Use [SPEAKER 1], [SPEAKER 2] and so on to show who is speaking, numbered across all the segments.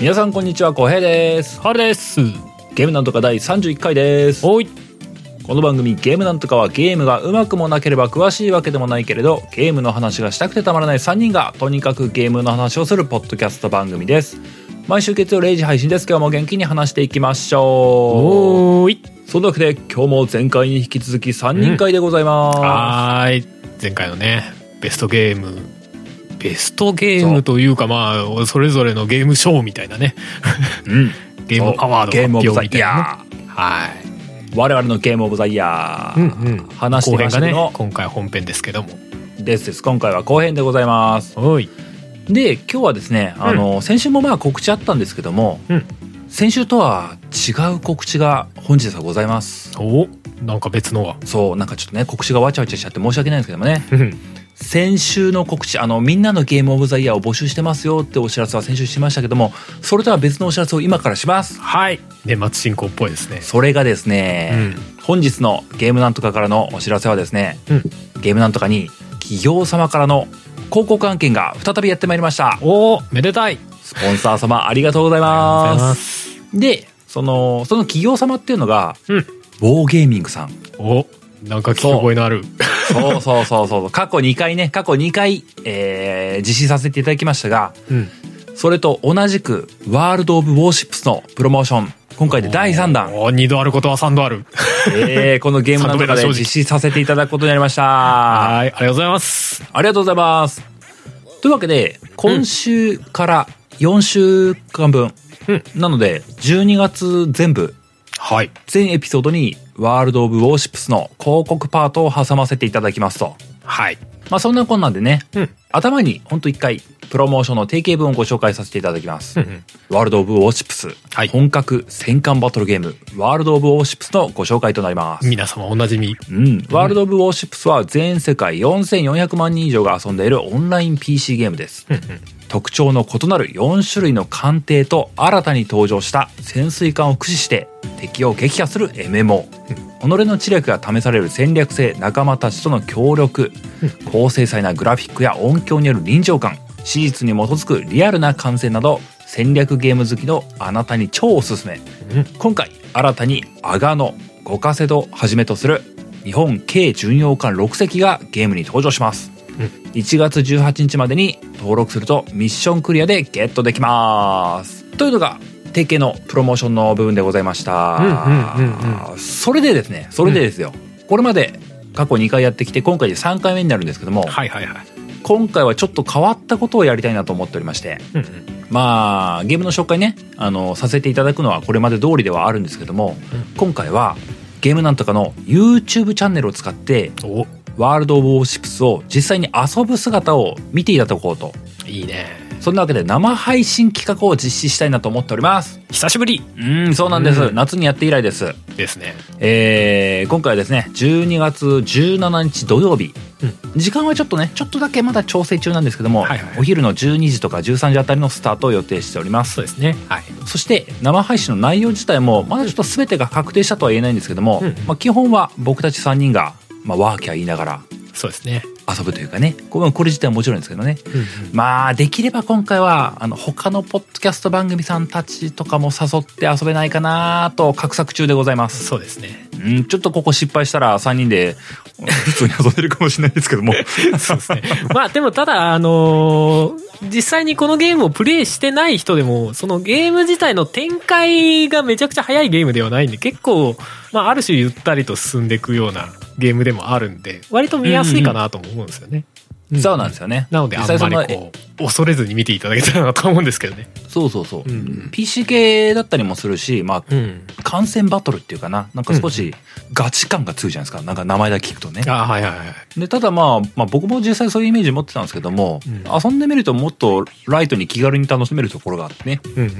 [SPEAKER 1] 皆さんこんにちは、こうへいです。
[SPEAKER 2] カールです
[SPEAKER 1] ゲームなんとか第31回です。
[SPEAKER 2] おい
[SPEAKER 1] この番組ゲームなんとかはゲームがうまくもなければ詳しいわけでもないけれど、ゲームの話がしたくてたまらない3人がとにかくゲームの話をするポッドキャスト番組です。毎週月曜0時配信です。今日も元気に話していきましょ。
[SPEAKER 2] おーいう
[SPEAKER 1] そんなわけで今日も前回に引き続き3人会でございま
[SPEAKER 2] はーい前回のねベストゲームベストゲームというかまあそれぞれのゲームショーみたいなね
[SPEAKER 1] す。うん。
[SPEAKER 2] ゲームアワード
[SPEAKER 1] ゲームオ
[SPEAKER 2] 発
[SPEAKER 1] ブザ
[SPEAKER 2] 表
[SPEAKER 1] イ
[SPEAKER 2] みたいな、ね
[SPEAKER 1] ヤ、
[SPEAKER 2] はい
[SPEAKER 1] ー。我々のゲームオブザイヤー。
[SPEAKER 2] うんうん
[SPEAKER 1] 話して
[SPEAKER 2] 後
[SPEAKER 1] ま
[SPEAKER 2] 編
[SPEAKER 1] した
[SPEAKER 2] が
[SPEAKER 1] けど
[SPEAKER 2] ね今回本編ですけども
[SPEAKER 1] ですです。今回は後編でございます。
[SPEAKER 2] おい
[SPEAKER 1] で、今日はですね、あの、先週もまあ告知あったんですけども、
[SPEAKER 2] うん
[SPEAKER 1] 先週とは違う告知が本日はございます。
[SPEAKER 2] おなんか別のが
[SPEAKER 1] そう、なんかちょっとね、告知がわちゃわちゃしちゃって申し訳ないんですけどもね、
[SPEAKER 2] うん
[SPEAKER 1] 先週の告知、あの、みんなのゲームオブザイヤーを募集してますよってお知らせは先週しましたけども、それとは別のお知らせを今からします。
[SPEAKER 2] はい年末進行っぽいですね
[SPEAKER 1] それがですね、本日のゲームなんとかからのお知らせはですね、
[SPEAKER 2] うん
[SPEAKER 1] ゲームなんとかに企業様からの広告案件が再びやってまいりました。
[SPEAKER 2] おおめでたい
[SPEAKER 1] スポンサー様ありがとうござい
[SPEAKER 2] ありがとうござい
[SPEAKER 1] ま。
[SPEAKER 2] ます
[SPEAKER 1] で、その、その企業様っていうのが、
[SPEAKER 2] うん
[SPEAKER 1] ウォーゲーミングさん。
[SPEAKER 2] おなんか聞き覚えのある
[SPEAKER 1] そうそうそうそう。 過去2回ね、過去2回、えー、実施させていただきましたが、
[SPEAKER 2] うん
[SPEAKER 1] それと同じく、ワールド・オブ・ウォーシップスのプロモーション、今回で第3弾、
[SPEAKER 2] おー二度あることは三度ある
[SPEAKER 1] えー、このゲームなんとかで
[SPEAKER 2] 三度目の正直
[SPEAKER 1] 実施させていただくことになりました。
[SPEAKER 2] はいありがとうございます
[SPEAKER 1] ありがとうございます。というわけで、今週から4週間分、
[SPEAKER 2] うん
[SPEAKER 1] なので、12月全部、
[SPEAKER 2] はい
[SPEAKER 1] 全エピソードにワールド・オブ・ウォーシップスの広告パートを挟ませていただきますと。
[SPEAKER 2] はい
[SPEAKER 1] まあそんなこんなんでね、
[SPEAKER 2] うん
[SPEAKER 1] 頭にほんと一回プロモーションの定型文をご紹介させていただきます。
[SPEAKER 2] うん
[SPEAKER 1] ワールド・オブ・ウォーシップス、
[SPEAKER 2] はい
[SPEAKER 1] 本格戦艦バトルゲーム、ワールド・オブ・ウォーシップスのご紹介となります。
[SPEAKER 2] 皆様おなじみ
[SPEAKER 1] うん、ワールド・オブ・ウォーシップスは全世界4400万人以上が遊んでいるオンライン PC ゲームです。特徴の異なる4種類の艦艇と新たに登場した潜水艦を駆使して敵を撃破する MMO。己の知略が試される戦略性、仲間たちとの協力、高精細なグラフィックや音響による臨場感、史実に基づくリアルな感性など、戦略ゲーム好きのあなたに超おすすめ。今回新たに阿賀野五ヶ瀬戸をはじめとする日本軽巡洋艦6隻がゲームに登場します、
[SPEAKER 2] うん
[SPEAKER 1] 1月18日までに登録するとミッションクリアでゲットできますというのが定型のプロモーションの部分でございました、
[SPEAKER 2] うんうんうん
[SPEAKER 1] それでですねそれでですよ、これまで過去2回やってきて今回で3回目になるんですけども、
[SPEAKER 2] はいはいはい
[SPEAKER 1] 今回はちょっと変わったことをやりたいなと思っておりまして
[SPEAKER 2] うんうん
[SPEAKER 1] まあゲームの紹介ねあのさせていただくのはこれまで通りではあるんですけども、
[SPEAKER 2] う
[SPEAKER 1] 今回はゲームなんとかの YouTube チャンネルを使って
[SPEAKER 2] お
[SPEAKER 1] ワールド・オブ・ウォーシップスを実際に遊ぶ姿を見ていただこうと
[SPEAKER 2] いいね
[SPEAKER 1] そんなわけで生配信企画を実施したいなと思っております
[SPEAKER 2] 久しぶり
[SPEAKER 1] うんそうなんです、
[SPEAKER 2] うん
[SPEAKER 1] 夏にやって以来です
[SPEAKER 2] ですね
[SPEAKER 1] えー今回はですね12月17日土曜日、時間はちょっとねちょっとだけまだ調整中なんですけども、
[SPEAKER 2] はいはい
[SPEAKER 1] お昼の12時とか13時あたりのスタートを予定しております
[SPEAKER 2] そうですねはい
[SPEAKER 1] そして生配信の内容自体もまだちょっと全てが確定したとは言えないんですけども、
[SPEAKER 2] うん
[SPEAKER 1] まあ、基本は僕たち3人が、まあ、ワーキャー言いながら
[SPEAKER 2] そうですね
[SPEAKER 1] 遊ぶというかねこれこれ自体はもちろんですけどねまあできれば今回はあの他のポッドキャスト番組さんたちとかも誘って遊べないかなと画策中でございます、
[SPEAKER 2] そうですね
[SPEAKER 1] うん、ちょっとここ失敗したら3人で普通に遊べるかもしれないですけども
[SPEAKER 2] そうですね まあでもただあのー実際にこのゲームをプレイしてない人でもそのゲーム自体の展開がめちゃくちゃ早いゲームではないんで結構、まあ、ある種ゆったりと進んでいくようなゲームでもあるんで割と見やすいかなとも思うんですよね、
[SPEAKER 1] そうなんですよね
[SPEAKER 2] なのであ
[SPEAKER 1] 実
[SPEAKER 2] ん
[SPEAKER 1] 際そ
[SPEAKER 2] まりこう恐れずに見ていただけたらなと思うんですけどね
[SPEAKER 1] そうそうそう、
[SPEAKER 2] うん
[SPEAKER 1] PC 系だったりもするしまあ
[SPEAKER 2] うん
[SPEAKER 1] 感染バトルっていうかな、なんか少しガチ感が強いじゃないですか。なんか名前だけ聞くとね。
[SPEAKER 2] あはいはいはい
[SPEAKER 1] で、ただまあ、まあ僕も実際そういうイメージ持ってたんですけども、
[SPEAKER 2] うん
[SPEAKER 1] 遊んでみるともっとライトに気軽に楽しめるところがあってね。
[SPEAKER 2] うんうん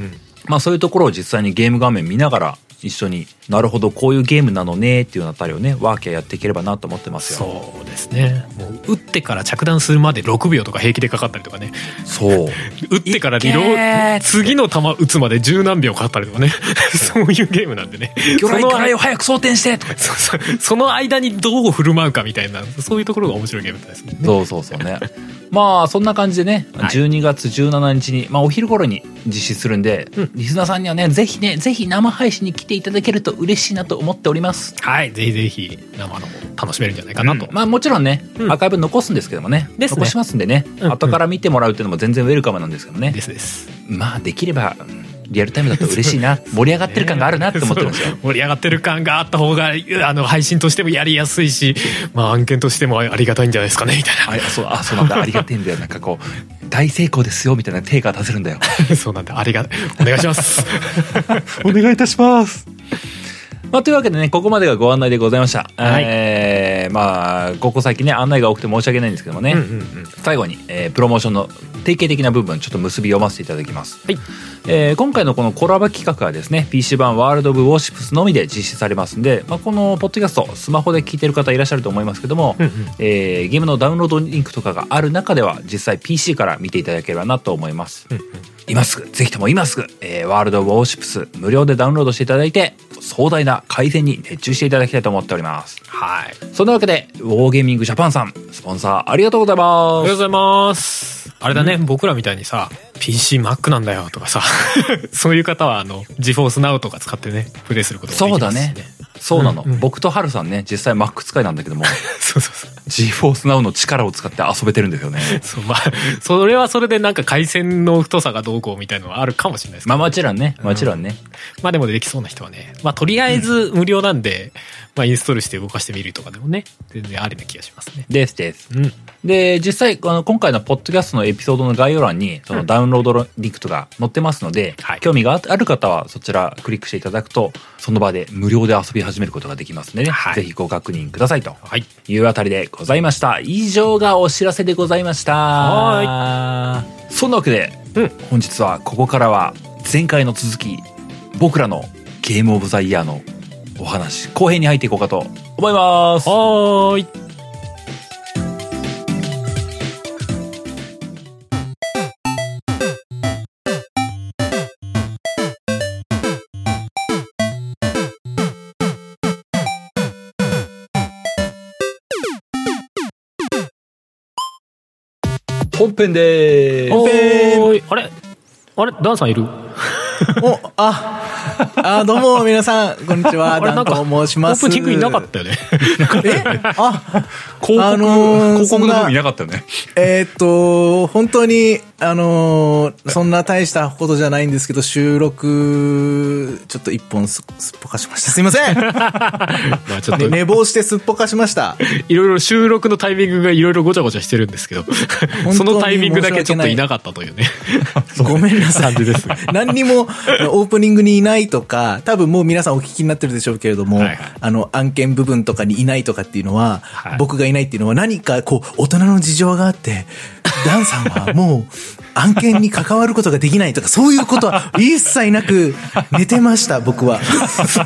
[SPEAKER 1] まあそういうところを実際にゲーム画面見ながら一緒になるほどこういうゲームなのねっていうのあたりをねワーキャーやっていければなと思ってますよ
[SPEAKER 2] そうですねもう打ってから着弾するまで6秒とか平気でかかったりとかね
[SPEAKER 1] そう
[SPEAKER 2] 打ってからリロ
[SPEAKER 1] いっけーっつっ
[SPEAKER 2] ー
[SPEAKER 1] て
[SPEAKER 2] 次の球打つまで十何秒かかったりとかね そういうゲームなんでね
[SPEAKER 1] 魚
[SPEAKER 2] そ
[SPEAKER 1] 雷魚
[SPEAKER 2] の
[SPEAKER 1] 雷を早く装填してとか
[SPEAKER 2] そうそうその間にどう振る舞うかみたいなそういうところが面白いゲームですね
[SPEAKER 1] そうそうそうねまあそんな感じでね
[SPEAKER 2] はい
[SPEAKER 1] 12月17日に、まあ、お昼頃に実施するんで、リスナーさんにはねぜひねぜひ生配信に来ていただけると嬉しいなと思っております
[SPEAKER 2] はいぜひぜひ生のも楽しめるんじゃないかなと、
[SPEAKER 1] まあもちろんね、
[SPEAKER 2] うん
[SPEAKER 1] アーカイブ残すんですけどもね
[SPEAKER 2] ですね
[SPEAKER 1] 残しますんでね、
[SPEAKER 2] うん
[SPEAKER 1] 後から見てもらうっていうのも全然ウェルカムなんですけどね
[SPEAKER 2] ですです
[SPEAKER 1] まあできればうんリアルタイムだと嬉しい な盛り上がってる感があるなって思ってるんですよ
[SPEAKER 2] そう盛り上がってる感があった方があの配信としてもやりやすいし、まあ、案件としてもありがたいんじゃないですかねみたい
[SPEAKER 1] あそうあそうなんだありがてえんだよなんかこう大成功ですよみたいな手が出せるんだよ
[SPEAKER 2] な そうなんだありがお願いします
[SPEAKER 1] お願いいたします まあ、というわけでね、ここまでがご案内でございました。
[SPEAKER 2] はい
[SPEAKER 1] えーまあ、ここ最近ね、案内が多くて申し訳ないんですけどもね、
[SPEAKER 2] うんうんうん
[SPEAKER 1] 最後に、えープロモーションの定型的な部分、ちょっと結び読ませていただきます。
[SPEAKER 2] はい
[SPEAKER 1] えー今回のこのコラボ企画はですね PC 版ワールド・オブ・ウォーシップスのみで実施されますんで、まあ、このポッドキャストスマホで聞いてる方いらっしゃると思いますけども、
[SPEAKER 2] うんうん
[SPEAKER 1] えーゲームのダウンロードリンクとかがある中では実際 PC から見ていただければなと思います、
[SPEAKER 2] うんうん
[SPEAKER 1] 今すぐぜひとも今すぐ、えーワールド・オブ・ウォーシップス無料でダウンロードしていただいて壮大な改善に熱中していただきたいと思っております
[SPEAKER 2] はい
[SPEAKER 1] そんなわけでウォーゲーミングジャパンさんスポンサーありがとうござい
[SPEAKER 2] お
[SPEAKER 1] ま
[SPEAKER 2] はよう
[SPEAKER 1] す
[SPEAKER 2] ございます。あれだね、僕らみたいにさ、PCMac なんだよとかさ、 そういう方は、あの、GeForce Now とか使ってね、プレイすることもで
[SPEAKER 1] そう
[SPEAKER 2] きま
[SPEAKER 1] だ
[SPEAKER 2] すし
[SPEAKER 1] ねそうなの、
[SPEAKER 2] うんうん
[SPEAKER 1] 僕とハルさんね実際 Mac 使いなんだけども
[SPEAKER 2] そうそうそう。
[SPEAKER 1] GForce Now の力を使って遊べてるんですよね。
[SPEAKER 2] そう、まあ、それはそれでなんか回線の太さがどうこうみたいのはあるかもしれないですけど
[SPEAKER 1] まあもちろんね、もちろんね。
[SPEAKER 2] まあでもできそうな人はね、まあとりあえず無料なんで、まあインストールして動かしてみるとかでもね、全然ありな気がしますね。
[SPEAKER 1] ですです。
[SPEAKER 2] うん。
[SPEAKER 1] で、実際、あの、今回のポッドキャストのエピソードの概要欄に、そのダウンロードリンクとか載ってますので、
[SPEAKER 2] はい
[SPEAKER 1] 興味がある方はそちらクリックしていただくと、その場で無料で遊び始めることができますのでね、
[SPEAKER 2] はい
[SPEAKER 1] ぜひご確認くださいと
[SPEAKER 2] はい。
[SPEAKER 1] いうあたりでございました。以上がお知らせでございました。はい。そんなわけで、
[SPEAKER 2] うん
[SPEAKER 1] 本日はここからは前回の続き僕らのゲームオブザイヤーのお話後編に入っていこうかと思います
[SPEAKER 2] はーい。
[SPEAKER 1] 本編で
[SPEAKER 2] お
[SPEAKER 3] 編
[SPEAKER 2] ーい。あれあれダンさんいる
[SPEAKER 3] お、あ、あ、どうも、皆さん、こんにちは、
[SPEAKER 2] あれ
[SPEAKER 3] ダンと申します。
[SPEAKER 2] オープニングいなかったよね。
[SPEAKER 3] えあ、
[SPEAKER 1] 広告、
[SPEAKER 3] あのー
[SPEAKER 1] 広告の部
[SPEAKER 3] そん
[SPEAKER 1] 分
[SPEAKER 3] ない
[SPEAKER 1] なかったよね
[SPEAKER 3] えーっと、本当に、あのーそんな大したことじゃないんですけど、収録、ちょっと一本すすっぽかしました。すいま せん
[SPEAKER 2] まあちょっと、
[SPEAKER 3] 寝坊してすっぽかしました。
[SPEAKER 2] いろいろ収録のタイミングがいろいろごちゃごちゃしてるんですけど、そのタイミングだけちょっといなかったというね。
[SPEAKER 3] ごめんなさい。
[SPEAKER 2] 感じですね
[SPEAKER 3] 何にも、あのオープニングにいないとか、多分もう皆さんお聞きになってるでしょうけれども、
[SPEAKER 2] はいはい
[SPEAKER 3] あの、案件部分とかにいないとかっていうのは、
[SPEAKER 2] はい
[SPEAKER 3] 僕がいないっていうのは何かこう、大人の事情があって、ダンさんはもう、案件に関わることができないとか、そういうことは一切なく、寝てました、僕は。
[SPEAKER 2] そ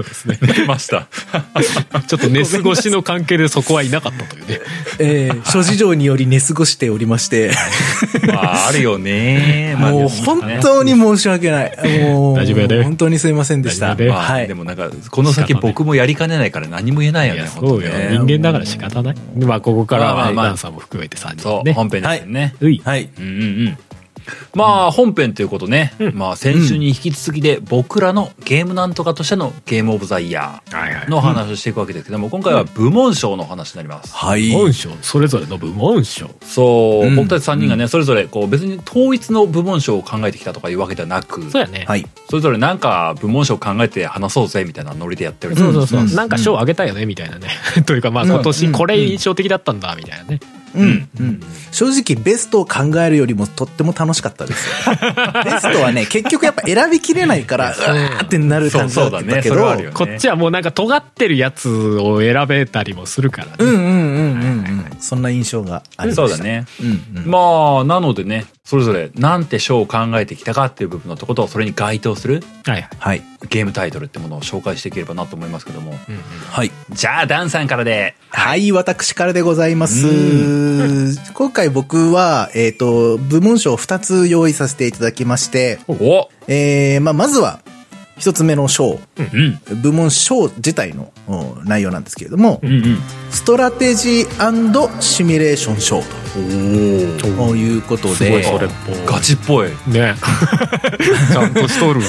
[SPEAKER 2] うですね。
[SPEAKER 1] 出ました
[SPEAKER 2] ちょっと寝過ごしの関係でそこはいなかったというね。
[SPEAKER 3] えー諸事情により寝過ごしておりまして、
[SPEAKER 1] ま ああるよ ねまあ
[SPEAKER 3] もう本当に申し訳ない。もう、
[SPEAKER 2] 大丈夫やで
[SPEAKER 3] 本当にすいませんでした。
[SPEAKER 2] 大丈夫やで
[SPEAKER 1] まあ
[SPEAKER 3] はい
[SPEAKER 1] で。もなんかこの先
[SPEAKER 2] 仕方ない
[SPEAKER 1] 僕もやりかねないから何も言えないよ
[SPEAKER 2] い
[SPEAKER 1] ね
[SPEAKER 2] や、そうよ。
[SPEAKER 1] 本当
[SPEAKER 2] 人
[SPEAKER 1] にね
[SPEAKER 2] 間だから仕方ない。でまあ、ここから
[SPEAKER 1] まあまあ
[SPEAKER 2] は、
[SPEAKER 1] まあ
[SPEAKER 2] ダンさんも含めて3
[SPEAKER 1] そ
[SPEAKER 2] 人
[SPEAKER 1] う、
[SPEAKER 2] でね。
[SPEAKER 1] 本編ですよね、
[SPEAKER 2] うい。
[SPEAKER 3] はい。
[SPEAKER 1] うんうんうんまあ本編ということね、まあ先週に引き続きで僕らのゲームなんとかとしてのゲームオブザイヤ
[SPEAKER 2] はいはい
[SPEAKER 1] ーの話をしていくわけですけども今回は部門賞の話になります、
[SPEAKER 3] はい。
[SPEAKER 2] 部門賞、それぞれの部門賞。
[SPEAKER 1] そう、
[SPEAKER 3] うん
[SPEAKER 1] 僕たち3人がねそれぞれこう別に統一の部門賞を考えてきたとかいうわけではなく
[SPEAKER 2] そうやね。
[SPEAKER 3] はい。
[SPEAKER 1] それぞれなんか部門賞を考えて話そうぜみたいなノリでやってる
[SPEAKER 2] そうそうそう。
[SPEAKER 3] うん
[SPEAKER 2] なんか賞あげたよね、みたいなね。 というか、まあ、今
[SPEAKER 3] う
[SPEAKER 2] 年
[SPEAKER 3] ん
[SPEAKER 2] これ印象的だったんだ、みたいなね。
[SPEAKER 3] うん、うん。正直、ベストを考えるよりもとっても楽しかったです。 ベストはね、結局やっぱ選びきれないから、うわーってなる感じだった
[SPEAKER 1] そうそうだね
[SPEAKER 3] け
[SPEAKER 1] それはあるよ
[SPEAKER 3] ど、
[SPEAKER 1] ね
[SPEAKER 2] こっちはもうなんか尖ってるやつを選べたりもするから
[SPEAKER 3] うん
[SPEAKER 2] ね。
[SPEAKER 3] うんうんうんうん。そんな印象がありました。
[SPEAKER 1] そうだ。ね。
[SPEAKER 3] うんうん。
[SPEAKER 1] まあ、なのでね、それぞれなんて賞を考えてきたかっていう部分のとこと、それに該当する
[SPEAKER 2] はいはい。
[SPEAKER 3] はい。
[SPEAKER 1] ゲームタイトルってものを紹介していければなと思いますけども。
[SPEAKER 2] うんうん
[SPEAKER 3] はい。
[SPEAKER 1] じゃあ、ダンさんからで。
[SPEAKER 3] はい、私からでございます。 今回僕は、えっ、と、部門賞2つ用意させていただきまして、
[SPEAKER 1] お
[SPEAKER 3] えー、まあ、まずは、1つ目の賞、
[SPEAKER 1] うん。
[SPEAKER 3] 部門賞自体のうん内容なんですけれども、
[SPEAKER 1] うんうん。
[SPEAKER 3] ストラテジーシミュレーション賞
[SPEAKER 1] おお。
[SPEAKER 3] ということ
[SPEAKER 1] すごい、
[SPEAKER 3] で、
[SPEAKER 1] それ
[SPEAKER 2] っぽい。
[SPEAKER 1] ガチっぽい。
[SPEAKER 2] ね ちゃんとしとる。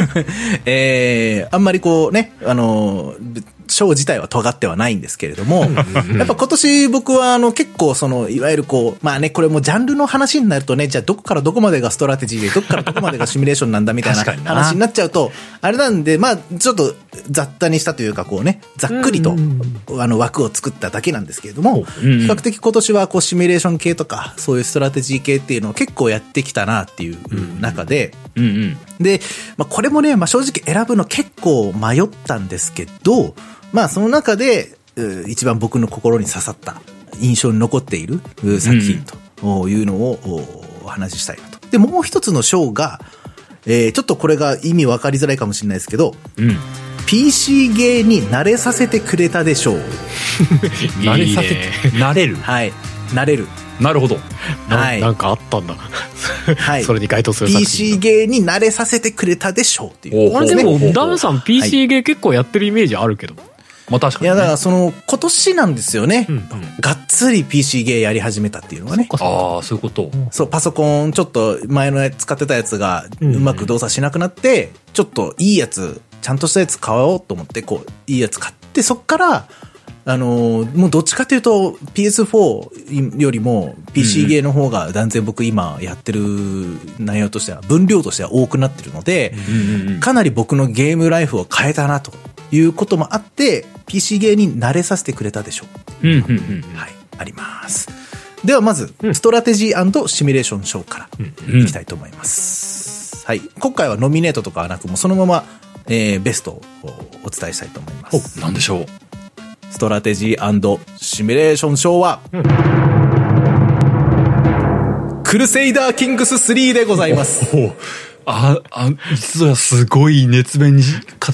[SPEAKER 3] えー、あんまりこうね、あのー、賞自体は尖ってはないんですけれども、やっぱ今年僕はあの結構その、いわゆるこう、まあね、これもジャンルの話になるとね、じゃあどこからどこまでがストラテジーで、どこからどこまでがシミュレーションなんだみたいな
[SPEAKER 1] 確かにな
[SPEAKER 3] 話になっちゃうと、あれなんで、まあちょっと雑多にしたというかこうね、ざっくりと
[SPEAKER 2] うんうん、
[SPEAKER 3] あの枠を作っただけなんですけれども、
[SPEAKER 1] うんうん
[SPEAKER 3] 比較的今年はこうシミュレーション系とか、そういうストラテジー系っていうのを結構やってきたなっていう中で、
[SPEAKER 1] うんうん。
[SPEAKER 3] で、まあ、これもね、まあ、正直選ぶの結構迷ったんですけど、まあ、その中で、う一番僕の心に刺さった、印象に残っているう作品というのをおお話ししたいなと。で、もう一つの章が、えーちょっとこれが意味わかりづらいかもしれないですけど、
[SPEAKER 1] うん。
[SPEAKER 3] PC ゲーに慣れさせてくれたでしょう。
[SPEAKER 1] 慣れさせて、慣れる。
[SPEAKER 3] はい。慣れる。
[SPEAKER 1] なるほど。
[SPEAKER 2] な
[SPEAKER 3] はい
[SPEAKER 2] なんかあったんだ。
[SPEAKER 3] はい
[SPEAKER 2] それに該当する作
[SPEAKER 3] PC
[SPEAKER 2] 品。
[SPEAKER 3] ゲーに慣れさせてくれたでしょうっていう。
[SPEAKER 2] あれで
[SPEAKER 1] ほうほうほ
[SPEAKER 2] も、
[SPEAKER 1] う
[SPEAKER 2] ダムさん PC ゲー結構やってるイメージあるけど。
[SPEAKER 1] まあ確か
[SPEAKER 3] い
[SPEAKER 1] に、
[SPEAKER 3] や、
[SPEAKER 1] ね。
[SPEAKER 3] だからその、今年なんですよね。
[SPEAKER 2] うんうん
[SPEAKER 3] がっつり PC ゲーやり始めたっていうのがね。
[SPEAKER 2] そっか
[SPEAKER 1] ああ、そういうこと。
[SPEAKER 3] そう、パソコン、ちょっと前のやつ使ってたやつが、う
[SPEAKER 2] うん
[SPEAKER 3] まく動作しなくなって、ちょっといいやつ、ちゃんとしたやつ買おうと思って、こう、いいやつ買って、そっから、あのーもうどっちかというと PS4 よりも PC ゲーの方が断然僕今やってる内容としては、分量としては多くなってるので、
[SPEAKER 1] うんうんうん。
[SPEAKER 3] かなり僕のゲームライフを変えたなということもあって、PC ゲーに慣れさせてくれたでしょう。
[SPEAKER 1] うんうんうん
[SPEAKER 3] はい、あります。ではまず、
[SPEAKER 2] うん
[SPEAKER 3] ストラテジーシミュレーション賞から
[SPEAKER 1] うん。
[SPEAKER 3] いきたいと思います。はい、今回はノミネートとかはなく、もうそのまま、えー、ベストをお伝えしたいと思いま
[SPEAKER 1] お
[SPEAKER 3] す。
[SPEAKER 1] なんでしょう。
[SPEAKER 3] ストラテジーシミュレーション賞は、
[SPEAKER 2] うん
[SPEAKER 3] クルセイダーキングス3でございます。
[SPEAKER 1] おあ、あ、実はすごい熱弁に語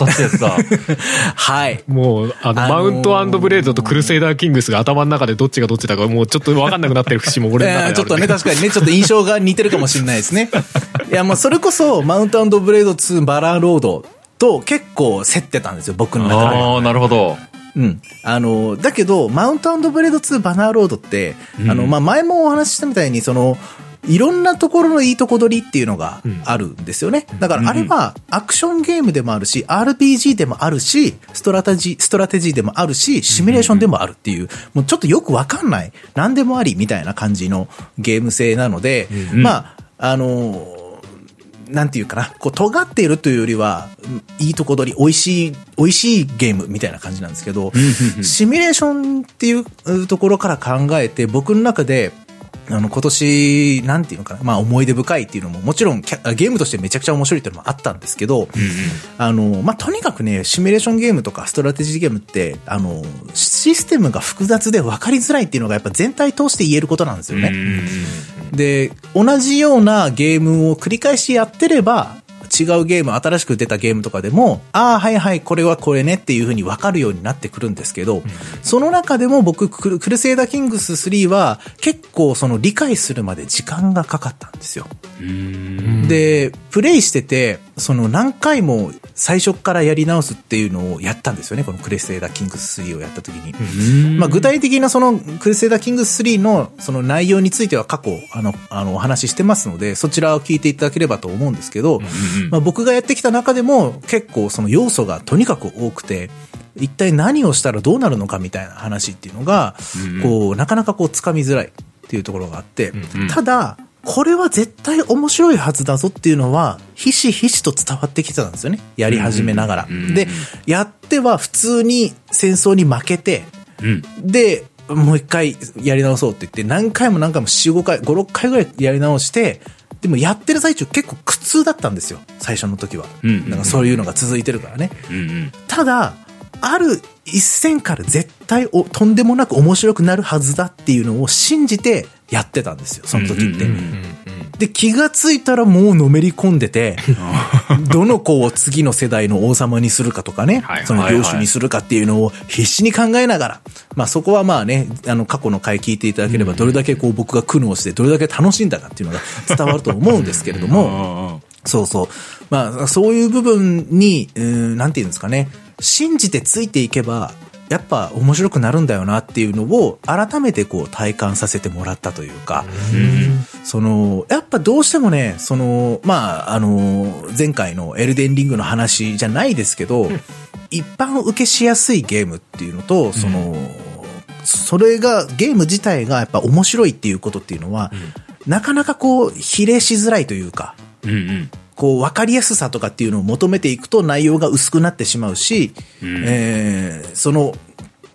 [SPEAKER 1] ったやつだ。
[SPEAKER 3] はい。
[SPEAKER 2] もう、あの、
[SPEAKER 3] あの
[SPEAKER 2] マ
[SPEAKER 3] ー
[SPEAKER 2] ウントブレードとクルセイダーキングスが頭の中でどっちがどっちだか、もうちょっとわかんなくなってる節も俺の中であ
[SPEAKER 3] えー
[SPEAKER 2] る。
[SPEAKER 3] ちょっとね、確かにね、ちょっと印象が似てるかもしれないで すね。いや、もうそれこそ、マウントブレード2バラーロードと結構競ってたんですよ、僕の中では。
[SPEAKER 1] ああ、なるほど。
[SPEAKER 3] うん。あの、だけど、マウントブレード2バナーロードって、
[SPEAKER 1] うん
[SPEAKER 3] あの、まあ、前もお話ししたみたいに、その、いろんなところのいいとこ取りっていうのがあるんですよね。だから、あれは、アクションゲームでもあるし、RPG でもあるし、ストラテジー、ストラテジーでもあるし、シミュレーションでもあるっていう、もうちょっとよくわかんない、何でもありみたいな感じのゲーム性なので、まあ、あの、なんていうかな、こう、尖っているというよりは、うんいいとこ取り、美味しい、美味しいゲームみたいな感じなんですけど、シミュレーションっていううんところから考えて、僕の中で、あの、今年、なんていうのかな、まあ、思い出深いっていうのも、もちろんキャゲームとしてめちゃくちゃ面白いっていうのもあったんですけど、あの、まあ、とにかくね、シミュレーションゲームとかストラテジーゲームって、あの、システムが複雑で分かりづらいっていうのがやっぱ全体通して言えることなんですよね。で、同じようなゲームを繰り返しやってれば、違うゲーム、新しく出たゲームとかでも、ああ、はいはい、これはこれねっていう風に分かるようになってくるんですけど、その中でも僕、クルクルセイダーキングス3は結構その理解するまで時間がかかったんですよ。で、プレイしてて、その何回も最初からやり直すっていうのをやったんですよね、このクルセイダーキングス3をやった時に。まあ、具体的なそのクルセイダーキングス3のその内容については過去あのあのお話ししてますのでそちらを聞いていただければと思うんですけど、まあ、僕がやってきた中でも結構その要素がとにかく多くて一体何をしたらどうなるのかみたいな話っていうのが、こうなかなかこうつかみづらいっていうところがあって、ただこれは絶対面白いはずだぞっていうのは、ひしひしと伝わってきてたんですよね。やり始めながら。で、やっては普通に戦争に負けて、で、もう一回やり直そうって言って、何回も何回も4、5回、5、6回ぐらいやり直して、でもやってる最中結構苦痛だったんですよ。最初の時は。
[SPEAKER 1] うんうんうん
[SPEAKER 3] なんかそういうのが続いてるからね。ただ、ある一戦から絶対おとんでもなく面白くなるはずだっていうのを信じてやってたんですよ、その時って。
[SPEAKER 1] うんうんうん
[SPEAKER 3] で、気がついたらもうのめり込ん でて、どの子を次の世代の王様にするかとかね
[SPEAKER 1] はい、
[SPEAKER 3] その
[SPEAKER 1] はいはい
[SPEAKER 3] 領主にするかっていうのを必死に考えながら、まあそこはまあね、あの過去の回聞いていただければ、どれだけこう僕が苦悩して、どれだけ楽しんだかっていうのが伝わると思うんですけれど も、
[SPEAKER 1] も
[SPEAKER 3] そうそう。まあ、そういう部分に、うーん、なんていうんですかね。信じてついていけば、やっぱ面白くなるんだよなっていうのを改めてこう体感させてもらったというか、その、やっぱどうしてもね、その、まあ、あの、前回のエルデンリングの話じゃないですけど、一般受けしやすいゲームっていうのと、その、それが、ゲーム自体がやっぱ面白いっていうことっていうのは、なかなかこう、比例しづらいというか、
[SPEAKER 1] うんうん
[SPEAKER 3] こう、わかりやすさとかっていうのを求めていくと内容が薄くなってしまうし、
[SPEAKER 1] うん
[SPEAKER 3] えーその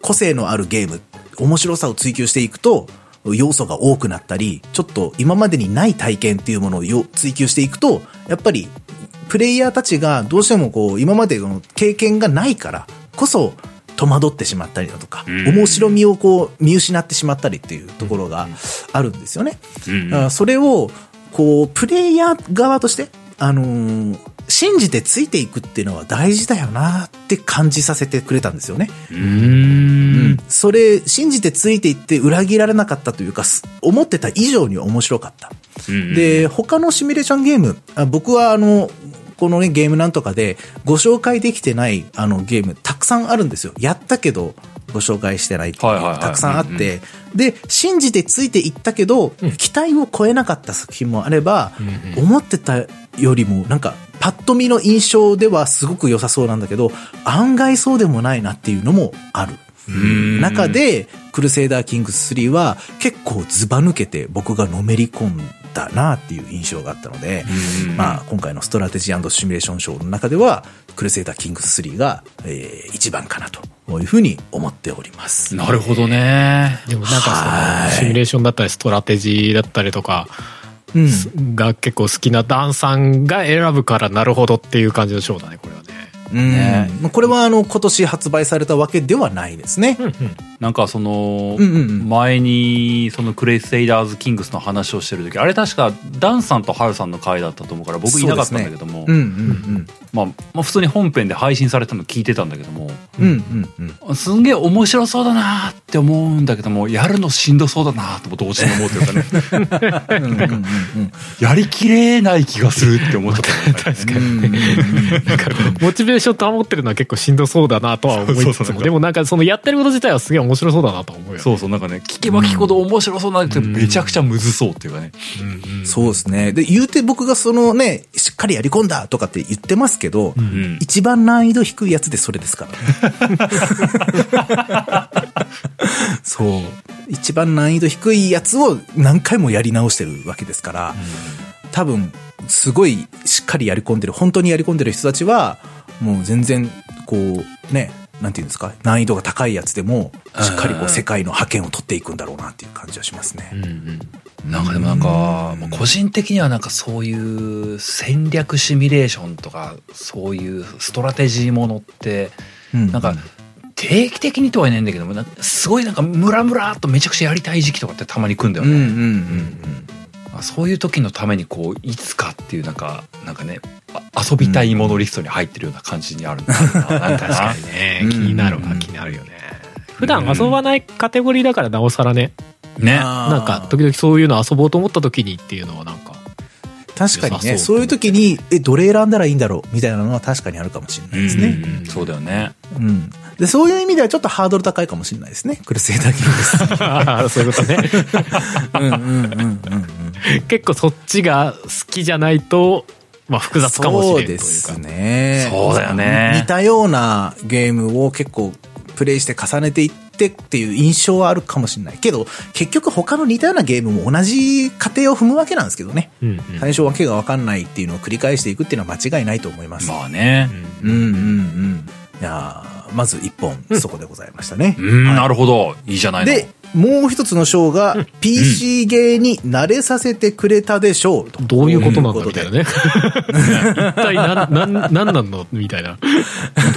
[SPEAKER 3] 個性のあるゲーム、面白さを追求していくと、要素が多くなったり、ちょっと今までにない体験っていうものをよ追求していくと、やっぱり、プレイヤーたちがどうしてもこう、今までの経験がないからこそ、戸惑ってしまったりだとか、
[SPEAKER 1] うん
[SPEAKER 3] 面白みをこう、見失ってしまったりっていうところがあるんですよね。
[SPEAKER 1] うん
[SPEAKER 3] あそれを、こう、プレイヤー側として、あのー信じてついていくっていうのは大事だよなって感じさせてくれたんですよね。
[SPEAKER 1] うん
[SPEAKER 3] それ、信じてついていって裏切られなかったというか、す思ってた以上に面白かった。
[SPEAKER 1] うん
[SPEAKER 3] で、他のシミュレーションゲーム、あ僕はあの、このね、ゲームなんとかでご紹介できてないあのゲームたくさんあるんですよ。やったけどご紹介してないっていう
[SPEAKER 1] はいはいはい
[SPEAKER 3] たくさんあって、で、信じてついていったけど、期待を超えなかった作品もあれば、思ってたよりもなんか、パッと見の印象ではすごく良さそうなんだけど、案外そうでもないなっていうのもある。
[SPEAKER 1] ん
[SPEAKER 3] 中で、クルセイダーキングス3は結構ズバ抜けて僕がのめり込んだなっていう印象があったので、まあ今回のストラテジーシミュレーションショーの中では、クルセイダーキングス3が、えー一番かなというふうに思っております。
[SPEAKER 1] なるほどね
[SPEAKER 2] でもなん
[SPEAKER 3] は
[SPEAKER 2] かその
[SPEAKER 3] い
[SPEAKER 2] シミュレーションだったりストラテジーだったりとか
[SPEAKER 3] うん。
[SPEAKER 2] が結構好きなダンさんが選ぶからなるほどっていう感じのショーだねこれはね。
[SPEAKER 3] うん
[SPEAKER 1] ね
[SPEAKER 3] これはあの今年発売されたわけではないですね。
[SPEAKER 1] なんかその
[SPEAKER 3] うんうんうん
[SPEAKER 1] 前にそのクレイセイダーズ・キングスの話をしてる時あれ確かダンさんとハルさんの回だったと思うから僕いなかったんだけども、
[SPEAKER 3] うんうん
[SPEAKER 1] まあ、まあ普通に本編で配信されたの聞いてたんだけども
[SPEAKER 3] うん。うんうんうん。
[SPEAKER 1] すんげえ面白そうだなって思うんだけどもやるのしんどそうだなと同時に思うというかね
[SPEAKER 3] うんうんうんうん
[SPEAKER 1] やりきれない気がするって思っちゃった、ね、確かに
[SPEAKER 3] うん
[SPEAKER 2] なんか モチベーション保ってるのは結構しんどそうだなとは思
[SPEAKER 1] そ
[SPEAKER 2] いつ
[SPEAKER 1] うそう
[SPEAKER 2] つ
[SPEAKER 1] そ
[SPEAKER 2] も
[SPEAKER 1] う
[SPEAKER 2] でもなんかそのやってること自体はすげえ面白そうだなとは思うよ。
[SPEAKER 1] そうそうなんかね聞けば聞くほど面白そうなんだけどめちゃくちゃむずそうっていうかね
[SPEAKER 3] そうですね。で、言うて僕がそのね、しっかりやり込んだとかって言ってますけど、
[SPEAKER 1] うん
[SPEAKER 3] 一番難易度低いやつでそれですからね。そう。一番難易度低いやつを何回もやり直してるわけですから、多分、すごいしっかりやり込んでる、本当にやり込んでる人たちは、もう全然、こう、ね、なんていうんですか、難易度が高いやつでも、しっかりこう世界の覇権を取っていくんだろうなっていう感じはしますね。
[SPEAKER 1] なんかでもなんか、まあ個人的にはなんかそういう戦略シミュレーションとかそういうストラテジーものって
[SPEAKER 3] うん
[SPEAKER 1] なんか定期的にとは言えないんだけどもなんかすごいなんかムラムラっとめちゃくちゃやりたい時期とかってたまに来るんだよ
[SPEAKER 3] うんうん
[SPEAKER 1] ね、
[SPEAKER 3] うんうん。
[SPEAKER 1] まあそういう時のためにこういつかっていうなんかなんかねあ遊びたいものリストに入ってるような感じにあるんだ
[SPEAKER 2] 確かに ね気になる
[SPEAKER 3] う
[SPEAKER 2] わ
[SPEAKER 3] ん
[SPEAKER 2] 気になるよね。普段遊ばないカテゴリーだからなおさらね
[SPEAKER 1] にね
[SPEAKER 2] なんか時々そういうの遊ぼうと思った時にっていうのはなんか
[SPEAKER 3] 確かにね、
[SPEAKER 2] 良さそう
[SPEAKER 3] そういう時に、え、どれ選んだらいいんだろうみたいなのは確かにあるかもしれないですね。
[SPEAKER 1] うんうんそうだよね
[SPEAKER 3] うん、で、そういう意味ではちょっとハードル高いかもしれないですね。クルセイダーキングス。
[SPEAKER 2] あ ーそういうことね
[SPEAKER 3] うんうんうんうん。
[SPEAKER 2] 結構そっちが好きじゃないと、まあ、複雑かもしれな
[SPEAKER 3] そ
[SPEAKER 2] いうという
[SPEAKER 3] で
[SPEAKER 2] か
[SPEAKER 3] すね。
[SPEAKER 1] そうだよね
[SPEAKER 3] 似たようなゲームを結構プレイして重ねていってっていう印象はあるかもしれない。けど、結局他の似たようなゲームも同じ過程を踏むわけなんですけどね。
[SPEAKER 2] うんうん
[SPEAKER 3] 最初わけがわかんないっていうのを繰り返していくっていうのは間違いないと思います。
[SPEAKER 1] まあね
[SPEAKER 3] うんうんうん。いやーまず一本、そこでございましたね。
[SPEAKER 1] うん、なるほどいいじゃないの
[SPEAKER 3] で、もう一つの章が PC ゲーに慣れさせてくれたでしょうと。
[SPEAKER 2] どういうことなんだ
[SPEAKER 3] と
[SPEAKER 2] みた
[SPEAKER 3] で
[SPEAKER 2] いなね。 一体なん、なん、なんなんのみたいな。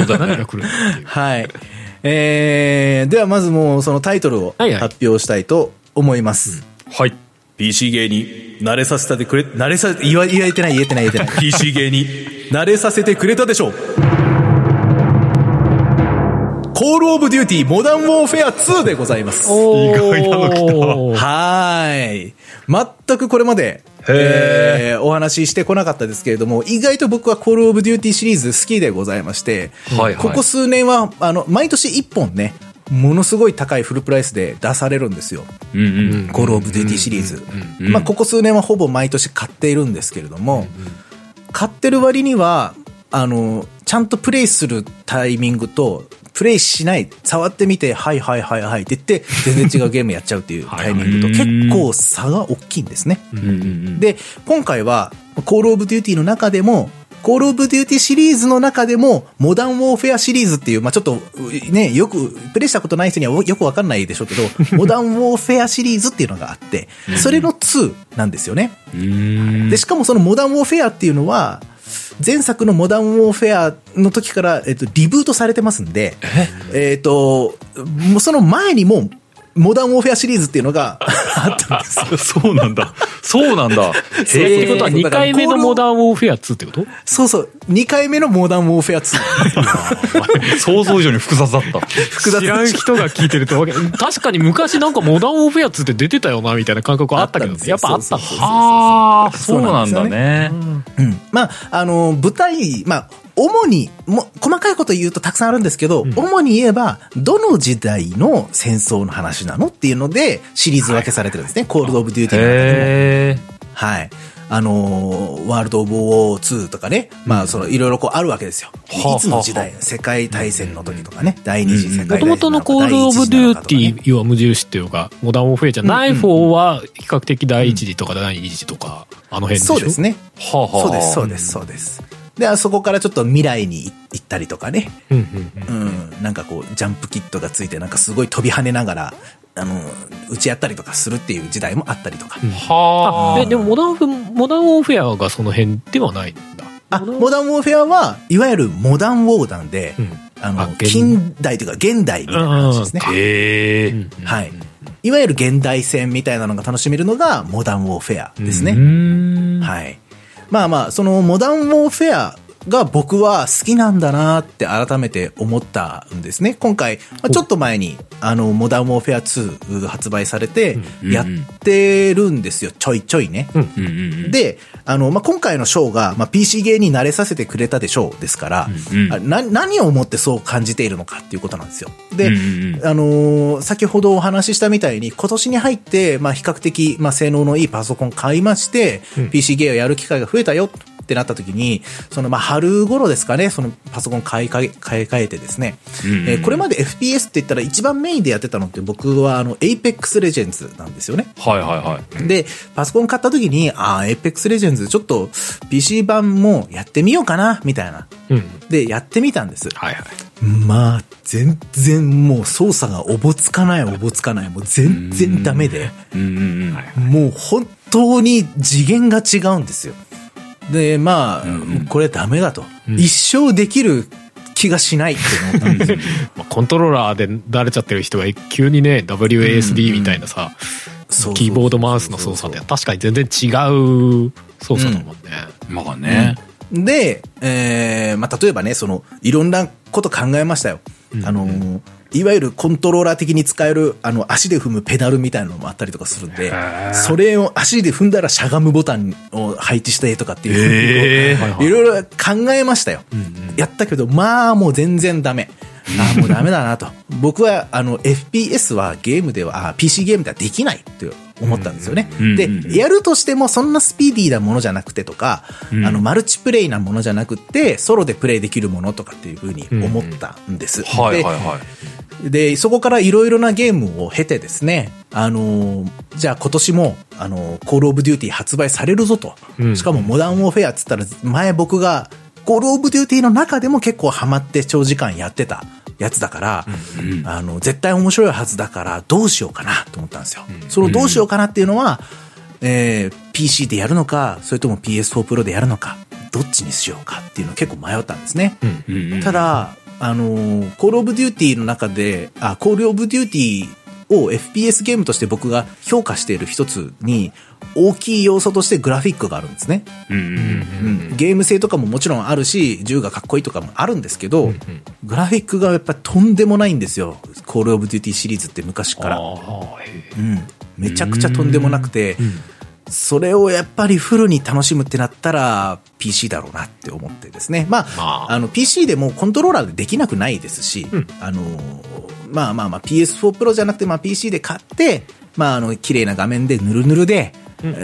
[SPEAKER 2] 何が来るのっていう。
[SPEAKER 3] はい。えー、ではまずもうそのタイトルを
[SPEAKER 2] はいはい
[SPEAKER 3] 発表したいと思います。
[SPEAKER 1] はい。
[SPEAKER 3] PC ゲーに慣れさせたでくれ、慣れさ、言わ、言えてない言えてない言え てない。PC ゲーに慣れさせてくれたでしょう。コールオブデューティーモダンウォーフェア2でございます。
[SPEAKER 2] おー
[SPEAKER 4] 意外なの来た
[SPEAKER 3] はーい。全くこれまで、えーお話ししてこなかったですけれども、意外と僕はコールオブデューティーシリーズ好きでございまして、
[SPEAKER 1] はいはい
[SPEAKER 3] ここ数年は、あの、毎年1本ね、ものすごい高いフルプライスで出されるんですよ。
[SPEAKER 1] うんうん。
[SPEAKER 3] コールオブデューティーシリーズ。まあ、ここ数年はほぼ毎年買っているんですけれども、買ってる割には、あの、ちゃんとプレイするタイミングと、プレイしない、触ってみて、はいはいはいはいって言って、全然違うゲームやっちゃうっていうタイミングと、結構差が大きいんですね。
[SPEAKER 1] うんうんうん。
[SPEAKER 3] で、今回は、コールオブデューティーの中でも、コールオブデューティーシリーズの中でも、モダンウォーフェアシリーズっていう、まあちょっと、うね、よく、プレイしたことない人にはよくわかんないでしょう けど、モダンウォーフェアシリーズっていうのがあって、それの2なんですよね。で、しかもそのモダンウォーフェアっていうのは、前作のモダンウォーフェアの時から、えっと、リブートされてますんで、えっと、もうその前にも、モダンウォーフェアシリーズっていうのが あったんですよ
[SPEAKER 1] そうなんだ。そうなんだ。
[SPEAKER 2] えーって
[SPEAKER 1] へ
[SPEAKER 2] ことは2回目のモダンウォーフェア2ってこと
[SPEAKER 3] そうそう。2回目のモダンウォーフェア2。
[SPEAKER 1] え。想像以上に複雑だった。
[SPEAKER 3] 複雑
[SPEAKER 2] 知らん人が聞いてるとわけ。 確かに昔なんかモダンウォーフェア2って出てたよな、みたいな感覚はあったけ
[SPEAKER 3] あったん
[SPEAKER 2] ど
[SPEAKER 3] で、すよ
[SPEAKER 2] やっぱあったんだ
[SPEAKER 3] そうそう
[SPEAKER 1] ああ、
[SPEAKER 3] そ
[SPEAKER 1] そうう
[SPEAKER 3] な
[SPEAKER 1] なんん
[SPEAKER 3] ですよ
[SPEAKER 1] だ
[SPEAKER 3] ね
[SPEAKER 1] ね。
[SPEAKER 3] うん。まあ、あの、舞台、まあ、主に、も、細かいこと言うとたくさんあるんですけど、主に言えば、どの時代の戦争の話なのっていうので、シリーズ分けされてるんですね。コールドオブデューティーの中でも。
[SPEAKER 1] へえ。
[SPEAKER 3] はい。あのーワールド・オブ・ウォー2とかね、まあ、その、いろいろこうあるわけですよ。
[SPEAKER 1] はあ
[SPEAKER 3] いつの時代、世界大戦の時とかね、第二次世
[SPEAKER 2] も
[SPEAKER 3] 界大
[SPEAKER 2] と
[SPEAKER 3] 戦
[SPEAKER 2] もとのコールオブデューティ
[SPEAKER 3] ー。
[SPEAKER 2] ーは無印っていうか、モダンウォーフェアじゃない方は、比較的第一次とか第二次とか、あの辺でしょ
[SPEAKER 3] そうですね。
[SPEAKER 1] はあはあ。
[SPEAKER 3] そうです、そうです、そうです。で、あそこからちょっと未来に行ったりとかね。
[SPEAKER 2] うんうんうん
[SPEAKER 3] うん。なんかこう、ジャンプキットがついて、なんかすごい飛び跳ねながら、あの、打ち合ったりとかするっていう時代もあったりとか。
[SPEAKER 1] はあ。
[SPEAKER 2] あえでもモダンフモダンウォーフェアがその辺ではないんだ
[SPEAKER 3] あ、モダンウォーフェアは、いわゆるモダンウォーダンで、
[SPEAKER 2] うん
[SPEAKER 3] あの
[SPEAKER 2] あ、現
[SPEAKER 3] 近代というか現代みたいな話ですね。
[SPEAKER 1] へえ。
[SPEAKER 3] はい。いわゆる現代戦みたいなのが楽しめるのが、モダンウォーフェアですね。
[SPEAKER 1] うーん。
[SPEAKER 3] はい。まあまあ、そのモダンウォーフェアが僕は好きなんだなって改めて思ったんですね。今回、まあ、ちょっと前に、あの、モダンウォーフェア2発売されて、やってるんですよ。ちょいちょいね。
[SPEAKER 1] うんうんうん。
[SPEAKER 3] で、あの、まあ、今回のショーが、まあ、PC ゲーに慣れさせてくれたでしょうですから、
[SPEAKER 1] うんうん
[SPEAKER 3] あな、何を思ってそう感じているのかっていうことなんですよ。で、
[SPEAKER 1] うんうんう
[SPEAKER 3] あのー先ほどお話ししたみたいに、今年に入って、まあ、比較的、まあ、性能のいいパソコン買いまして、PC ゲーをやる機会が増えたよってなった時に、その、まあ、春頃ですかね、そのパソコン買いかえ、買い替えてですね、えーこれまで FPS って言ったら一番メインでやってたのって僕は、あの、Apex Legends なんですよね。
[SPEAKER 1] はいはいはい。
[SPEAKER 3] で、パソコン買った時に、ああ、Apex Legends ちょっと PC 版もやってみようかな、みたいな。
[SPEAKER 2] うん
[SPEAKER 3] で、やってみたんです。
[SPEAKER 2] はいはい
[SPEAKER 3] まあ、全然もう操作がおぼつかないおぼつかない。もう全然ダメで。
[SPEAKER 1] うんうんうん。
[SPEAKER 3] もう本当に次元が違うんですよ。で、まあ、これダメだと。一生できる気がしないって思ったんですよ。
[SPEAKER 2] まあコントローラーで慣れちゃってる人が急にね WASD みたいなさ
[SPEAKER 3] そうそうそうそう
[SPEAKER 2] キーボードマウスの操作って確かに全然違う操作だもんね、
[SPEAKER 1] まあね。
[SPEAKER 3] で、えー、まあ、例えばね、その、いろんなこと考えましたよ。あのー、いわゆるコントローラー的に使える、あの、足で踏むペダルみたいなのもあったりとかするんで、それを足で踏んだらしゃがむボタンを配置してとかってい
[SPEAKER 1] へ
[SPEAKER 3] う、
[SPEAKER 2] は
[SPEAKER 1] え。
[SPEAKER 2] いはい
[SPEAKER 3] いろいろ考えましたよ。やったけど、まあ、もう全然ダメ。あーもうダメだなと。 僕は、あの、FPS はゲームでは、あー PC ゲームではできないって思ったんですよね。
[SPEAKER 1] ん
[SPEAKER 3] で
[SPEAKER 1] う、
[SPEAKER 3] やるとしてもそんなスピーディーなものじゃなくてとか、あの、マルチプレイなものじゃなくて、ソロでプレイできるものとかっていうふうに思ったんです。
[SPEAKER 1] はいはいはい。
[SPEAKER 3] で、そこからいろいろなゲームを経てですね、あのーじゃあ今年も、あのーコールオブデューティー発売されるぞと。
[SPEAKER 2] うん
[SPEAKER 3] しかもモダンウォーフェアっつったら、前僕が、コールオブデューティーの中でも結構ハマって長時間やってたやつだから、あの、絶対面白いはずだから、どうしようかなと思ったんですよ。そのどうしようかなっていうのは、えー PC でやるのか、それとも PS4 Pro でやるのか、どっちにしようかっていうのを結構迷ったんですね。
[SPEAKER 1] うんうん
[SPEAKER 3] ただ、あのーコールオブデューティーの中で、あ、コールオブデューティーを FPS ゲームとして僕が評価している一つに、大きい要素としてグラフィックがあるんですね。
[SPEAKER 1] うんうん
[SPEAKER 3] うんゲーム性とかももちろんあるし、銃がかっこいいとかもあるんですけど、グラフィックがやっぱりとんでもないんですよ。コールオブデューティーシリーズって昔から。
[SPEAKER 1] ああへ
[SPEAKER 3] うん、めちゃくちゃとんでもなくて、それをやっぱりフルに楽しむってなったら PC だろうなって思ってですね。まあ、
[SPEAKER 2] ま
[SPEAKER 3] あ
[SPEAKER 2] あ、
[SPEAKER 3] の PC でもコントローラーでできなくないですし、あの、まあまあまあ PS4 Pro じゃなくてまあ PC で買って、まああの綺麗な画面でヌルヌルで、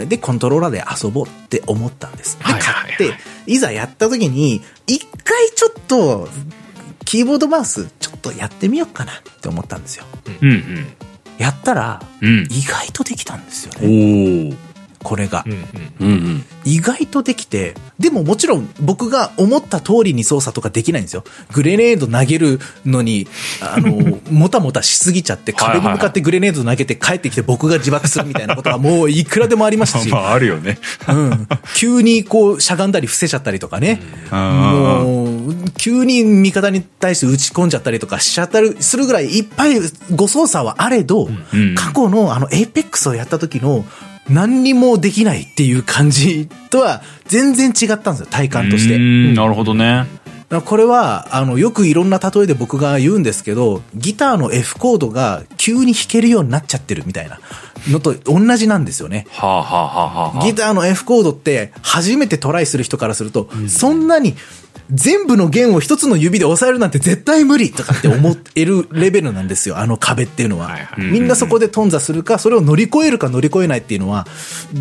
[SPEAKER 3] で、コントローラーで遊ぼうって思ったんです。で、
[SPEAKER 2] はい
[SPEAKER 3] 買
[SPEAKER 2] はいはい
[SPEAKER 3] って、いざやった時に、一回ちょっと、キーボードマウス、ちょっとやってみようかなって思ったんですよ。
[SPEAKER 1] えうん
[SPEAKER 3] やったら、
[SPEAKER 1] うん
[SPEAKER 3] 意外とできたんですよ
[SPEAKER 1] う
[SPEAKER 3] ね。
[SPEAKER 1] んおお
[SPEAKER 3] これが
[SPEAKER 2] う。んうん
[SPEAKER 1] うんうん
[SPEAKER 3] 意外とできて、でももちろん僕が思った通りに操作とかできないんですよ。グレネード投げるのに、あ の、もたもたしすぎちゃって、壁に向かってグレネード投げて帰ってきて僕が自爆するみたいなことはもういくらでもありました し
[SPEAKER 1] ま、ああるよね
[SPEAKER 3] うん、急にこうしゃがんだり伏せちゃったりとかね。
[SPEAKER 1] うん
[SPEAKER 3] もう、急に味方に対して打ち込んじゃったりとかしちゃったりするぐらいいっぱい誤操作はあれど、
[SPEAKER 1] うん
[SPEAKER 3] 過去のあのエイペックスをやった時の何にもできないっていう感じとは全然違ったんですよ、体感として
[SPEAKER 1] う。んなるほどね
[SPEAKER 3] これは、あの、よくいろんな例えで僕が言うんですけど、ギターの F コードが急に弾けるようになっちゃってるみたいなのと同じなんですよね。
[SPEAKER 1] はあはあはあはあ
[SPEAKER 3] ギターの F コードって初めてトライする人からすると、そんなに全部の弦を一つの指で押さえるなんて絶対無理とかって思えるレベルなんですよ、あの壁っていうのは。
[SPEAKER 2] はいは
[SPEAKER 3] みんなそこで頓挫するか、それを乗り越えるか乗り越えないっていうのは、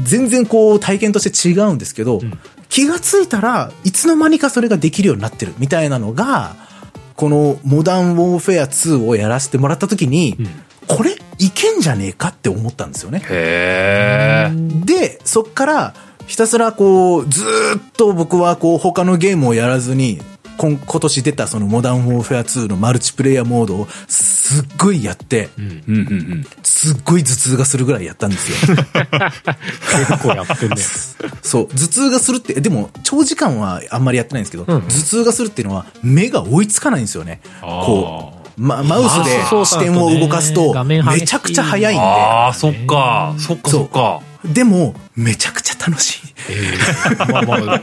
[SPEAKER 3] 全然こう体験として違うんですけど、気がついたらいつの間にかそれができるようになってるみたいなのが、このモダンウォーフェア2をやらせてもらった時に、これいけんじゃねえかって思ったんですよね。
[SPEAKER 1] へえ
[SPEAKER 3] で、そっから、ひたすらこう、ずーっと僕はこう、他のゲームをやらずに、今今年出たそのモダンウォーフェア2のマルチプレイヤーモードをすっごいやって、
[SPEAKER 1] うんうんうん
[SPEAKER 3] すっごい頭痛がするぐらいやったんですよ。
[SPEAKER 2] 結構やってんね。
[SPEAKER 3] そう、頭痛がするって、でも長時間はあんまりやってないんですけど、頭痛がするっていうのは目が追いつかないんですよね。
[SPEAKER 1] あー
[SPEAKER 3] こう、ま、マウスで
[SPEAKER 2] マウス操
[SPEAKER 3] 視
[SPEAKER 2] 作だと
[SPEAKER 3] 点
[SPEAKER 2] ね
[SPEAKER 3] を動かすと、
[SPEAKER 2] 画面激しい
[SPEAKER 3] めちゃくちゃ早いんで、
[SPEAKER 1] ああそっかそっかそっか
[SPEAKER 3] でも、めちゃくちゃ楽しい。
[SPEAKER 2] まあまあ、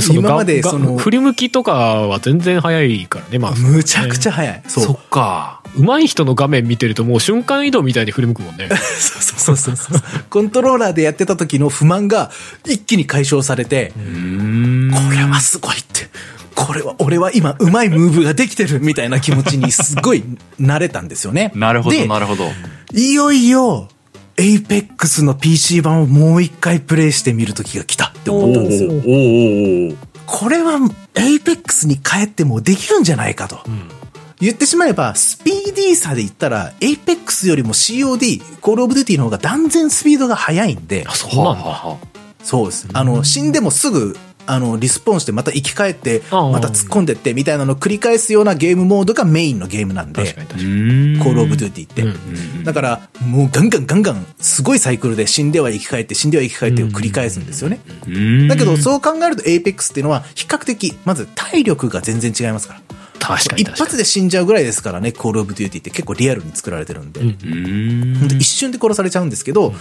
[SPEAKER 2] その
[SPEAKER 3] 今まで
[SPEAKER 2] が
[SPEAKER 3] その
[SPEAKER 2] が振り向きとかは全然早いからね、まあ。
[SPEAKER 3] むちゃくちゃ早い。そう
[SPEAKER 1] そ。っか
[SPEAKER 2] 上手い人の画面見てるともう瞬間移動みたいに振り向くもんね。
[SPEAKER 3] そうそうそうそう。コントローラーでやってた時の不満が一気に解消されて、
[SPEAKER 1] うーん。
[SPEAKER 3] これはすごいって。これは、俺は今、うまいムーブができてるみたいな気持ちにすごい慣れたんですよね
[SPEAKER 1] なるほど
[SPEAKER 3] で
[SPEAKER 1] なるほど
[SPEAKER 3] いよいよ、エイペックスの PC 版をもう一回プレイしてみる時が来たって思ったんですよ。
[SPEAKER 1] おーおー
[SPEAKER 3] これは、エイペックスに帰ってもできるんじゃないかと。言ってしまえば、スピーディーさで言ったら、エイペックスよりも COD、コールオブデューティーの方が断然スピードが速いんで、
[SPEAKER 2] そうなんだ
[SPEAKER 1] だ
[SPEAKER 3] そうです。あの、死んでもすぐ、あの、リスポーンして、また生き返って、
[SPEAKER 2] ああ
[SPEAKER 3] また突っ込んでって、みたいなのを繰り返すようなゲームモードがメインのゲームなんで、
[SPEAKER 2] 確かに確かに。
[SPEAKER 3] コールオブデ
[SPEAKER 1] ュ
[SPEAKER 3] ューティーって。
[SPEAKER 2] うんうん
[SPEAKER 3] だから、もうガンガンガンガン、すごいサイクルで死んでは生き返って、死んでは生き返ってを繰り返すんですよね。
[SPEAKER 1] ー
[SPEAKER 3] だけど、そう考えると、エイペックスっていうのは、比較的、まず体力が全然違いますから。
[SPEAKER 2] 確かに
[SPEAKER 3] 一
[SPEAKER 2] 確か
[SPEAKER 3] 発で死んじゃうぐらいですからね、コールオブデューティーって結構リアルに作られてるんで。
[SPEAKER 2] ん
[SPEAKER 1] うーん
[SPEAKER 3] 本当一瞬で殺されちゃうんですけど、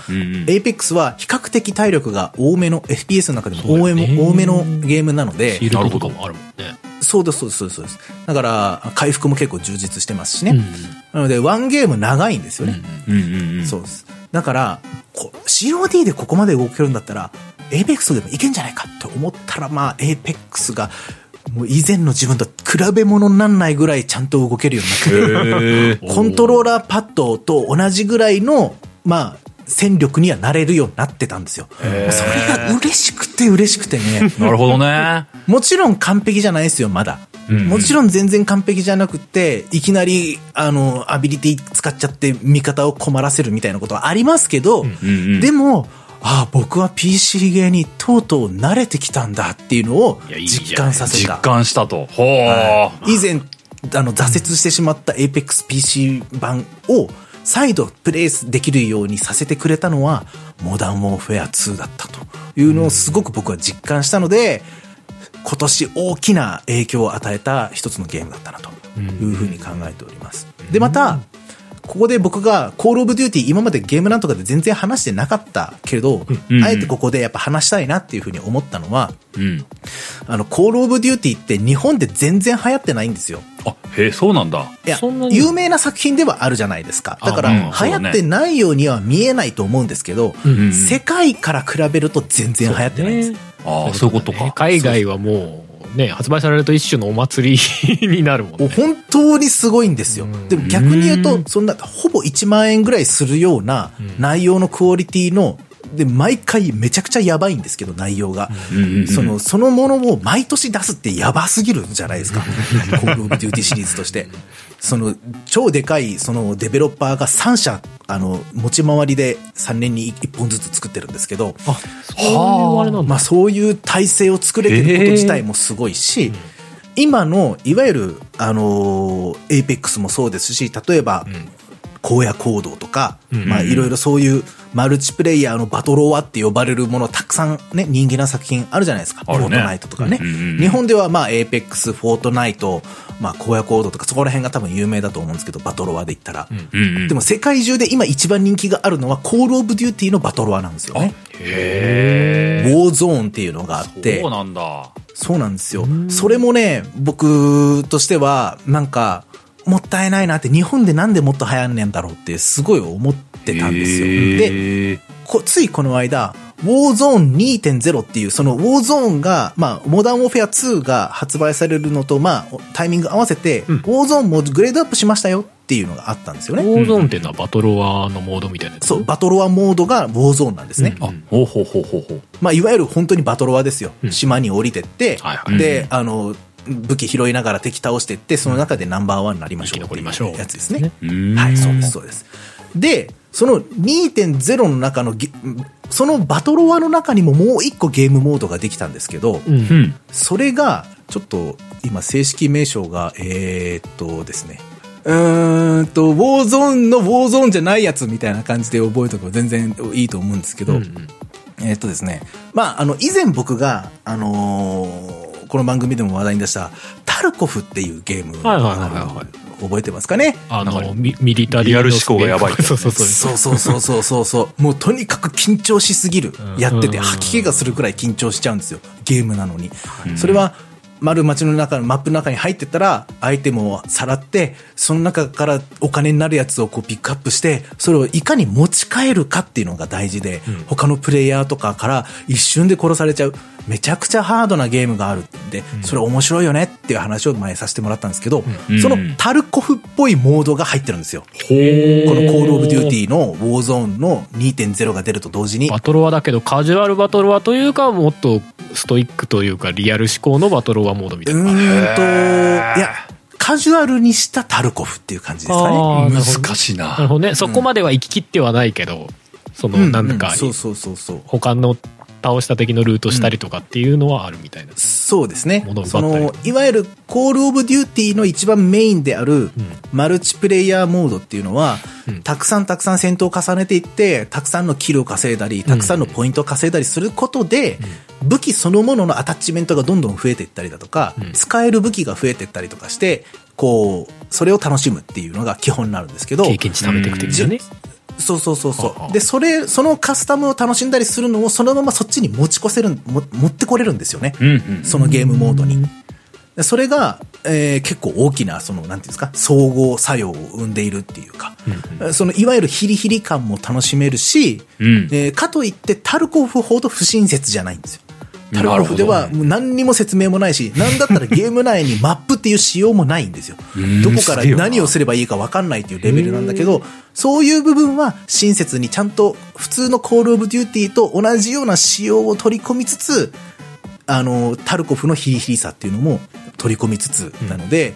[SPEAKER 3] エイペックスは比較的体力が多めの、FPS の中でも多
[SPEAKER 2] そ
[SPEAKER 3] め
[SPEAKER 2] うだよね
[SPEAKER 3] も多めのゲームなの
[SPEAKER 2] に。
[SPEAKER 3] で
[SPEAKER 2] シ、ールドとかもあるもんね。
[SPEAKER 3] そうです、そうです、そうですそうです。だから、回復も結構充実してますしね。なので、ワンゲーム長いんですよね。
[SPEAKER 1] うんうんうん
[SPEAKER 3] そうです。だから、こ COD でここまで動けるんだったら、エイペックスでもいけんじゃないかと思ったら、まあ、エイペックスが、もう以前の自分と比べ物になんないぐらいちゃんと動けるようになってる
[SPEAKER 1] へー
[SPEAKER 3] コントローラーパッドと同じぐらいの、まあ、戦力にはなれるようになってたんですよ。それが嬉しくて嬉しくてね。
[SPEAKER 1] なるほど ね
[SPEAKER 3] もちろん完璧じゃないですよ、まだ。
[SPEAKER 1] うん
[SPEAKER 3] もちろん全然完璧じゃなくて、いきなり、あの、アビリティ使っちゃって味方を困らせるみたいなことはありますけど、
[SPEAKER 1] うんうん
[SPEAKER 3] でも、ああ、僕は PC ゲーにとうとう慣れてきたんだっていうのを
[SPEAKER 2] いやいいじゃない
[SPEAKER 3] 実感させた。
[SPEAKER 1] 実感したとほう
[SPEAKER 3] 以前あの、挫折してしまった Apex PC 版を再度プレイできるようにさせてくれたのは、モダンウォーフェア2だったというのをすごく僕は実感したので、今年大きな影響を与えた一つのゲームだったなというふうに考えております。で、また、ここで僕が、コールオブデューティー今までゲームなんとかで全然話してなかったけど、
[SPEAKER 1] うん
[SPEAKER 3] あえてここでやっぱ話したいなっていうふうに思ったのは、
[SPEAKER 1] うん。
[SPEAKER 3] あの、コールオブデューティーって日本で全然流行ってないんですよ。
[SPEAKER 1] あ、へえ、そうなんだ。
[SPEAKER 3] いや
[SPEAKER 2] そんな、に
[SPEAKER 3] 有名な作品ではあるじゃないですか。だから、
[SPEAKER 1] あうん
[SPEAKER 3] 流行ってないようには見えないと思うんですけど、
[SPEAKER 1] んうん
[SPEAKER 3] 世界から比べると全然流行ってないんです。
[SPEAKER 2] ね
[SPEAKER 1] ああ、そういうこと
[SPEAKER 2] ね
[SPEAKER 1] か。
[SPEAKER 2] 海外はもうね発売されると一種のお祭り になるもん
[SPEAKER 3] お
[SPEAKER 2] ね
[SPEAKER 3] 本当にすごいんですよ。でも逆に言う
[SPEAKER 1] う
[SPEAKER 3] と
[SPEAKER 1] ん、
[SPEAKER 3] そんな、ほぼ1万円ぐらいするような内容のクオリティの、で、毎回めちゃくちゃやばいんですけど、内容が。
[SPEAKER 1] うんうんうん
[SPEAKER 3] その、そのものを毎年出すってやばすぎるんじゃな いですか。コールオブデューティシリーズとして。その、超でかい、その、デベロッパーが3社、あの、持ち回りで3年に1本ずつ作ってるんですけど、
[SPEAKER 2] そういうあれなんだ
[SPEAKER 3] まあそういう体制を作れてること自体もすごいし、今の、いわゆる、あのエイペックスもそうですし、例えば、荒野行動とか、
[SPEAKER 2] ん
[SPEAKER 3] まあいろいろそういうマルチプレイヤーのバトロワって呼ばれるものたくさんね、人気な作品あるじゃないですか。
[SPEAKER 1] あるね
[SPEAKER 3] フォートナイトとかね。
[SPEAKER 1] うんうんうん
[SPEAKER 3] 日本ではまあエイペックス、フォートナイト、まあ荒野行動とかそこら辺が多分有名だと思うんですけど、バトロワで言ったら。
[SPEAKER 1] うんうん
[SPEAKER 3] でも世界中で今一番人気があるのはコールオブデューティーのバトロワなんですよね。ウ
[SPEAKER 1] へえ。
[SPEAKER 3] ォーゾーンっていうのがあって。
[SPEAKER 1] そうなんだ。
[SPEAKER 3] そうなんですよ。それもね、僕としては、なんか、もったいないなって、日本でなんでもっと流行んねんだろうって、すごい思ってたんですよ。で
[SPEAKER 1] へえ
[SPEAKER 3] こ、ついこの間、ウォーゾーン2.0っていう、そのウォーゾーンが、まあ、モダンウォーフェア2が発売されるのと、まあ、タイミング合わせて、ウォーゾーンもグレードアップしましたよっていうのがあったんですよね。
[SPEAKER 2] オーゾーンっていうのはバトロワーのモードみたいなやつ
[SPEAKER 3] そう、バトロワモードがウォーゾーンなんですね。
[SPEAKER 2] うん
[SPEAKER 1] あ、ほうほうほうほうほう。
[SPEAKER 3] まあ、いわゆる本当にバトロワですよ。
[SPEAKER 2] うん
[SPEAKER 3] 島に降りてって、
[SPEAKER 2] はいはい
[SPEAKER 3] で、あの、武器拾いながら敵倒してって、その中でナンバーワンになりましょう。
[SPEAKER 2] 生き残りましょう
[SPEAKER 3] やつですね
[SPEAKER 2] ね。
[SPEAKER 1] うーん
[SPEAKER 3] はい、そうです、そうです。で、その2.0の中のゲ、そのバトロワの中にももう一個ゲームモードができたんですけど、
[SPEAKER 2] うん
[SPEAKER 1] うん。
[SPEAKER 3] それが、ちょっと、今、正式名称が、えー、っとですね。うーんと、ウォーゾーンのウォーゾーンじゃないやつみたいな感じで覚えとくば全然いいと思うんですけど、
[SPEAKER 2] うんうん
[SPEAKER 3] えーっとですね。まあ、あの、以前僕が、あのーこの番組でも話題に出した、タルコフっていうゲーム。
[SPEAKER 2] はいはいはいはいはい
[SPEAKER 3] あの覚えてますかね
[SPEAKER 2] あ
[SPEAKER 1] なんか
[SPEAKER 2] のミミリタリー
[SPEAKER 1] リアル
[SPEAKER 2] の
[SPEAKER 1] 思考がやばい
[SPEAKER 2] そうそうそう
[SPEAKER 3] そうそうそうそうそうそう。もうとにかく緊張しすぎる
[SPEAKER 2] うん。
[SPEAKER 3] やって
[SPEAKER 2] うん
[SPEAKER 3] て吐き気がするくらい緊張しちゃうんですよ。ゲームなのに。それは、丸町の中のマップの中に入ってったら、アイテムをさらって、その中からお金になるやつをこうピックアップして、それをいかに持ち帰るかっていうのが大事で、他のプレイヤーとかから一瞬で殺されちゃう。めちゃくちゃハードなゲームがあるんで、それ面白いよねっていう話を前させてもらったんですけど、
[SPEAKER 1] うん
[SPEAKER 3] そのタルコフっぽいモードが入ってるんですよ。
[SPEAKER 1] ほう。
[SPEAKER 3] このコールオブデューティーのウォーゾーンの2.0が出ると同時に、
[SPEAKER 2] バトロワだけどカジュアルバトロワというかもっとストイックというかリアル思考のバトロワモードみ
[SPEAKER 3] う
[SPEAKER 2] たい
[SPEAKER 3] ー
[SPEAKER 2] なん
[SPEAKER 3] と、いや、カジュアルにしたタルコフっていう感じですかね。
[SPEAKER 2] あーなるほど
[SPEAKER 1] 難しい
[SPEAKER 2] なる
[SPEAKER 1] な。
[SPEAKER 2] ほどねそこまでは行ききってはないけどその
[SPEAKER 3] う
[SPEAKER 2] なんだか
[SPEAKER 3] うそうそうそうそう。
[SPEAKER 2] 他の倒した敵のルートしたりとかっていうのはあるみたいな
[SPEAKER 3] そうですね
[SPEAKER 2] 物を。奪
[SPEAKER 3] そ
[SPEAKER 2] ったり
[SPEAKER 3] の、いわゆるコールオブデューティーの一番メインであるマルチプレイヤーモードっていうのは、
[SPEAKER 2] うん
[SPEAKER 3] たくさんたくさん戦闘を重ねていって、たくさんのキルを稼いだり、たくさんのポイントを稼いだりすることで、武器そのもののアタッチメントがどんどん増えていったりだとか、
[SPEAKER 2] うん
[SPEAKER 3] 使える武器が増えていったりとかして、こう、それを楽しむっていうのが基本になるんですけど、
[SPEAKER 2] 経験値貯めていく的なね
[SPEAKER 3] そうそうそうそ
[SPEAKER 2] はあはあ
[SPEAKER 3] う。で、それ、そのカスタムを楽しんだりするのをそのままそっちに持ち越せる、も持ってこれるんですよね。
[SPEAKER 1] うんうん。
[SPEAKER 3] そのゲームモードに。でそれが、えー結構大きな、その、なんていうんですか、総合作用を生んでいるっていうか、その、いわゆるヒリヒリ感も楽しめるし、
[SPEAKER 1] うん
[SPEAKER 3] えーかといって、タルコフほど不親切じゃないんですよ。タルコフで
[SPEAKER 1] な
[SPEAKER 3] は、
[SPEAKER 1] る
[SPEAKER 3] もう何にも説明もないし、なんだった らゲーム内にマップっていう仕様もないんですよ。どこから
[SPEAKER 1] すげえな
[SPEAKER 3] 何をすればいいか分かんないっていうレベルなんだけど、そういう部分は親切にちゃんと普通のコールオブデューティーと同じような仕様を取り込みつつ、あの、タルコフのヒリヒリさっていうのも取り込みつつなので、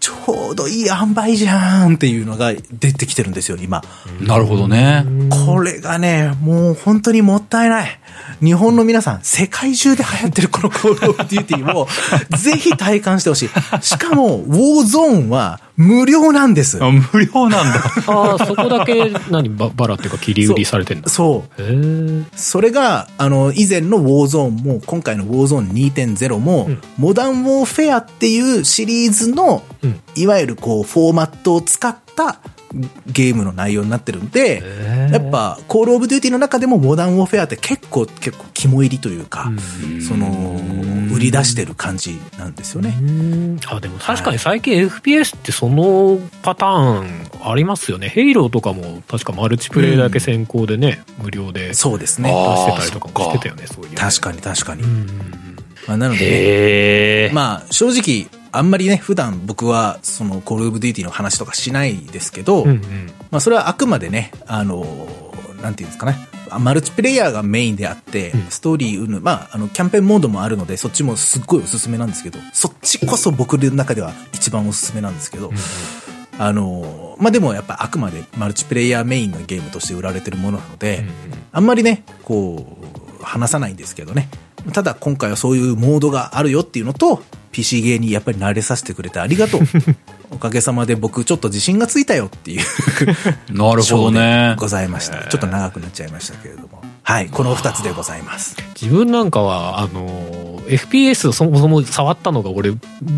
[SPEAKER 3] ちょほどいい塩梅じゃんっていうのが出てきてるんですよ、今。
[SPEAKER 1] なるほどね。
[SPEAKER 3] これがね、もう本当にもったいない。日本の皆さん、世界中で流行ってるこのコールオブデューティーを、ぜひ体感してほしい。しかも、ウォーゾーンは無料なんです。
[SPEAKER 1] あ無料なん だ。
[SPEAKER 2] ああ、そこだけ、何、ば、バラっていうか切り売りされてんだ。
[SPEAKER 3] そう。
[SPEAKER 2] へえ。
[SPEAKER 3] それが、あの、以前のウォーゾーンも、今回のウォーゾーン2.0も、モダンウォーフェアっていうシリーズの、
[SPEAKER 2] うん
[SPEAKER 3] いわゆるこう、フォーマットを使ったゲームの内容になってるんで、
[SPEAKER 2] へー
[SPEAKER 3] やっぱ、コールオブデューティーの中でもモダンウォーフェアって結構、結構肝入りというか、その、売り出してる感じなんですよね。
[SPEAKER 2] うんあでも確かに最近 FPS ってそのパターンありますよね。ヘイローとかも確かマルチプレイだけ先行でね、無料で出して
[SPEAKER 3] そうですね。
[SPEAKER 2] たりとかもしてたよね、そういう。
[SPEAKER 3] 確かに確かに。
[SPEAKER 2] うん
[SPEAKER 3] まあ、なので、
[SPEAKER 1] へえ。
[SPEAKER 3] まあ、正直、あんまりね、普段僕は、その、コールオブデューティーの話とかしないですけど、
[SPEAKER 2] うんうん。うん
[SPEAKER 3] まあ、それはあくまでね、あのーなんていうんですかね。あマルチプレイヤーがメインであって、
[SPEAKER 2] うん
[SPEAKER 3] ストーリーうぬ、まあ、あの、キャンペーンモードもあるので、そっちもすっごいおすすめなんですけど、そっちこそ僕の中では一番おすすめなんですけど、あのーまあ、でもやっぱあくまでマルチプレイヤーメインのゲームとして売られてるものなので、
[SPEAKER 2] うん
[SPEAKER 3] あんまりね、こう、話さないんですけどね。ただ今回はそういうモードがあるよっていうのと、PC ゲーにやっぱり慣れさせてくれてありがとう。 おかげさまで僕ちょっと自信がついたよっていう
[SPEAKER 1] なるほどね
[SPEAKER 3] 章で。ございました。ちょっと長くなっちゃいましたけれども。はい、この二つでございます。
[SPEAKER 2] 自分なんかは、あの、FPS をそもそも触ったのが俺、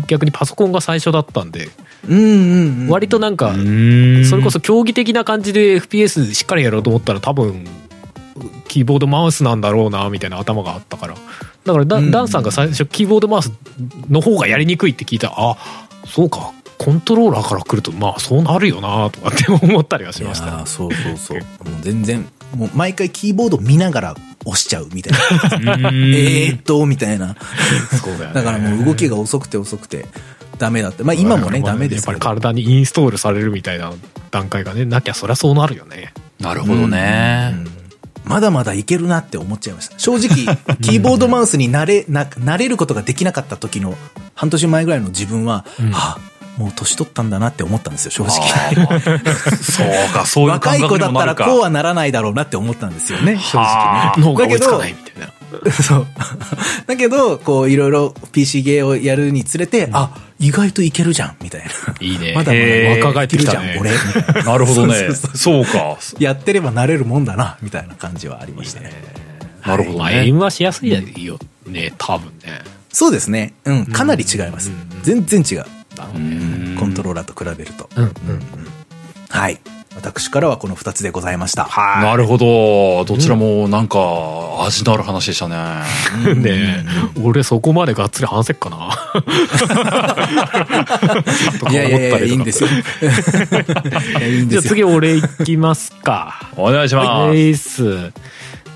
[SPEAKER 2] 逆にパソコンが最初だったんで、
[SPEAKER 3] うんうん、うん。
[SPEAKER 2] 割となんか、それこそ競技的な感じで FPS しっかりやろうと思ったら多分キーボードマウスなんだろうなみたいな頭があったからだからダ,、、
[SPEAKER 3] うんん
[SPEAKER 2] ダンさんが最初キーボードマウスの方がやりにくいって聞いたらあそうかコントローラーから来るとまあそうなるよなとかって思ったりはしました
[SPEAKER 3] いやーそうそうそう。もう全然、もう毎回キーボード見ながら押しちゃうみたいな。 えーっと、みたいな。
[SPEAKER 2] そうだよね
[SPEAKER 3] だからもう動きが遅くて遅くて、ダメだって。まあ今もね、
[SPEAKER 2] まあ
[SPEAKER 3] ダメです
[SPEAKER 2] やっ
[SPEAKER 3] けど。
[SPEAKER 2] ぱり体にインストールされるみたいな段階がねなきゃそりゃそうなるよね
[SPEAKER 1] なるほどね。
[SPEAKER 3] まだまだいけるなって思っちゃいました。正 直、キーボードマウスに慣れ、な、慣れることができなかった時の、半年前ぐらいの自分は、
[SPEAKER 2] ん
[SPEAKER 3] はあ、もう年取ったんだなって思ったんですよ、正直。
[SPEAKER 1] あーそうか、そういう
[SPEAKER 3] 若
[SPEAKER 1] 感
[SPEAKER 3] い子
[SPEAKER 1] 覚に
[SPEAKER 3] だっ
[SPEAKER 1] もな
[SPEAKER 3] た
[SPEAKER 1] るか。
[SPEAKER 3] らこうはならないだろうなって思ったんですよね、正
[SPEAKER 1] は
[SPEAKER 3] 直
[SPEAKER 1] あ
[SPEAKER 3] ね。
[SPEAKER 2] 脳が追いつかない
[SPEAKER 3] だ
[SPEAKER 2] みたいな
[SPEAKER 3] けど、そう。だけど、こう、いろいろ PC ゲーをやるにつれて、あ、意外といけるじゃん、みたいな。
[SPEAKER 2] いいね
[SPEAKER 3] まだま
[SPEAKER 1] へー
[SPEAKER 3] だ
[SPEAKER 2] 若返ってきた
[SPEAKER 3] いけ
[SPEAKER 2] ね
[SPEAKER 3] るじゃん、俺みたいな。
[SPEAKER 1] なるほどね。
[SPEAKER 3] そうそう
[SPEAKER 1] そうか。
[SPEAKER 3] やってればなれるもんだな、みたいな感じはありましたね。
[SPEAKER 1] なるほど
[SPEAKER 2] まあ
[SPEAKER 1] ね
[SPEAKER 2] エ。ムはしやすいよね多分ね
[SPEAKER 3] そうですね。うん、かなり違います。全然違う。
[SPEAKER 2] だろうね
[SPEAKER 3] コントローラーと比べると。
[SPEAKER 2] うん
[SPEAKER 3] はい。私からはこの2つでございました。
[SPEAKER 1] なるほど。どちらもなんか味のある話でしたね。
[SPEAKER 2] ねえ俺そこまでがっつり反省っか なとか思ったりとか
[SPEAKER 3] いやいやいや、いいんですよ。 いやいい
[SPEAKER 2] じ
[SPEAKER 3] んで
[SPEAKER 2] ゃあ
[SPEAKER 3] すよ。
[SPEAKER 2] 次俺行きますか
[SPEAKER 1] お願いしま。
[SPEAKER 2] ですす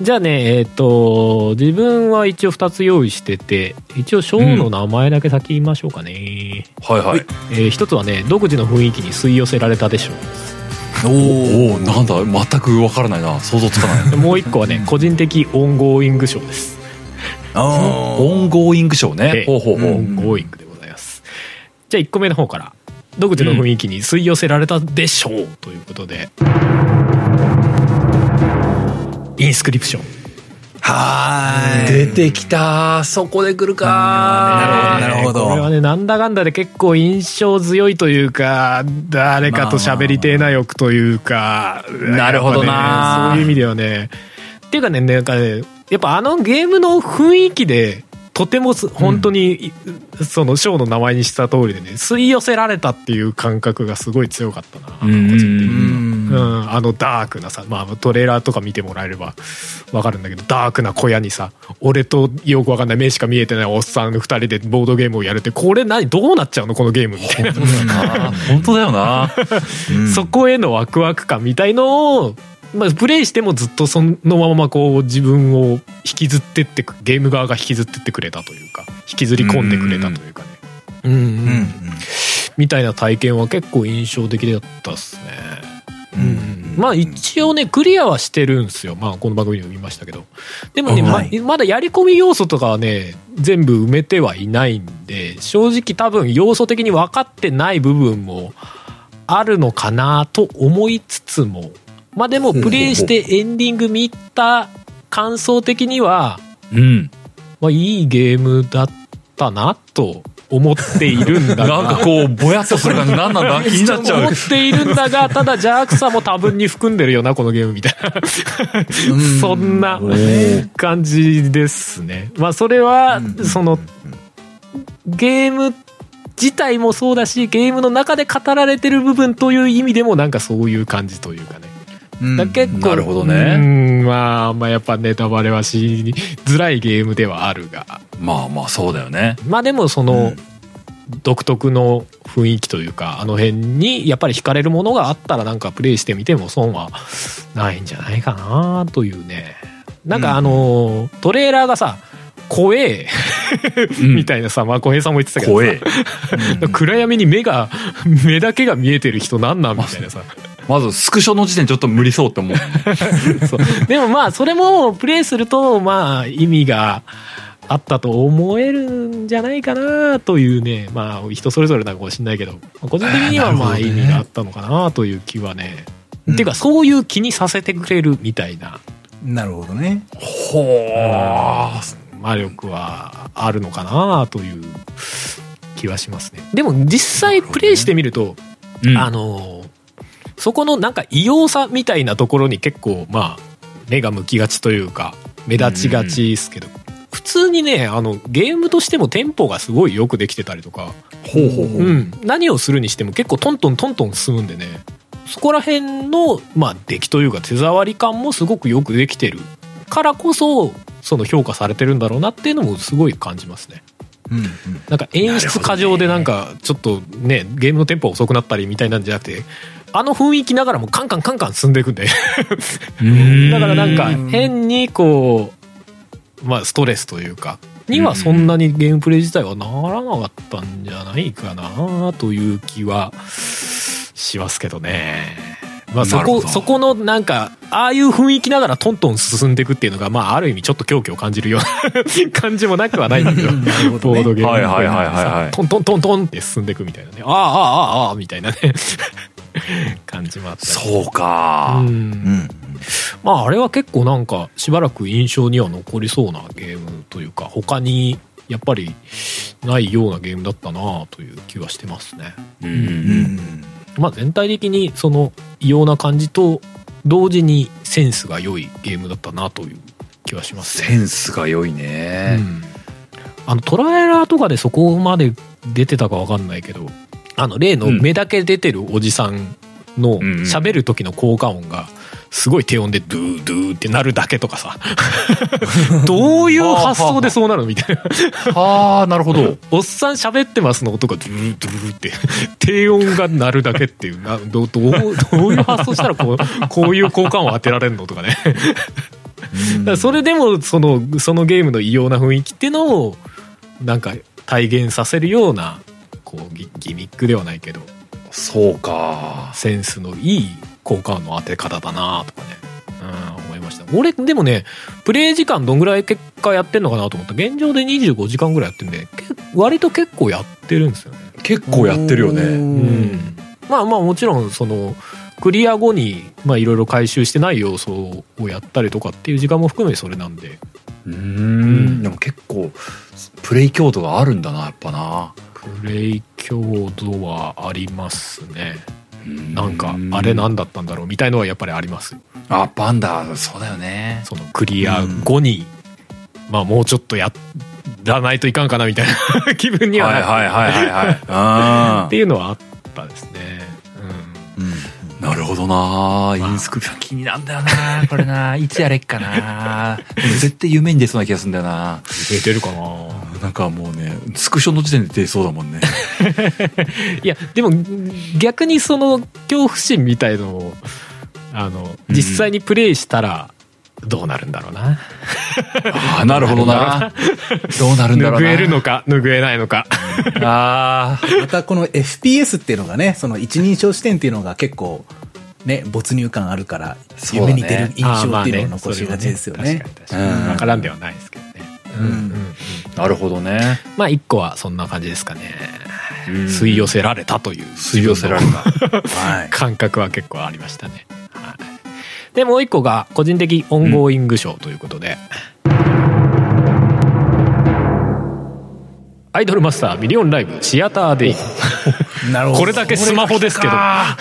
[SPEAKER 2] じゃあねえっ、と自分は一応2つ用意してて一応ショーの名前だけ先言いましょうかね、
[SPEAKER 1] はいはい。
[SPEAKER 2] えー一つはね独自の雰囲気に吸い寄せられたでしょう
[SPEAKER 1] おおなんだ、全くわからないな。想像つかない。
[SPEAKER 2] でもう一個は ね個人的オンゴーイング賞です
[SPEAKER 3] お
[SPEAKER 1] オンゴーイングショー
[SPEAKER 2] え
[SPEAKER 1] ね
[SPEAKER 2] え。
[SPEAKER 1] ほうほうほ
[SPEAKER 3] う
[SPEAKER 1] う。
[SPEAKER 3] ん
[SPEAKER 2] ゴーイングでございます。じゃあ1個目の方から独自の雰囲気に吸い寄せられたでしょう、ということで。インスクリプション。
[SPEAKER 3] はーい。
[SPEAKER 1] 出てきた。そこで来るか。
[SPEAKER 3] なるほど
[SPEAKER 2] これはねなんだかんだで結構印象強いというか誰かと喋りてえな欲というか、
[SPEAKER 1] なるほどな
[SPEAKER 2] やっぱねそういう意味ではねっていうかねなんかねやっぱあのゲームの雰囲気でとてもす本当に、そのショーの名前にした通りでね吸い寄せられたっていう感覚がすごい強かったな、
[SPEAKER 1] うんうん
[SPEAKER 3] う。
[SPEAKER 1] うん
[SPEAKER 2] うんん、あのダークなさ、まあ、トレーラーとか見てもらえればわかるんだけどダークな小屋にさ俺とよくわかんない目しか見えてないおっさん2人でボードゲームをやるってこれ何どうなっちゃうのこのゲームみたいな、
[SPEAKER 1] あ本当だよな。
[SPEAKER 2] そこへのワクワク感みたいのを、まあ、プレイしてもずっとそのままこう自分を引きずってってくゲーム側が引きずってってくれたというか引きずり込んでくれたというかねうんうん
[SPEAKER 3] うん。
[SPEAKER 2] みたいな体験は結構印象的だったっすね。
[SPEAKER 3] うん。
[SPEAKER 2] まあ一応ね、クリアはしてるんですよ。まあこの番組にも言いましたけど。でもね、ま
[SPEAKER 3] はい
[SPEAKER 2] まだやり込み要素とかはね、全部埋めてはいないんで、正直多分要素的に分かってない部分もあるのかなと思いつつも、まあでもプレイしてエンディング見た感想的には、
[SPEAKER 1] うん。
[SPEAKER 2] まあいいゲームだったなと思っているんだが。
[SPEAKER 1] なんかこう、ぼやっとする感じ、なんなんだ気になっちゃう
[SPEAKER 2] 思。っているんだが、ただ邪悪さも多分に含んでるよな、このゲームみたいな。 そんな感じですね。まあ、それは、その、ゲーム自体もそうだし、ゲームの中で語られてる部分という意味でも、なんかそういう感じというかね。
[SPEAKER 3] うん
[SPEAKER 2] だ結構、
[SPEAKER 1] なるほどね
[SPEAKER 2] うん、まあ、あんまやっぱネタバレはしづらいゲームではあるが。
[SPEAKER 1] まあまあ、そうだよね。
[SPEAKER 2] まあでもその、独特の雰囲気というかあの辺にやっぱり惹かれるものがあったらなんかプレイしてみても損はないんじゃないかなというねなんかあのートレーラーがさ怖え
[SPEAKER 1] うん
[SPEAKER 2] みたいなさ、まあ小平さんも言ってたけど
[SPEAKER 1] 怖
[SPEAKER 2] さ
[SPEAKER 1] え。
[SPEAKER 2] 暗闇に目が目だけが見えてる人なんなんみたいなさ
[SPEAKER 1] まず、スクショの時点ちょっと無理そうって思う。
[SPEAKER 2] そうでもまあそれもプレイするとまあ意味があったと思えるんじゃないかなというねまあ人それぞれなのかもしれないけどまあ個人的にはまあ意味があったのかなという気はね
[SPEAKER 3] うん
[SPEAKER 2] っていうかそういう気にさせてくれるみたいな
[SPEAKER 3] なるほどね。
[SPEAKER 1] ほー。
[SPEAKER 2] 魔力はあるのかなという気はしますねでも実際プレイしてみると
[SPEAKER 1] うん
[SPEAKER 2] あのーそこのなんか異様さみたいなところに結構まあ目が向きがちというか目立ちがちですけど、普通にねあのゲームとしてもテンポがすごいよくできてたりとか、
[SPEAKER 1] ほうほうほ
[SPEAKER 2] う
[SPEAKER 1] う。
[SPEAKER 2] ん、何をするにしても結構トントントントン進むんでねそこら辺の、まあ、出来というか手触り感もすごくよくできてるからこそその評価されてるんだろうなっていうのもすごい感じますね。
[SPEAKER 3] うん
[SPEAKER 2] なんか演出過剰でなんかちょっとねゲームのテンポが遅くなったりみたいなんじゃなくてあの雰囲気ながらもカンカンカンカン進んでいくんで
[SPEAKER 1] うん
[SPEAKER 2] だからなんか変にこうまあストレスというかにはそんなにゲームプレイ自体はならなかったんじゃないかなという気はしますけどね。まあ、そ
[SPEAKER 1] なるほ
[SPEAKER 2] こ
[SPEAKER 1] ど
[SPEAKER 2] そこのなんかああいう雰囲気ながらトントン進んでいくっていうのが、まあ、ある意味ちょっと狂気を感じるような 感じもなくはないんだけど
[SPEAKER 3] うん。なるほ
[SPEAKER 2] ボード
[SPEAKER 3] どね。
[SPEAKER 2] ゲームみたな
[SPEAKER 1] はいはいはいはいはい
[SPEAKER 2] トントントントンって進んでいくみたいなねああああああああみたいなね 感じもあったり
[SPEAKER 1] そう
[SPEAKER 2] う
[SPEAKER 1] か。
[SPEAKER 3] うんん。
[SPEAKER 2] まああれは結構なんかしばらく印象には残りそうなゲームというか他にやっぱりないようなゲームだったなという気はしてますね
[SPEAKER 1] う。
[SPEAKER 3] うんん。
[SPEAKER 2] まあ全体的にその異様な感じと同時にセンスが良いゲームだったなという気はしますね
[SPEAKER 1] センスが良いね。
[SPEAKER 2] あのトライラーとかでそこまで出てたかわかんないけどあの例の
[SPEAKER 1] うん
[SPEAKER 2] 目だけ出てるおじさんの
[SPEAKER 1] んうん
[SPEAKER 2] 喋る時の効果音がすごい低音でドゥードゥーってなるだけとかさ どういう発想でそうなるのみたいな
[SPEAKER 1] はあ、なるほど。
[SPEAKER 2] おっさん喋ってますの音がドゥードゥーって低音が鳴るだけっていうなどどうどういう発想したらこうこういう効果音を当てられるのとかねだからそれでもそのそのゲームの異様な雰囲気っていうのをなんか体現させるようなこうギギミックではないけど
[SPEAKER 1] そうか。
[SPEAKER 2] センスのいい効果音の当て方だなとかね、うん、思いました俺でもねプレイ時間どんぐらい結果やってんのかなと思った現状で25時間ぐらいやってんでけ割と結構やってるんですよね
[SPEAKER 1] 結構やってるよね。
[SPEAKER 2] うんまあまあもちろんそのクリア後にまあいろいろ回収してない要素をやったりとかっていう時間も含めそれなんで
[SPEAKER 1] うーん。でも結構、プレイ強度があるんだな、やっぱな。
[SPEAKER 2] プレイ強度はありますね
[SPEAKER 1] うん
[SPEAKER 2] なんかあれなんだったんだろうみたいのはやっぱりあります
[SPEAKER 1] あ、バンダー、そうだよね。
[SPEAKER 2] そのクリア後に、まあもうちょっとやらないといかんかなみたいな 気分にはな
[SPEAKER 1] は
[SPEAKER 2] る
[SPEAKER 1] いはいはい はい
[SPEAKER 2] っ
[SPEAKER 1] は
[SPEAKER 2] ていうのはあったですね、
[SPEAKER 1] い。うん。なるほどなインスクリプション気になんだよなこれないつやれっかなでも絶対夢に出そうな気がするんだよな
[SPEAKER 2] うん、出てるかな
[SPEAKER 1] なんかもうね、スクショの時点で出そうだもんね。
[SPEAKER 2] いやでも逆にその恐怖心みたいのをあの
[SPEAKER 1] ん
[SPEAKER 2] 実際にプレイしたらどうなるんだろうな、
[SPEAKER 1] ああ、なるほどな。 どうなるんだろう
[SPEAKER 2] 拭
[SPEAKER 1] な。
[SPEAKER 2] えるのか拭えないのか
[SPEAKER 1] ああ、
[SPEAKER 3] またこの FPS っていうのがね、その一人称視点っていうのが結構、ね、没入感あるから、
[SPEAKER 1] そうだね
[SPEAKER 3] 夢に出る印
[SPEAKER 2] あーま
[SPEAKER 3] 象
[SPEAKER 2] あ
[SPEAKER 3] っていう
[SPEAKER 2] ね
[SPEAKER 3] のを残しがちですよ
[SPEAKER 2] それは
[SPEAKER 3] ね。
[SPEAKER 2] 確かに確かに
[SPEAKER 1] うん
[SPEAKER 2] わからんではないですけどね。うんうんうん
[SPEAKER 1] なるほどね。
[SPEAKER 2] まあ一個はそんな感じですかね。
[SPEAKER 1] うん
[SPEAKER 2] 吸い寄せられたという
[SPEAKER 1] 吸い寄せられ
[SPEAKER 3] はい。
[SPEAKER 2] 感覚は結構ありましたね。はい、でもう一個が個人的オンゴーイング賞ということで、アイドルマスターミリオンライブシアターデイ
[SPEAKER 3] なるほど。
[SPEAKER 2] これだけスマホですけど
[SPEAKER 1] た。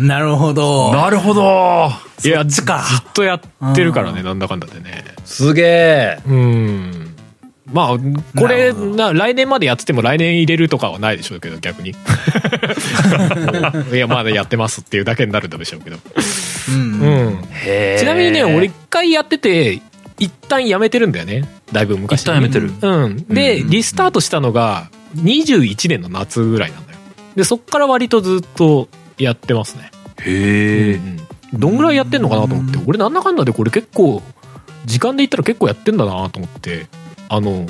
[SPEAKER 3] なるほど。
[SPEAKER 1] なるほど。
[SPEAKER 2] いや
[SPEAKER 3] そっちか
[SPEAKER 2] ずっとやってるからねなんだかんだでね
[SPEAKER 1] すげえ。
[SPEAKER 2] うんまあこ
[SPEAKER 3] な
[SPEAKER 2] れ
[SPEAKER 3] るほど
[SPEAKER 2] な来年までやってても来年入れるとかはないでしょうけど逆にいやまだやってますっていうだけになるんでしょうけど、
[SPEAKER 3] うん。
[SPEAKER 2] うん、
[SPEAKER 1] へえ。
[SPEAKER 2] ちなみにね、俺一回やってて、一旦やめてるんだよね。だいぶ昔
[SPEAKER 1] 一旦やめてる。
[SPEAKER 2] うん。で、
[SPEAKER 1] うん
[SPEAKER 2] リスタートしたのが、21年の夏ぐらいなんだよ。で、そっから割とずっとやってますね。
[SPEAKER 1] へえ。
[SPEAKER 2] うんどんぐらいやってんのかなと思って、
[SPEAKER 3] うん
[SPEAKER 2] 俺なんだかんだでこれ結構、時間で言ったら結構やってんだなと思って、あの、
[SPEAKER 3] うん。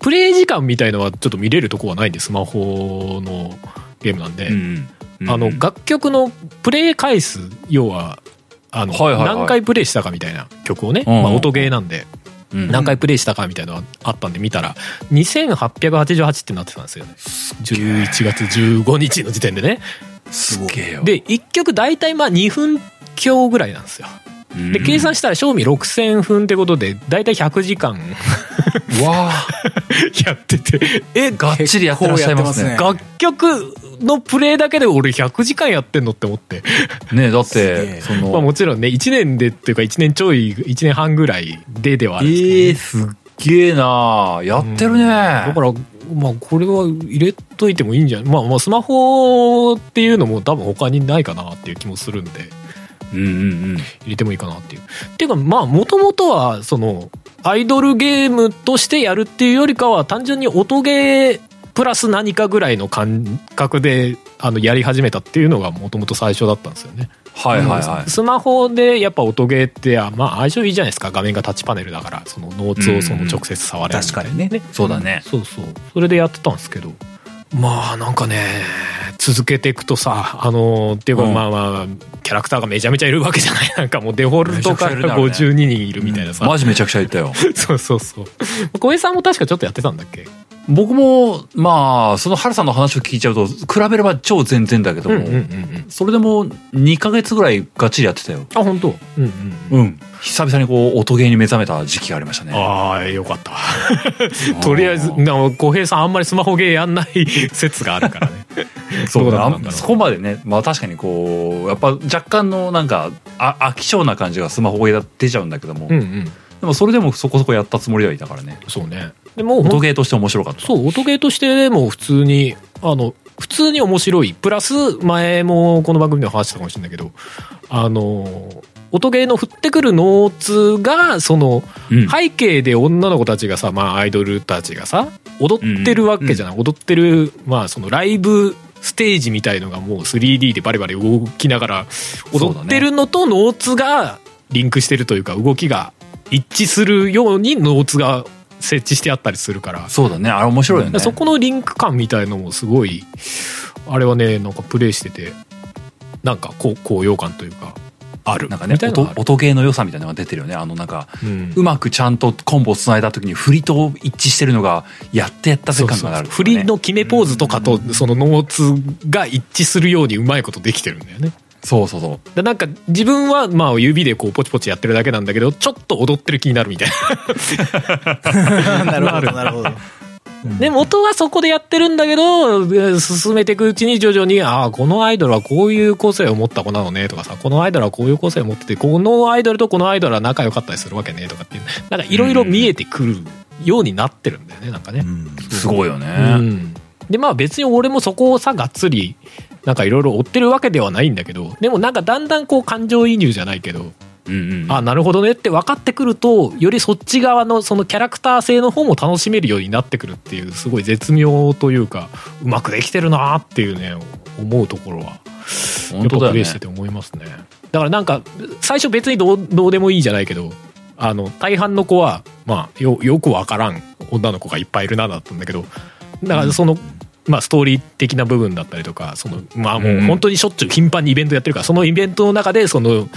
[SPEAKER 2] プレイ時間みたいのはちょっと見れるとこはないんで、スマホのゲームなんで。あの、楽曲のプレイ回数、要は、あの、
[SPEAKER 1] はいはいはい
[SPEAKER 2] 何回プレイしたかみたいな曲をね、
[SPEAKER 1] うんうん
[SPEAKER 2] まあ音ゲーなんで、
[SPEAKER 1] なん
[SPEAKER 2] 何
[SPEAKER 1] か
[SPEAKER 2] 回プレイしたかみたいなのがあったんで見たら、2888ってなってたんですよね。11月15日の時点でね。
[SPEAKER 3] すごい。
[SPEAKER 1] けよ。
[SPEAKER 2] で、1曲大体まあ2分強ぐらいなんですよ。
[SPEAKER 1] うん、
[SPEAKER 2] で、計算したら賞味6000分ってことで、大体100時間
[SPEAKER 1] わあ、
[SPEAKER 2] やってて、え、
[SPEAKER 1] がっちりやってらっしゃいますね
[SPEAKER 3] 結。構
[SPEAKER 2] 楽曲のプレイだけで俺100時間やってんのって思って。
[SPEAKER 1] ねだっ
[SPEAKER 3] すげ
[SPEAKER 1] て、
[SPEAKER 3] え
[SPEAKER 1] そ
[SPEAKER 2] まあ
[SPEAKER 1] の、
[SPEAKER 2] もちろんね、1年でっていうか1年ちょい、1年半ぐらいでではあるんですけどね、
[SPEAKER 1] ええ、すっげえなやってるね。
[SPEAKER 2] だから、まあこれは入れといてもいいんじゃないまあまあスマホっていうのも多分他にないかなっていう気もするんで、
[SPEAKER 1] うんうんうん。
[SPEAKER 2] 入れてもいいかなっていう。っていうかまあもともとは、その、アイドルゲームとしてやるっていうよりかは単純に音ゲープラス何かぐらいの感覚で、あの、やり始めたっていうのがもともと最初だったんですよね。
[SPEAKER 1] はいはいはい。
[SPEAKER 2] スマホでやっぱ音ゲーってあまあ相性いいじゃないですか画面がタッチパネルだからそのノーツをその直接触れるみたいな、
[SPEAKER 3] うんうん確か
[SPEAKER 2] ね
[SPEAKER 1] そうだね。
[SPEAKER 2] そうそうそれでやってたんですけどまあなんかね続けていくとさあのっていうか
[SPEAKER 1] うん
[SPEAKER 2] まあまあキャラクターがめちゃめちゃいるわけじゃない なんかもうデフォルトか
[SPEAKER 1] めちゃくちゃいるだ
[SPEAKER 2] ら
[SPEAKER 1] ろうね
[SPEAKER 2] 52人いるみたいなさ、
[SPEAKER 1] マジめちゃくちゃ言ったよ。
[SPEAKER 2] そうそうそう小江さんも確かちょっとやってたんだっけ
[SPEAKER 1] 僕も、まあ、その春さんの話を聞いちゃうと、比べれば超全然だけど
[SPEAKER 2] うん
[SPEAKER 1] も、
[SPEAKER 2] うんうんうん
[SPEAKER 1] それでも2ヶ月ぐらいがっちりやってたよ。
[SPEAKER 2] あ本当うんうんうん
[SPEAKER 1] うん。久々にこう、音ゲーに目覚めた時期がありましたね。
[SPEAKER 2] ああよかったとりあえず
[SPEAKER 1] あー
[SPEAKER 2] な浩平さんあんまりスマホゲーやんない説があるから ね
[SPEAKER 1] そ
[SPEAKER 2] ど
[SPEAKER 1] う
[SPEAKER 2] うだ
[SPEAKER 1] だ
[SPEAKER 2] ったんだろう
[SPEAKER 1] あんそこまでね、まあ確かにこう、やっぱ若干のなんか、あ飽き性な感じがスマホゲーだ出ちゃうんだけども、
[SPEAKER 2] うんう
[SPEAKER 1] で
[SPEAKER 2] ん
[SPEAKER 1] もそれでもそこそこやったつもりではいたからね。
[SPEAKER 2] そうねでもうほ
[SPEAKER 1] 音
[SPEAKER 2] ん
[SPEAKER 1] ゲーとして面白かった。
[SPEAKER 2] そう音ゲーとしても普通にあの普通に面白いプラス前もこの番組でも話したかもしれないけどあの音ゲーの降ってくるノーツがその
[SPEAKER 1] うん
[SPEAKER 2] 背景で女の子たちがさ、まあ、アイドルたちがさ踊ってるわけじゃない、踊ってる、まあ、そのライブステージみたいのがもう 3D でバリバリ動きながら
[SPEAKER 1] そう
[SPEAKER 2] 踊
[SPEAKER 1] だね
[SPEAKER 2] ってるのとノーツがリンクしてるというか動きが一致するようにノーツが設置してあったりするから
[SPEAKER 1] そうだね。あれ面白いよね。
[SPEAKER 2] そこのリンク感みたいのもすごいあれはねなんかプレイしててなんかこう高揚感というかある
[SPEAKER 1] なんかね
[SPEAKER 2] みたいなの
[SPEAKER 1] 音
[SPEAKER 2] があ、る
[SPEAKER 1] 音ゲーの良さみたいなのが出てるよね。あのなんか、
[SPEAKER 2] うん
[SPEAKER 1] うまくちゃんとコンボを繋いだ時に振りと一致してるのが、やってやったぜ
[SPEAKER 2] そう
[SPEAKER 1] 感
[SPEAKER 2] そう
[SPEAKER 1] がある、ね。
[SPEAKER 2] 振りの決めポーズとかとそのノーツが一致するようにうまいことできてるんだよね
[SPEAKER 1] そうそうそう。
[SPEAKER 2] でなんか自分はまあ指でこうポチポチやってるだけなんだけどちょっと踊ってる気になるみたい
[SPEAKER 3] なるほど、なるほど。
[SPEAKER 2] なで元はそこでやってるんだけどえー進めていくうちに徐々にああこのアイドルはこういう個性を持った子なのねとかさこのアイドルはこういう個性を持っててこのアイドルとこのアイドルは仲良かったりするわけねとかっていうなんかいろいろ見えてくるようになってるんだよねなんかね、
[SPEAKER 3] うん
[SPEAKER 1] すごいよね。
[SPEAKER 2] うん、でまあ別に俺もそこをさがっつりなんかいろいろ追ってるわけではないんだけどでもなんかだんだんこう感情移入じゃないけど、
[SPEAKER 1] うんうん。
[SPEAKER 2] あなるほどねって分かってくるとよりそっち側のそのキャラクター性の方も楽しめるようになってくるっていうすごい絶妙というかうまくできてるなっていうね思うところは
[SPEAKER 1] 本当だ
[SPEAKER 2] やっぱ
[SPEAKER 1] よ
[SPEAKER 2] プレ
[SPEAKER 1] ね
[SPEAKER 2] イして。て思いますねだからなんか最初別にどうどうでもいいじゃないけどあの大半の子は、まあ、よよくわからん女の子がいっぱいいるなだったんだけどだからそのまあ、ストーリー的な部分だったりとかその、まあ、も
[SPEAKER 1] う
[SPEAKER 2] うん本当にしょっちゅう頻繁にイベントやってるからそのイベントの中でその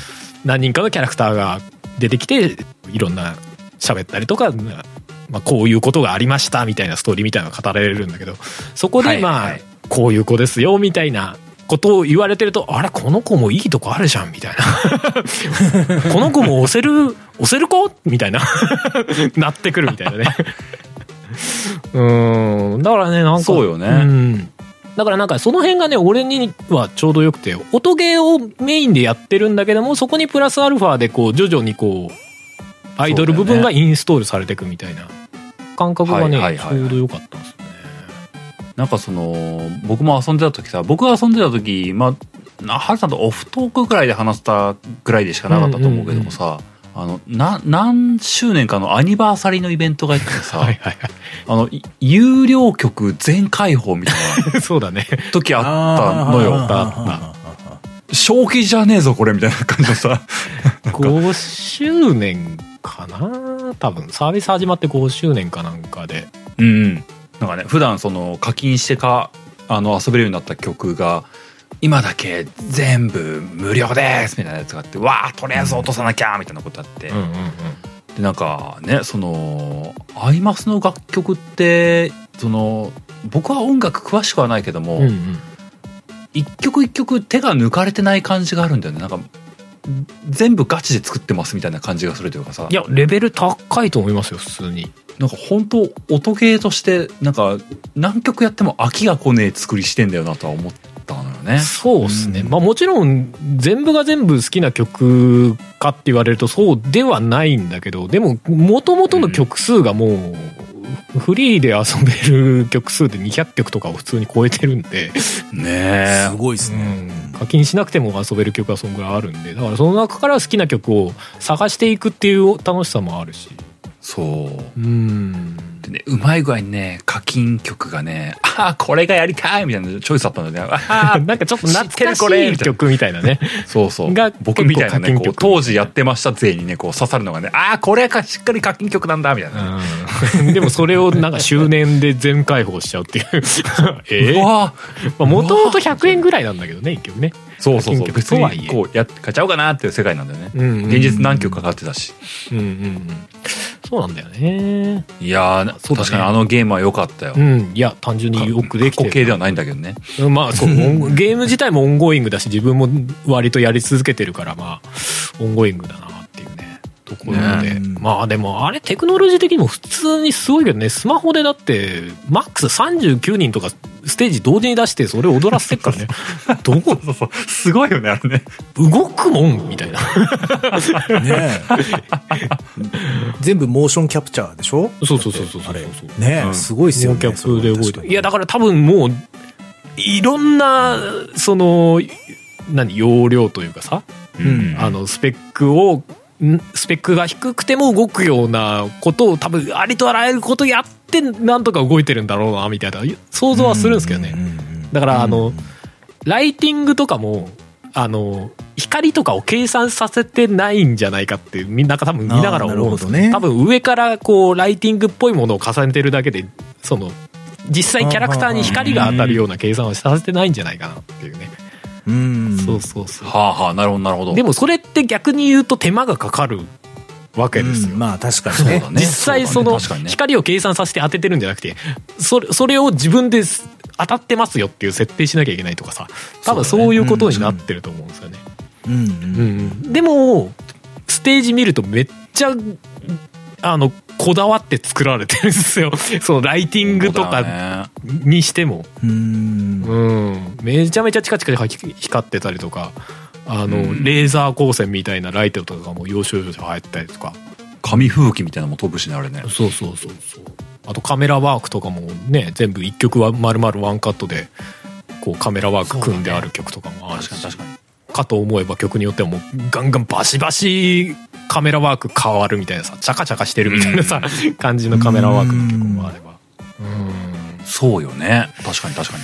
[SPEAKER 2] 何人かのキャラクターが出てきていろんな喋ったりとか、まあ、こういうことがありましたみたいなストーリーみたいなのが語られるんだけどそこ
[SPEAKER 1] は
[SPEAKER 2] で
[SPEAKER 1] い
[SPEAKER 2] まあ、
[SPEAKER 1] はい
[SPEAKER 2] こういう子ですよみたいなことを言われてるとあれこの子もいいとこあるじゃんみたいな この子も押せる押せる子みたいな なってくるみたいなねうーんだからねなんか
[SPEAKER 1] そうよね
[SPEAKER 2] んだからなんかその辺がね俺にはちょうどよくて音ゲーをメインでやってるんだけどもそこにプラスアルファでこう徐々にこうアイドル部分がインストールされていくみたいな感覚がね、
[SPEAKER 1] はいはいはいはい
[SPEAKER 2] ちょうどよかったんですよね。
[SPEAKER 1] なんかその僕も遊んでた時さ僕が遊んでた時まあなハルさんとオフトークぐらいで話したぐらいでしかなかったと思うけどもさ、あのな何周年かのアニバーサリーのイベントがあってさ、
[SPEAKER 2] はいはいは
[SPEAKER 1] あのい有料曲全開放みたいない
[SPEAKER 2] そうだね。
[SPEAKER 1] 時あったのよ
[SPEAKER 2] ー
[SPEAKER 1] 正気じゃねえぞこれみたいな感じのさ
[SPEAKER 2] 5周年かな多分サービス始まって5周年かなんかで
[SPEAKER 1] うんうんなんかね普段その課金してかあの遊べるようになった曲が今だけ全部無料ですみたいなやつがあってわあとりあえず落とさなきゃみたいなことあって、
[SPEAKER 2] うんうんうん
[SPEAKER 1] でなんかねそのアイマスの楽曲ってその僕は音楽詳しくはないけども、
[SPEAKER 2] うんうん
[SPEAKER 1] 一曲一曲手が抜かれてない感じがあるんだよねなんか全部ガチで作ってますみたいな感じがするというかさ
[SPEAKER 2] いやレベル高いと思いますよ普通に
[SPEAKER 1] なんか本当音ゲーとしてなんか何曲やっても飽きが来ねえ作りしてんだよなとは思ったのよね。
[SPEAKER 2] そうっすね、
[SPEAKER 1] うん
[SPEAKER 2] まあもちろん全部が全部好きな曲かって言われるとそうではないんだけどでも元々の曲数がもう、フリーで遊べる曲数で200曲とかを普通に超えてるんで、
[SPEAKER 1] ね
[SPEAKER 3] すごいですね。
[SPEAKER 2] 課金しなくても遊べる曲はそんぐらいあるんでだからその中から好きな曲を探していくっていう楽しさもあるし
[SPEAKER 1] そう
[SPEAKER 2] うん
[SPEAKER 1] でねうまい具合にね課金曲がね「ああこれがやりたい!」みたいなチョイスあったんだよね。
[SPEAKER 2] あ なんかちょっと懐か
[SPEAKER 1] 知ってるこれ
[SPEAKER 2] しい曲みたいなね
[SPEAKER 1] そうそう
[SPEAKER 2] が
[SPEAKER 1] 僕みたいなね
[SPEAKER 2] 結構課金
[SPEAKER 1] こう
[SPEAKER 2] 曲
[SPEAKER 1] 当時やってました勢にねこう刺さるのがねああこれがしっかり課金曲なんだみたいな、
[SPEAKER 2] うんでもそれをなんか周年で全開放しちゃ うっていうえ
[SPEAKER 1] う
[SPEAKER 2] え
[SPEAKER 1] わ
[SPEAKER 2] まあもともと100円ぐらいなんだけどね一曲ね
[SPEAKER 1] ーそうそうそ
[SPEAKER 2] 課金
[SPEAKER 1] う
[SPEAKER 2] 曲
[SPEAKER 1] 別
[SPEAKER 2] とはい
[SPEAKER 1] に
[SPEAKER 2] え
[SPEAKER 1] こうやっ買っちゃおうかなっていう世界なんだよね、
[SPEAKER 2] うん
[SPEAKER 1] 現実何曲かかってたし
[SPEAKER 2] うんうんうんそうなんだよね
[SPEAKER 1] いやー、
[SPEAKER 2] そうだね
[SPEAKER 1] 確かにあのゲームは良かったよ、
[SPEAKER 2] うんいや単純によくでき
[SPEAKER 1] 固
[SPEAKER 2] てる
[SPEAKER 1] 形ではないんだけどね
[SPEAKER 2] うんまあ そうオンゲーム自体もオンゴーイングだし自分も割とやり続けてるからまあオンゴーイングだなっていうねところで、
[SPEAKER 3] ね
[SPEAKER 2] まあでもあれテクノロジー的にも普通にすごいけどねスマホでだってマックス39人とかステージ同時に出してそれ踊らせてっから ねどこ
[SPEAKER 1] そうそうすごいよねあれね
[SPEAKER 2] 動くもんみたい な
[SPEAKER 3] ねえ全部モーションキャプチャーでしょ
[SPEAKER 2] そうそうそうそう
[SPEAKER 3] あ
[SPEAKER 2] そう
[SPEAKER 3] れ
[SPEAKER 2] そう
[SPEAKER 3] ね
[SPEAKER 1] う
[SPEAKER 3] え
[SPEAKER 1] ん
[SPEAKER 3] すごいっすよ
[SPEAKER 2] ノー
[SPEAKER 3] ね。
[SPEAKER 2] キャップで動い
[SPEAKER 3] それは確か
[SPEAKER 2] て
[SPEAKER 3] に
[SPEAKER 2] いやだから多分もういろんなその何容量というかさ
[SPEAKER 3] うん
[SPEAKER 2] あのスペックをんスペックが低くても動くようなことを多分ありとあらゆることやってなんとか動いてるんだろうなみたいな想像はするんですけどね、
[SPEAKER 3] うんうんうん
[SPEAKER 2] だからあの、ライティングとかもあの光とかを計算させてないんじゃないかってみんなが多分見ながら思うんですよ
[SPEAKER 3] あーなるほどね
[SPEAKER 2] 多分上からこうライティングっぽいものを重ねてるだけでその実際キャラクターに光が当たるような計算はさせてないんじゃないかなっていうね、
[SPEAKER 3] うん
[SPEAKER 2] そうそうそう
[SPEAKER 1] はあはあなるほどなるほど
[SPEAKER 2] でもそれって逆に言うと手間がかかるわけです
[SPEAKER 3] う
[SPEAKER 2] よ。
[SPEAKER 3] んまあ確かにね
[SPEAKER 1] そうだね
[SPEAKER 2] 実際そ
[SPEAKER 1] そうだね
[SPEAKER 2] の
[SPEAKER 1] 確かにね
[SPEAKER 2] 光を計算させて当ててるんじゃなくてそれそれを自分です当たってますよっていう設定しなきゃいけないとかさ多分
[SPEAKER 1] そうだね
[SPEAKER 2] そういうことになってると思うんですよね。
[SPEAKER 3] うんうん
[SPEAKER 2] でもステージ見るとめっちゃあのこだわって作られてるんです よそのライティング
[SPEAKER 1] そ
[SPEAKER 2] と
[SPEAKER 1] う
[SPEAKER 2] か
[SPEAKER 1] だね
[SPEAKER 2] にしても。
[SPEAKER 3] うん
[SPEAKER 2] うん、めちゃめちゃチカチカ光ってたりとかあの、
[SPEAKER 1] うん
[SPEAKER 2] レーザー光線みたいなライトとかも要所要所入ったりとか
[SPEAKER 1] 紙吹雪みたいなのも飛ぶしねあれね
[SPEAKER 2] そうそうそうそうあとカメラワークとかもね全部一曲は丸々ワンカットでこうカメラワーク組んである曲とかもあるし、
[SPEAKER 1] かに
[SPEAKER 2] かと思えば曲によってはもうガンガンバシバシカメラワーク変わるみたいなさチャカチャカしてるみたいなさ、感じのカメラワークの曲もあれば。うん
[SPEAKER 1] そうよね確かに確か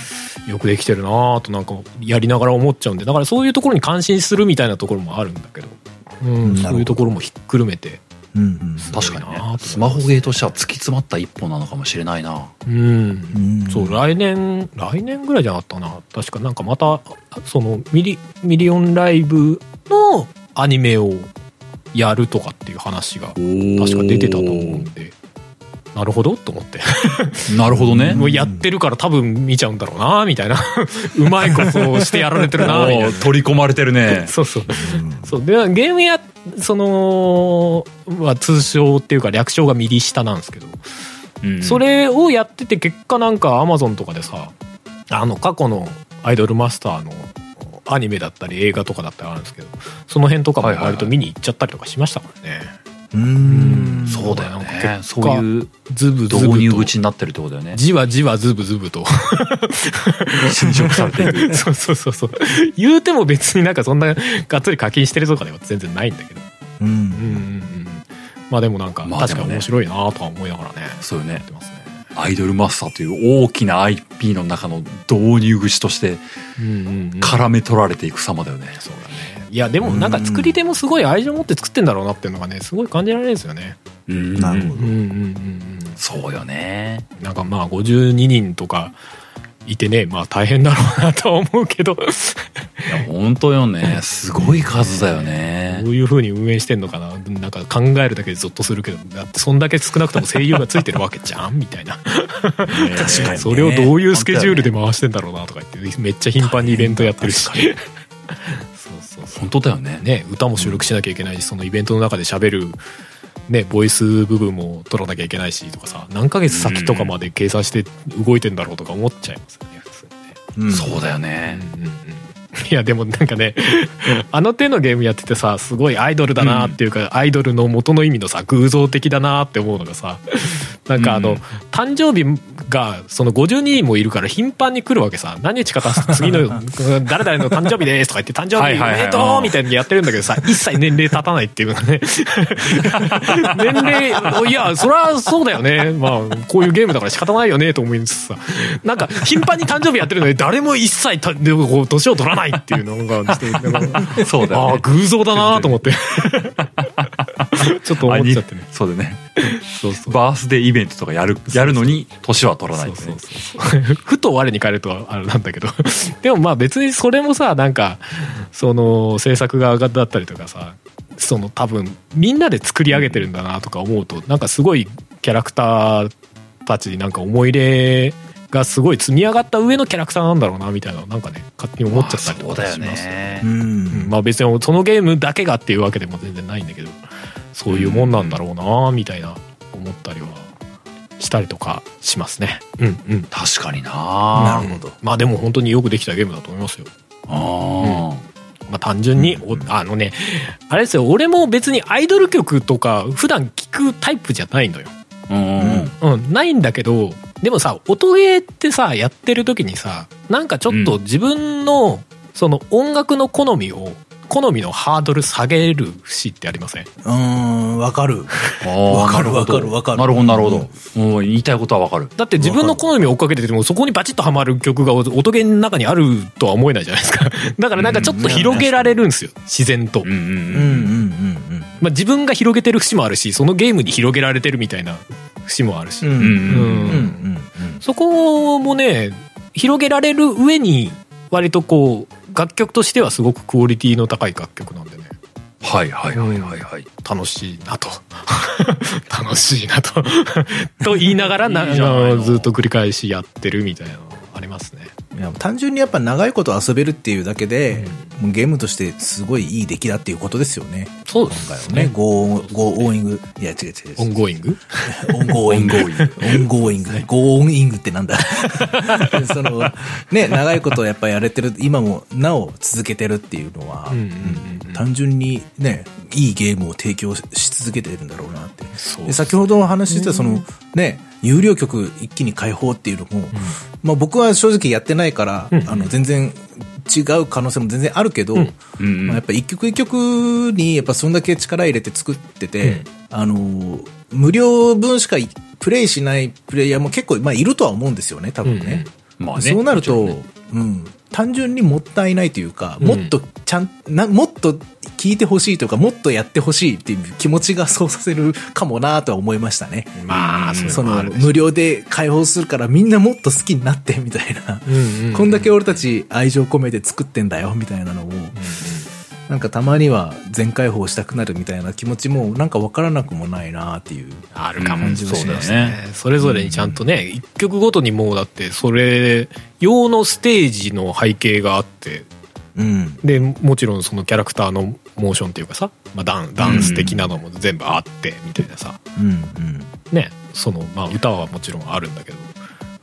[SPEAKER 1] に
[SPEAKER 2] よくできてるなぁとなんかやりながら思っちゃうんでだからそういうところに感心するみたいなところもあるんだけど、うん、
[SPEAKER 3] なるほど
[SPEAKER 2] そういうところもひっくるめて
[SPEAKER 3] うん
[SPEAKER 1] 確かにねスマホゲーとしては突き詰まった一本なのかもしれないな
[SPEAKER 2] うん
[SPEAKER 3] うん。ん
[SPEAKER 2] そう、来年、来年ぐらいじゃなかったかな。確かなんかまた、そのミリ、ミリオンライブのアニメをやるとかっていう話が確か出てたと思うんで、なるほどと思って。
[SPEAKER 1] なるほどね
[SPEAKER 2] もうやってるから多分見ちゃうんだろうな、みたいな。 うまいことしてやられてるな、みたいな。
[SPEAKER 1] 取り込まれてるね
[SPEAKER 2] そうそう。そうでゲームやそのは通称っていうか略称が右下なんですけど、
[SPEAKER 1] うん
[SPEAKER 2] それをやってて結果なんかアマゾンとかでさあの過去のアイドルマスターのアニメだったり映画とかだったりあるんですけどその辺とかも
[SPEAKER 1] はいはいはい
[SPEAKER 2] 割と見に行っちゃったりとかしましたからね、
[SPEAKER 3] うん。
[SPEAKER 1] そうだよ
[SPEAKER 2] なんか
[SPEAKER 1] ね
[SPEAKER 2] 結
[SPEAKER 1] そ
[SPEAKER 2] 果
[SPEAKER 1] ういう
[SPEAKER 2] ズブズブと
[SPEAKER 1] 導入口になってるってことだ よね
[SPEAKER 2] じわじわズブズブと
[SPEAKER 1] 侵食されていく
[SPEAKER 2] そうそうそうそう言うても別になんかそんながっつり課金してるとかでは全然ないんだけど
[SPEAKER 3] う
[SPEAKER 2] うん
[SPEAKER 3] ん。
[SPEAKER 2] うんうんまあでもなんか
[SPEAKER 1] まあでもね
[SPEAKER 2] 確かに面白いなとは思いながらね
[SPEAKER 1] そうよね
[SPEAKER 2] やってますね
[SPEAKER 1] アイドルマスターという大きな IP の中の導入口として
[SPEAKER 2] うんうんうん
[SPEAKER 1] 絡め取られていく様だよね、
[SPEAKER 2] そうだねいやでもなんか作り手もすごい愛情持って作ってんだろうなっていうのがねすごい感じられるんですよね
[SPEAKER 1] うん
[SPEAKER 3] なるほ
[SPEAKER 2] うんうんうん
[SPEAKER 1] そうよね
[SPEAKER 2] うんなんかまあ52人とかいてねまあ大変だろうなとは思うけどど
[SPEAKER 1] いや本当よねすごい数だよね
[SPEAKER 2] ういうふうに運営してんのかななんか考えるだけでゾッとするけどだってそんだけ少なくとも声優がついてるわけじゃんみたいな
[SPEAKER 1] 確か
[SPEAKER 2] それをどういうスケジュールで回してんだろうなとか言ってめっちゃ頻繁にイベントやってるしそうそうそう
[SPEAKER 1] 本当だよね
[SPEAKER 2] ね、歌も収録しなきゃいけないし、そのイベントの中で喋る、ね、ボイス部分も取らなきゃいけないしとかさ、何ヶ月先とかまで計算して動いてんだろうとか思っちゃいますよね、普通
[SPEAKER 3] うん
[SPEAKER 1] そうだよ
[SPEAKER 2] に
[SPEAKER 1] ね
[SPEAKER 2] ね。うんうんうん いやでもなんかね あの手のゲームやっててさすごいアイドルだなっていうか、アイドルの元の意味のさ偶像的だなって思うのがさなんかあの、
[SPEAKER 1] うん
[SPEAKER 2] 誕生日がその52人もいるから頻繁に来るわけさ何日か経つ と次の誰々の誕生日ですとか言って誕生
[SPEAKER 1] はい
[SPEAKER 2] 日
[SPEAKER 1] はいは
[SPEAKER 2] お
[SPEAKER 1] い
[SPEAKER 2] めでとうみたいにやってるんだ けどさ一切年齢経たないっていうのがね年齢いやそりゃそうだよねまあこういうゲームだから仕方ないよねと思いつつさなんか頻繁に誕生日やってるのに誰も一切たでもこう年を取らないっていうのがちょっとなんか
[SPEAKER 1] そう だ
[SPEAKER 2] あ
[SPEAKER 1] よ
[SPEAKER 2] あ
[SPEAKER 1] ね
[SPEAKER 2] 偶像だなと思って ちょっと思っちゃってね
[SPEAKER 1] あにそうだね
[SPEAKER 2] そうそう
[SPEAKER 1] バースデーイベントとかやるやるのに年は取らないって
[SPEAKER 2] そ
[SPEAKER 1] ね
[SPEAKER 2] うそうそうそうふと我に返るとはあれなんだけど でもまあ別にそれもさなんかその制作側がだったりとかさその多分みんなで作り上げてるんだなとか思うとなんかすごいキャラクターたちになんか思い入れがすごい積み上がった上のキャラクターなんだろうなみたいななんかね勝手に思っちゃったりと
[SPEAKER 1] まあそう
[SPEAKER 2] か
[SPEAKER 1] だよ
[SPEAKER 2] します
[SPEAKER 1] ね
[SPEAKER 3] うん。
[SPEAKER 2] まあ別にそのゲームだけがっていうわけでも全然ないんだけどそういうもんなんだろうなみたいな思ったりはしたりとかしますねうんうん
[SPEAKER 1] 確かにな
[SPEAKER 3] なるほど。
[SPEAKER 2] まあでも本当によくできたゲームだと思いますよ
[SPEAKER 1] あ
[SPEAKER 2] まあ単純に、おあのねあれですよ俺も別にアイドル曲とか普段聞くタイプじゃないのよ
[SPEAKER 1] ーうんうんうん
[SPEAKER 2] うん、ないんだけど、でもさ、音ゲーってさ、やってる時にさ、なんかちょっと自分の、その音楽の好みを、好みのハードル下げる節ってありません
[SPEAKER 3] うん、わかる。
[SPEAKER 1] あー
[SPEAKER 3] わかる
[SPEAKER 1] なほど
[SPEAKER 3] わかるわかる
[SPEAKER 1] なるほどなるほどうん言いたいことはわかる
[SPEAKER 2] だって自分の好みを追っかけてても、そこにバチッとハマる曲が音ゲーの中にあるとは思えないじゃないですか。 だからなんかちょっと広げられるんですよ、自然と。
[SPEAKER 1] うんうん
[SPEAKER 3] う
[SPEAKER 1] うん
[SPEAKER 3] うんん
[SPEAKER 2] まあ自分が広げてる節もあるし、そのゲームに広げられてるみたいな節もあるし。
[SPEAKER 3] うん。う
[SPEAKER 1] うんんうん
[SPEAKER 3] うんうん
[SPEAKER 2] そこもね、広げられる上に、割とこう、楽曲としてはすごくクオリティの高い楽曲なんでね、
[SPEAKER 1] はいはいはいはいはい
[SPEAKER 2] 楽しいなと。 楽しいなと。 と言いながらな、
[SPEAKER 1] いいじゃないの
[SPEAKER 2] あのずっと繰り返しやってるみたいなのありますね。
[SPEAKER 3] うんいや単純にやっぱ長いこと遊べるっていうだけで、もうゲームとしてすごいいい出来だっていうことですよね。
[SPEAKER 2] そうで
[SPEAKER 3] 今回は
[SPEAKER 2] す
[SPEAKER 3] ね、
[SPEAKER 2] ね。
[SPEAKER 3] ゴー、ゴーオーイング。いや、違う違う違う。
[SPEAKER 2] オンゴーイング
[SPEAKER 3] オンゴーイング。オンゴーイング。ゴーオンイングっ てなんだその、ね、長いことやっぱやれてる、今もなお続けてるっていうのは、
[SPEAKER 2] うんうんうん
[SPEAKER 3] うん単純にね、いいゲームを提供し続けてるんだろうなって。
[SPEAKER 2] そう
[SPEAKER 3] で先ほどお話ししてた、その、ね、有料曲一気に解放っていうのも、まあ僕は正直やってないから、あの、全然違う可能性も全然あるけど、
[SPEAKER 1] うんうん
[SPEAKER 3] まあ、やっぱ一曲一曲にやっぱそんだけ力入れて作ってて、あのー無料分しかいプレイしないプレイヤーも結構、まあ、いるとは思うんですよね、多分ね。
[SPEAKER 1] まあね
[SPEAKER 3] そうなると、
[SPEAKER 1] もちろんね
[SPEAKER 3] うん、単純にもったいないというか、もっとちゃんな、もっと聞いてほしいというか、もっとやってほしいっていう気持ちがそうさせるかもなとは思いましたね。
[SPEAKER 2] まあ、
[SPEAKER 1] うん
[SPEAKER 3] そ
[SPEAKER 2] それもあ
[SPEAKER 3] の
[SPEAKER 2] るでしょ
[SPEAKER 3] 無料で開放するからみんなもっと好きになってみたいな、
[SPEAKER 2] う。うんうん
[SPEAKER 3] こんだけ俺たち愛情込めて作ってんだよみたいなのを、なんかたまには全開放したくなるみたいな気持ちもなんかわからなくもないなっていう。
[SPEAKER 2] あるかもしれない
[SPEAKER 1] う
[SPEAKER 2] です
[SPEAKER 1] んそうだ
[SPEAKER 2] ね。それぞれにちゃんとね、一曲ごとにもうだって、それ用のステージの背景があって、
[SPEAKER 3] うん。
[SPEAKER 2] で、もちろんそのキャラクターのモーションっていうかさ、まあ、ダンダンス的なのも全部あって、みたいなさ、
[SPEAKER 3] うん。うん。
[SPEAKER 2] ね、その、まあ歌はもちろんあるんだけど、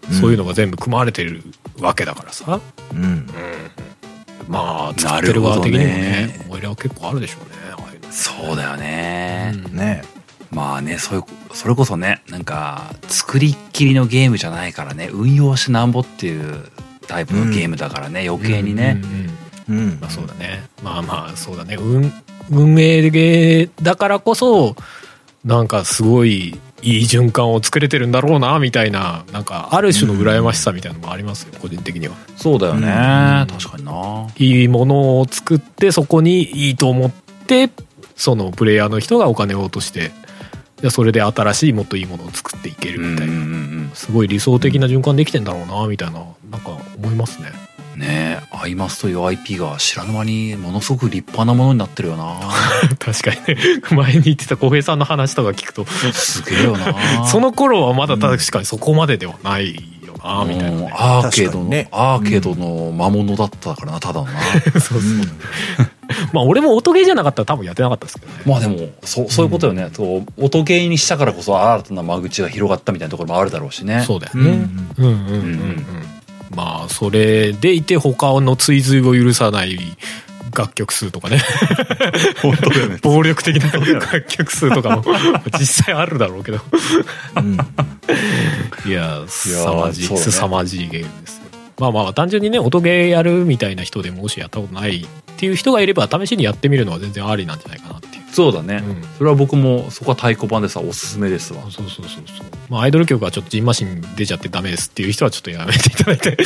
[SPEAKER 3] うん
[SPEAKER 2] そういうのが全部組まれてるわけだからさ、
[SPEAKER 3] うん。
[SPEAKER 2] まあ、作
[SPEAKER 1] な
[SPEAKER 2] って
[SPEAKER 1] る
[SPEAKER 2] る
[SPEAKER 1] ほ
[SPEAKER 2] 側
[SPEAKER 1] ど
[SPEAKER 2] 的
[SPEAKER 1] ね
[SPEAKER 2] にもね、思い入れは結構あるでしょうね、ああいうの
[SPEAKER 1] そうだよね、
[SPEAKER 2] うん
[SPEAKER 3] ね
[SPEAKER 1] まあねそういうそれこそねなんか作りっきりのゲームじゃないからね運用しなんぼっていうタイプのゲームだからね、余計にね、
[SPEAKER 2] うんうんうん
[SPEAKER 3] うん
[SPEAKER 2] まあ そうだね。まあまあそうだね。運運営芸だからこそ、なんかすごいいい循環を作れてるんだろうな、みたいな、なんかある種の羨ましさみたいなのもありますよ、個人的には。
[SPEAKER 1] そうだよね、
[SPEAKER 2] うん
[SPEAKER 1] 確かにない
[SPEAKER 2] いものを作って、そこにいいと思って、そのプレイヤーの人がお金を落として、いやそれで新しいもっといいものを作っていけるみたいな。
[SPEAKER 1] うんうん
[SPEAKER 2] すごい理想的な循環できてんだろうな、みたいな、なんか思いますね。
[SPEAKER 1] うんねえアイマスという IP が知らぬ間にものすごく立派なものになってるよ な
[SPEAKER 2] 確かにね。前に言ってた浩平さんの話とか聞くと、
[SPEAKER 1] すげえよな
[SPEAKER 2] その頃はまだ確かにそこまでではないよな、みたいな、
[SPEAKER 1] うん
[SPEAKER 2] ね。
[SPEAKER 1] アーケード
[SPEAKER 3] 確か
[SPEAKER 1] の、
[SPEAKER 3] にね
[SPEAKER 1] アーケードの魔物だったからなただのな
[SPEAKER 2] そうそうまあ俺も音ゲーじゃなかったら多分やってなかったですけどね。
[SPEAKER 1] まあでもそうそういうことよね、と音ゲーにしたからこそ新たな間口が広がったみたいなところもあるだろうしね
[SPEAKER 2] そうだよ
[SPEAKER 3] うん。う
[SPEAKER 2] ね。
[SPEAKER 3] ん。
[SPEAKER 2] うんうんうんうん。
[SPEAKER 1] うんうん
[SPEAKER 2] まあそれでいて他の追随を許さない楽曲数とかね。
[SPEAKER 1] 本当だよね
[SPEAKER 2] 暴力的な 楽曲数とか も実際あるだろうけど。
[SPEAKER 3] うん
[SPEAKER 2] いや、凄まじい、
[SPEAKER 1] そうだね
[SPEAKER 2] 凄まじいゲームですよ。まあまあ単純にね、音ゲーやるみたいな人でもしやったことないっていう人がいれば試しにやってみるのは全然ありなんじゃないかなっていう。
[SPEAKER 1] そうだね、
[SPEAKER 2] うん
[SPEAKER 1] それは僕もそこは太鼓判でさおすすめですわ
[SPEAKER 2] そうそうそうそう。まあ、アイドル曲はちょっとジンマシン出ちゃってダメですっていう人はちょっとやめていただいて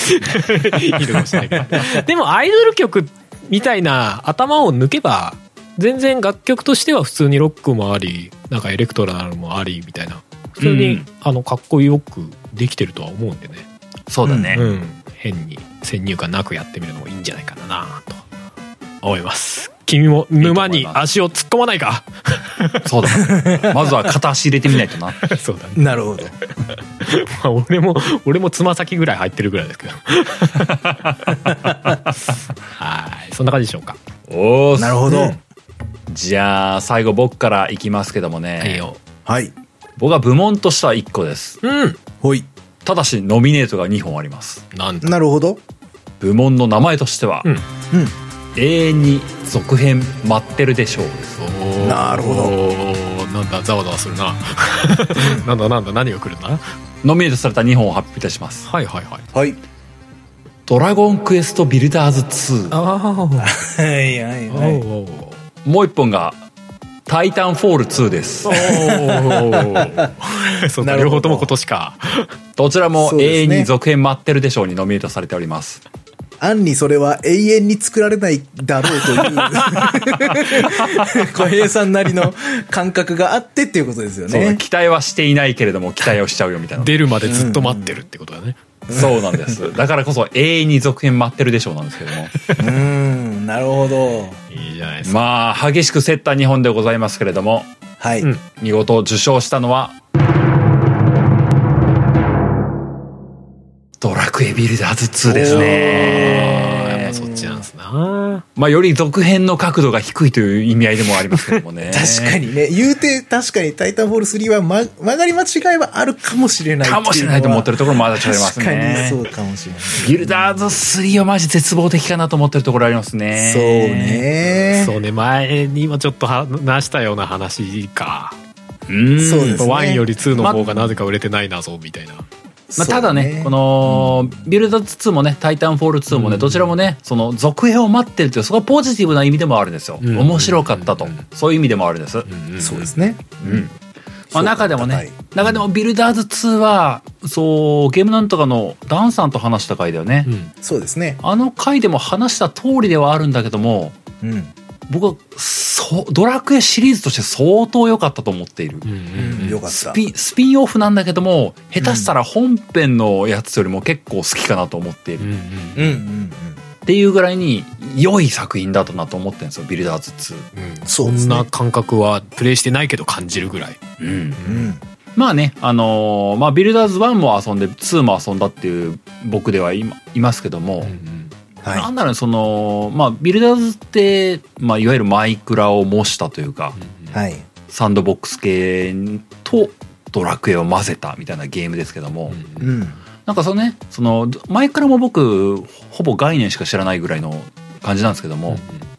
[SPEAKER 2] いいのかもしれないけど。 でも、アイドル曲みたいな頭を抜けば、全然楽曲としては普通にロックもあり、なんかエレクトラルもありみたいな。普通に、
[SPEAKER 1] うん
[SPEAKER 2] あの、かっこよくできてるとは思うんでね。
[SPEAKER 1] そうだね、
[SPEAKER 2] うん。変に先入観なくやってみるのもいいんじゃないかなと思います。君も沼に足を突っ込まないか
[SPEAKER 1] そう だまずは片足入れてみないとな
[SPEAKER 2] そうだね。
[SPEAKER 3] なるほど。
[SPEAKER 2] まあ、俺も俺もつま先ぐらい入ってるぐらいですけどはいそんな感じでしょうか
[SPEAKER 1] お
[SPEAKER 3] なるほど。
[SPEAKER 1] じゃあ最後僕からいきますけどもね、
[SPEAKER 2] はいよ
[SPEAKER 3] はい。
[SPEAKER 1] 僕は部門としては1個です
[SPEAKER 2] うん
[SPEAKER 3] ほい。
[SPEAKER 1] ただしノミネートが2本あります
[SPEAKER 2] なんと
[SPEAKER 3] なるほど。
[SPEAKER 1] 部門の名前としては、
[SPEAKER 2] うん
[SPEAKER 1] 永遠に続編待ってるでしょうです
[SPEAKER 2] おー
[SPEAKER 3] なるほど
[SPEAKER 2] おーなんだざわざわするななんだなんだ何が来るんだは
[SPEAKER 1] ノミネートされた2本を発表いたします
[SPEAKER 2] いはいはい
[SPEAKER 3] はい。
[SPEAKER 1] 「ドラゴンクエストビルダーズ2
[SPEAKER 2] あ
[SPEAKER 3] はいはい
[SPEAKER 2] お
[SPEAKER 3] はい。
[SPEAKER 2] ーおー」
[SPEAKER 1] もう1本が「タイタンフォール2」です
[SPEAKER 2] おーそうか
[SPEAKER 3] なる
[SPEAKER 2] 両
[SPEAKER 3] ほ
[SPEAKER 2] 方と
[SPEAKER 3] ど
[SPEAKER 2] も今年か
[SPEAKER 1] どちらも
[SPEAKER 3] そうですね
[SPEAKER 1] 永遠に続編待ってるでしょうにノミネートされております
[SPEAKER 3] 暗にそれは永遠に作られないだろう という、小平さんなりの感覚があってっていうことですよ
[SPEAKER 1] そうだ
[SPEAKER 3] ね。
[SPEAKER 1] 期待はしていないけれども期待をしちゃうよみたいな
[SPEAKER 2] 出るまでずっと待ってるってことだね
[SPEAKER 1] そうなんですだからこそ永遠に続編待ってるでしょうなんですけども
[SPEAKER 3] うーん、なるほど。
[SPEAKER 2] いいじゃないですか
[SPEAKER 1] まあ激しく競った2本でございますけれども
[SPEAKER 3] はい。
[SPEAKER 2] うん
[SPEAKER 1] 見事受賞したのはドラクエビルダーズ2です
[SPEAKER 2] あーやっ
[SPEAKER 1] ね
[SPEAKER 2] ぱそっちなんですな
[SPEAKER 1] まあより続編の角度が低いという意味合いでもありますけどもね
[SPEAKER 3] 確かにね、言うて確かにタイタンフォール3は、ま、曲がり間違いはあるかもしれないっていうの
[SPEAKER 1] かも
[SPEAKER 3] は
[SPEAKER 1] しれないと思ってるところもまだ違いますね
[SPEAKER 3] 確かにそうかもしれない。
[SPEAKER 1] ビルダーズ3はマジ絶望的かなと思ってるところありますね。
[SPEAKER 3] そう。ね。
[SPEAKER 2] そうね前にもちょっと話したような話か
[SPEAKER 1] うん。
[SPEAKER 3] そうですね
[SPEAKER 2] ワンよりツーの方がなぜか売れてないなぞみたいな、
[SPEAKER 1] まあ、ただね、この、ビルダーズ2もね、タイタンフォール2もね、
[SPEAKER 2] うん
[SPEAKER 1] どちらもね、その続編を待ってるっていう、そこはポジティブな意味でもあるんですよ。
[SPEAKER 2] うん
[SPEAKER 1] 面白かったと
[SPEAKER 2] うん。
[SPEAKER 1] そういう意味でもあるんです。
[SPEAKER 2] うんうん
[SPEAKER 3] そうですね。
[SPEAKER 1] うん。まあ中でもね、中でもビルダーズ2は、そう、ゲームなんとかのダンさんと話した回だよね。
[SPEAKER 2] うん。
[SPEAKER 3] そうですね。
[SPEAKER 1] あの回でも話した通りではあるんだけども、
[SPEAKER 3] うん。
[SPEAKER 1] 僕は、そう、ドラクエシリーズとして相当良かったと思っている。
[SPEAKER 2] うんうん
[SPEAKER 3] よかっ
[SPEAKER 1] ス
[SPEAKER 3] た。
[SPEAKER 1] ピン、スピンオフなんだけども、下手したら本編のやつよりも結構好きかなと思っている。
[SPEAKER 2] う
[SPEAKER 1] っ
[SPEAKER 2] ん
[SPEAKER 3] うんうんうん。
[SPEAKER 1] ていうぐらいに良い作品だったなと思ってるんですよ、ビルダーズ
[SPEAKER 2] うん
[SPEAKER 3] そう
[SPEAKER 2] そ
[SPEAKER 3] です
[SPEAKER 2] ん
[SPEAKER 3] ね
[SPEAKER 2] な感覚はプレイしてないけど感じるぐらい。
[SPEAKER 1] 2。うん。
[SPEAKER 3] うん。
[SPEAKER 1] まあね、あのーまあ、ビルダーズ1も遊んで、2も遊んだっていう僕ではいまいますけども、な
[SPEAKER 3] は
[SPEAKER 1] んだろうねその、まあ、ビルダーズって、まあ、いわゆるマイクラを模したというか、
[SPEAKER 3] い。はい。
[SPEAKER 1] サンドボックス系とドラクエを混ぜたみたいなゲームですけども、
[SPEAKER 3] うん。
[SPEAKER 1] なんかそのね、その、マイクラも僕、ほぼ概念しか知らないぐらいの感じなんですけども、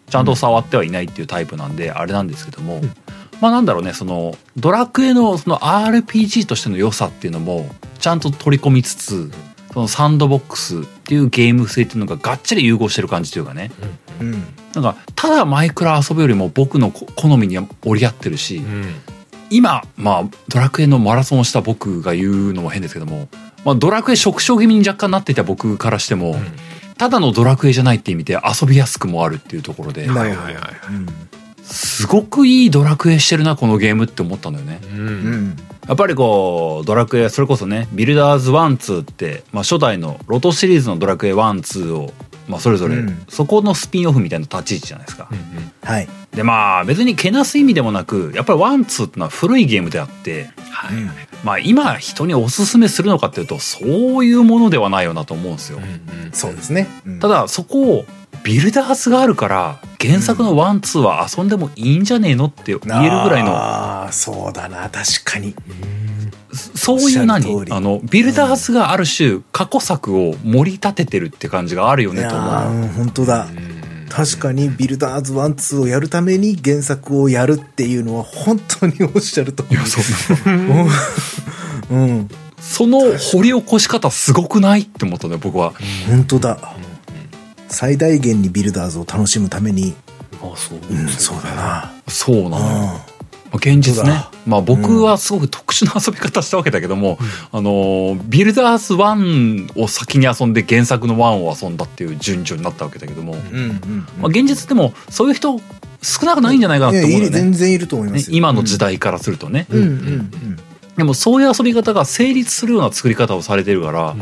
[SPEAKER 1] ちゃんと触ってはいないっていうタイプなんで、あれなんですけども、
[SPEAKER 2] ん
[SPEAKER 1] まあなんだろうね、その、ドラクエのその RPG としての良さっていうのも、ちゃんと取り込みつつ、そのサンドボックスっていうゲーム性っていうのががっちり融合してる感じというかね、
[SPEAKER 3] うん。
[SPEAKER 1] なんか、ただマイクラ遊ぶよりも僕のこ好みに折り合ってるし、今、まあ、ドラクエのマラソンをした僕が言うのも変ですけども、まあ、ドラクエ触傷気味に若干なっていた僕からしても、ただのドラクエじゃないって意味で遊びやすくもあるっていうところで、
[SPEAKER 3] な
[SPEAKER 2] は
[SPEAKER 3] る
[SPEAKER 2] い
[SPEAKER 3] ほ
[SPEAKER 2] はい
[SPEAKER 3] ど。
[SPEAKER 2] はい。
[SPEAKER 1] すごくいいドラクエしてるな、このゲームって思ったんだよね。
[SPEAKER 2] う
[SPEAKER 3] うん。うんん。
[SPEAKER 1] やっぱりこう、ドラクエ、それこそね、ビルダーズ1、2って、まあ、初代のロトシリーズのドラクエ1、2を、まあ、それぞれ、
[SPEAKER 3] うん
[SPEAKER 1] そこのスピンオフみたいな立ち位置じゃないですか。
[SPEAKER 3] はい。
[SPEAKER 1] で、まあ、別にけなす意味でもなく、やっぱり1、2ってのは古いゲームであって、
[SPEAKER 2] は
[SPEAKER 3] う
[SPEAKER 2] い
[SPEAKER 3] ん
[SPEAKER 1] まあ今人におすすめするのかっていうとそういうものではないよなと思うんですよ。
[SPEAKER 3] そうですね。
[SPEAKER 1] た、だそこをビルダーズがあるから原作のワンツーは遊んでもいいんじゃねえのって言えるぐらいの
[SPEAKER 3] ああ、そうだな。確かに。
[SPEAKER 1] そういう何
[SPEAKER 3] おっしゃる通り
[SPEAKER 1] あのビルダーズがある種過去作を盛り立ててるって感じがあるよ
[SPEAKER 3] い
[SPEAKER 1] ね
[SPEAKER 3] や
[SPEAKER 1] と思
[SPEAKER 3] ー
[SPEAKER 1] う。
[SPEAKER 3] うん本当だ。確かにビルダーズワンツーをやるために原作をやるっていうのは本当におっしゃると
[SPEAKER 1] いやそう
[SPEAKER 3] うんうん
[SPEAKER 1] その掘り起こし方すごくないって思ったね僕は。
[SPEAKER 3] 本当だ最大限にビルダーズを楽しむために
[SPEAKER 2] あそう
[SPEAKER 3] うんそうだな
[SPEAKER 1] そうなのよ。
[SPEAKER 3] う
[SPEAKER 1] まあ現実
[SPEAKER 3] 本
[SPEAKER 1] ね
[SPEAKER 3] 当だ。
[SPEAKER 1] まあ僕はすごく特殊な遊び方したわけだけども、あのー、ビルダーズ1を先に遊んで原作の1を遊んだっていう順序になったわけだけども、
[SPEAKER 3] んうんうん
[SPEAKER 1] まあ現実でもそういう人少なくないんじゃないかなと思う
[SPEAKER 3] い
[SPEAKER 1] よ
[SPEAKER 3] やいる
[SPEAKER 1] ね。
[SPEAKER 3] 全然いると思いま
[SPEAKER 1] ね
[SPEAKER 3] すよ
[SPEAKER 1] 今の時代からするとね。
[SPEAKER 3] うんうん
[SPEAKER 1] でもそういう遊び方が成立するような作り方をされてるから、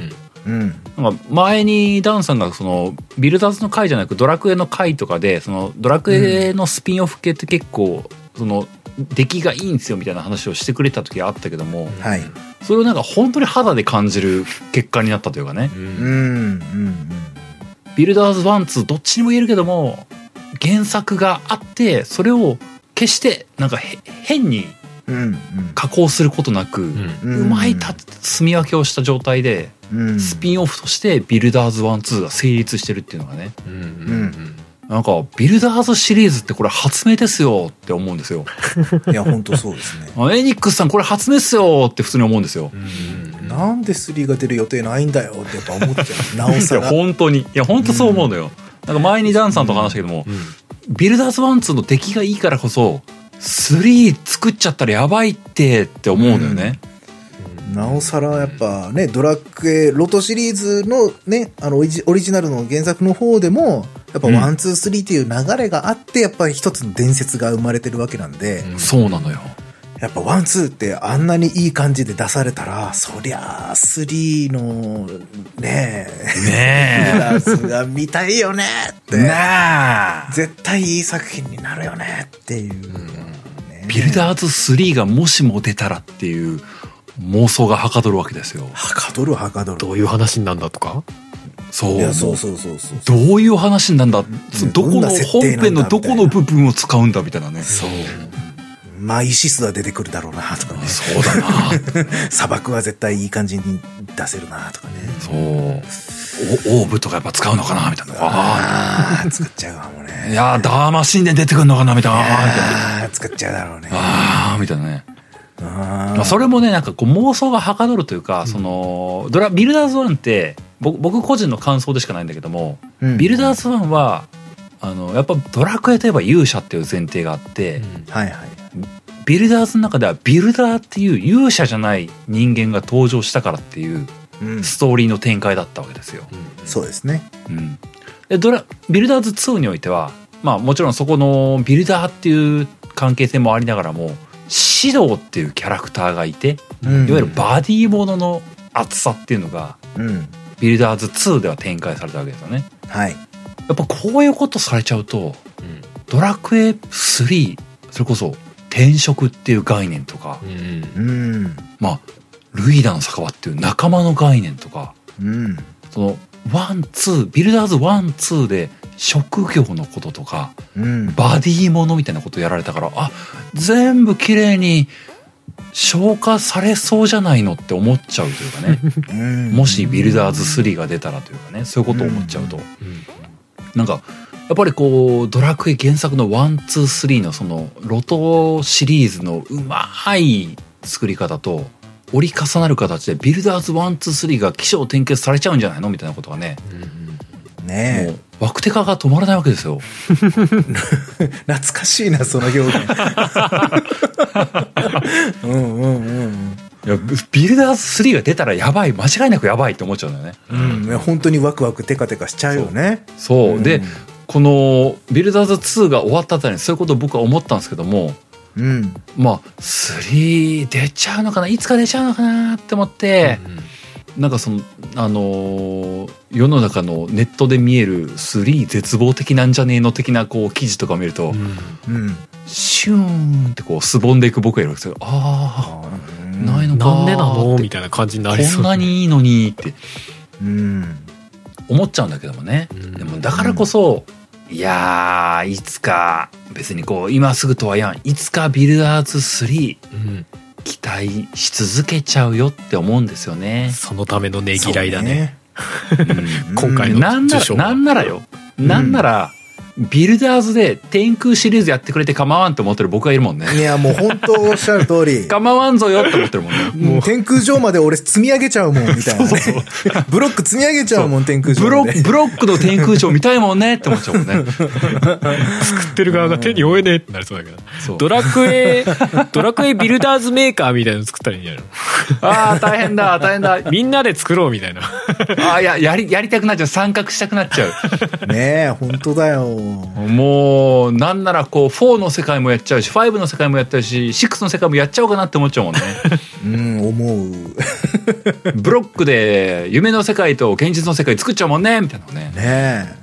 [SPEAKER 3] うんうん
[SPEAKER 1] なんか前にダンさんがそのビルダーズの回じゃなくドラクエの回とかでそのドラクエのスピンオフ系って結構その出来がいいんですよみたいな話をしてくれた時があったけども
[SPEAKER 3] はい
[SPEAKER 1] それをなんか本当に肌で感じる結果になったというかね
[SPEAKER 3] うんうん
[SPEAKER 1] ビルダーズ1、2どっちにも言えるけども原作があってそれを決してなんかへ変に
[SPEAKER 3] うんうん
[SPEAKER 1] 加工することなく
[SPEAKER 3] う
[SPEAKER 1] うんまいた積み分けをした状態で
[SPEAKER 3] うん
[SPEAKER 1] スピンオフとしてビルダーズ1、2が成立してるっていうのがねなんか、ビルダーズシリーズってこれ発明ですよって思うんですよ。
[SPEAKER 3] いや本当そうですね
[SPEAKER 1] あエニックスさんこれ発明っすよって普通に思うんですよ。
[SPEAKER 3] なんで3が出る予定ないんだよってやっぱ思っちゃ うなお
[SPEAKER 1] い
[SPEAKER 3] さ
[SPEAKER 1] や、
[SPEAKER 3] ら
[SPEAKER 1] 本当に。いや、本当そう思うのよ。なんか前にダンさんと話したけども、ビルダーズワンツーの出来がいいからこそ、3作っちゃったらやばいってって思うのよね。
[SPEAKER 3] なおさらやっぱね、ドラクエ、ロトシリーズのね、あのオリジ、オリジナルの原作の方でも、やっぱ
[SPEAKER 1] うん
[SPEAKER 3] ワン、ツー、スリーっていう流れがあって、やっぱり一つの伝説が生まれてるわけなんで、
[SPEAKER 1] そうなのよ。
[SPEAKER 3] やっぱワン、ツーってあんなにいい感じで出されたら、そりゃあ、スリーの、ねえ、
[SPEAKER 1] ね
[SPEAKER 3] ダンスが見たいよねって、
[SPEAKER 1] え。なあ。
[SPEAKER 3] 絶対いい作品になるよねっていう、ね
[SPEAKER 1] ビルダーズ3がもしも出たらっていう妄想がはかどるわけですよ。
[SPEAKER 3] はかどるはかどる。
[SPEAKER 2] どういう話になんだとか
[SPEAKER 1] そう。
[SPEAKER 3] いや、そうそうそうそう。
[SPEAKER 1] どういう話なんだ、どこ
[SPEAKER 3] どん
[SPEAKER 1] の
[SPEAKER 3] な設
[SPEAKER 1] 本
[SPEAKER 3] 定なんだ
[SPEAKER 1] 編のどこの部分を使うんだみたいなね
[SPEAKER 3] そう。まあ、イシスは出てくるだろうな、とかね。
[SPEAKER 1] そうだな
[SPEAKER 3] 砂漠は絶対いい感じに出せるなとかね。
[SPEAKER 1] そうおオーブとかやっぱ使うのかなみたいなあ
[SPEAKER 3] ああ、作っちゃうかも
[SPEAKER 1] あ
[SPEAKER 3] ね。
[SPEAKER 1] いやーダーマシンで出てくるのかなみたいなあーみたいな
[SPEAKER 3] ああ、作っちゃうだろうね。
[SPEAKER 1] あーみたいなね、
[SPEAKER 3] あ
[SPEAKER 1] まあ、それもねなんかこう妄想がはかどるというか、そのドラビルダーズ1って僕僕個人の感想でしかないんだけども、
[SPEAKER 3] れ
[SPEAKER 1] ビルダー
[SPEAKER 3] ズ。
[SPEAKER 1] ズ1はあのやっぱドラクエといえば勇者っていう前提があって、
[SPEAKER 3] はいはい。
[SPEAKER 1] ビルダーズの中ではビルダーっていう勇者じゃない人間が登場したからっていう
[SPEAKER 3] うん
[SPEAKER 1] ストーリーの展開だったわけですよ。
[SPEAKER 3] そうですね。
[SPEAKER 1] うん、でドラビルダーズ2においては、まあ、もちろんそこのビルダーっていう関係性もありながらも指導っていうキャラクターがいて
[SPEAKER 3] い
[SPEAKER 1] いわゆるバディものの厚さっていうのが
[SPEAKER 3] うん。
[SPEAKER 1] ビルダーズ2では展開されたわけですよね。
[SPEAKER 3] はい。
[SPEAKER 1] やっぱこういうことされちゃうとドラクエ3それこそ転職っていう概念とか、
[SPEAKER 3] うん。
[SPEAKER 1] まあ、ルイダの酒場っていう仲間の概念とか
[SPEAKER 3] うん。
[SPEAKER 1] そのワンツービルダーズワンツーで職業のこととか
[SPEAKER 3] うん。
[SPEAKER 1] バディものみたいなことやられたからあ全部綺麗に消化されそうじゃないのって思っちゃうというかね
[SPEAKER 3] うん
[SPEAKER 1] もしビルダーズ3が出たらというかねそういうことを思っちゃうと、なんかやっぱりこうドラクエ原作の123のそのロトシリーズのうまい作り方と折り重なる形でビルダーズ123が起承転結されちゃうんじゃないのみたいなことがね、も
[SPEAKER 3] ね
[SPEAKER 1] うワクテカが止まらないわけですよ。
[SPEAKER 3] え。懐かしいな、その表 現。うんうんうん
[SPEAKER 1] いやビルダーズ3が出たらやばい間違いなくやばいって思っちゃうんだよね。
[SPEAKER 3] うん。うんいや、本当にワクワクテカテカしちゃうよね。
[SPEAKER 1] そう、
[SPEAKER 3] うん
[SPEAKER 1] でこのビルダーズ2が終わったあたりにそういうことを僕は思ったんですけども
[SPEAKER 3] うん。
[SPEAKER 1] まあ3出ちゃうのかないつか出ちゃうのかなって思って。なんかその、あのー世の中のネットで見える3絶望的なんじゃねえの的なこう記事とかを見ると、
[SPEAKER 3] うん。
[SPEAKER 1] シューンってこうすぼんでいく僕がいるわけですよ。ああ、ないのかー
[SPEAKER 2] なんでなの
[SPEAKER 1] って
[SPEAKER 2] みたいな感じになりそ
[SPEAKER 1] こ
[SPEAKER 2] う
[SPEAKER 1] んなにいいのにって
[SPEAKER 3] うん。
[SPEAKER 1] 思っちゃうんだけどもね。
[SPEAKER 2] うん
[SPEAKER 1] でもだからこそ、いやー、いつか、別にこう、今すぐとは言わん、いつかビルダーズ3
[SPEAKER 2] うん
[SPEAKER 1] 期待し続けちゃうよって思うんですよね。
[SPEAKER 2] そのためのねぎらいだね
[SPEAKER 1] うん
[SPEAKER 2] 今回の
[SPEAKER 1] なんな
[SPEAKER 2] 受
[SPEAKER 1] ら
[SPEAKER 2] 賞
[SPEAKER 1] なんならよ、なんならビルダーズで天空シリーズやってくれて構わんと思ってる僕がいるもんね
[SPEAKER 3] いや、もう本当おっしゃる通り。
[SPEAKER 1] 構わんぞよって思ってるもんね
[SPEAKER 3] もう天空上まで俺積み上げちゃうもん、み たいなね。ブロック積み上げちゃうもん、天空上
[SPEAKER 1] ブロ
[SPEAKER 3] まで。
[SPEAKER 1] ブロックの天空城見たいもんねって思っちゃうもんね
[SPEAKER 2] 作ってる側が手に負えねえってなりそうだけど
[SPEAKER 1] そう
[SPEAKER 2] ドラクエドラクエビルダーズメーカーみたいなの作ったらいいんじゃない の
[SPEAKER 1] ああ大変だ大変だあ
[SPEAKER 2] みんなで作ろうみたいな
[SPEAKER 1] ーいややりやりたくなっちゃう参画したくなっちゃ
[SPEAKER 3] ねえ、本当だよ。
[SPEAKER 1] うもうなんならこう4の世界もやっちゃうし5の世界もやっちゃうし6の世界もやっちゃおうかなって思っちゃうもんね
[SPEAKER 3] うん、思う。
[SPEAKER 1] ブロックで夢の世界と現実の世界作っちゃうもんねみたいなのね
[SPEAKER 3] ね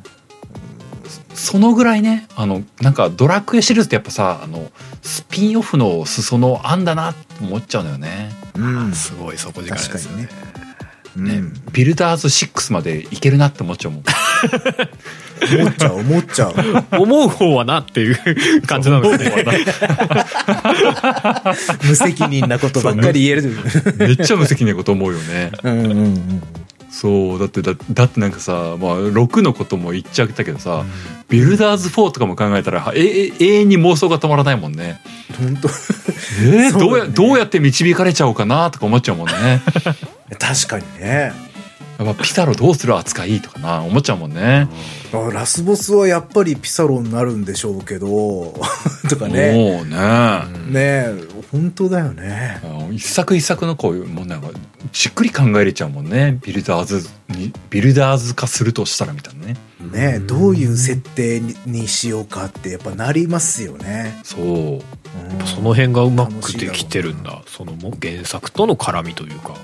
[SPEAKER 1] そのぐらいねあのなんかドラクエシリーズってやっぱさあのスピンオフの裾野あんだなって思っちゃうのよね
[SPEAKER 3] え。うん。
[SPEAKER 2] すごい底力で
[SPEAKER 3] 確か
[SPEAKER 2] すよ
[SPEAKER 3] にね
[SPEAKER 2] ね。
[SPEAKER 3] ね
[SPEAKER 1] ビルダーズ6までいけるなって思っちゃうもん
[SPEAKER 3] うん。思っちゃう、思っちゃう。
[SPEAKER 2] 思う方はなっていう 感じなの で、
[SPEAKER 3] 無責任なことばっかり言える。
[SPEAKER 1] めっちゃ無責任なこと思うよね
[SPEAKER 3] うんうんうん。
[SPEAKER 1] そうだってだだってなんかさ、まあ、6のことも言っちゃったけどさ、ビルダーズ4とかも考えたらはええ永遠に妄想が止まらないもんね
[SPEAKER 3] 本当
[SPEAKER 1] えー
[SPEAKER 3] そう
[SPEAKER 1] どう
[SPEAKER 3] だね
[SPEAKER 1] やどうやって導かれちゃおうかなとか思っちゃうもん ね
[SPEAKER 3] 確かにね。
[SPEAKER 1] やっぱピタロどうする扱いとかな思っちゃうもんね、
[SPEAKER 3] あラスボスはやっぱりピサロになるんでしょうけど、 とかね。
[SPEAKER 1] もうね
[SPEAKER 3] ねえ、本当だよね。
[SPEAKER 1] あの一作一作のこういうもうなんかじっくり考えれちゃうもんねビルダーズにビルダーズ化するとしたらみたいなね
[SPEAKER 3] ねえ、どういう設定ににしようかってやっぱなりますよね。
[SPEAKER 1] そう
[SPEAKER 3] うん
[SPEAKER 2] その辺がうまくできてるんだそのも原作との絡みというか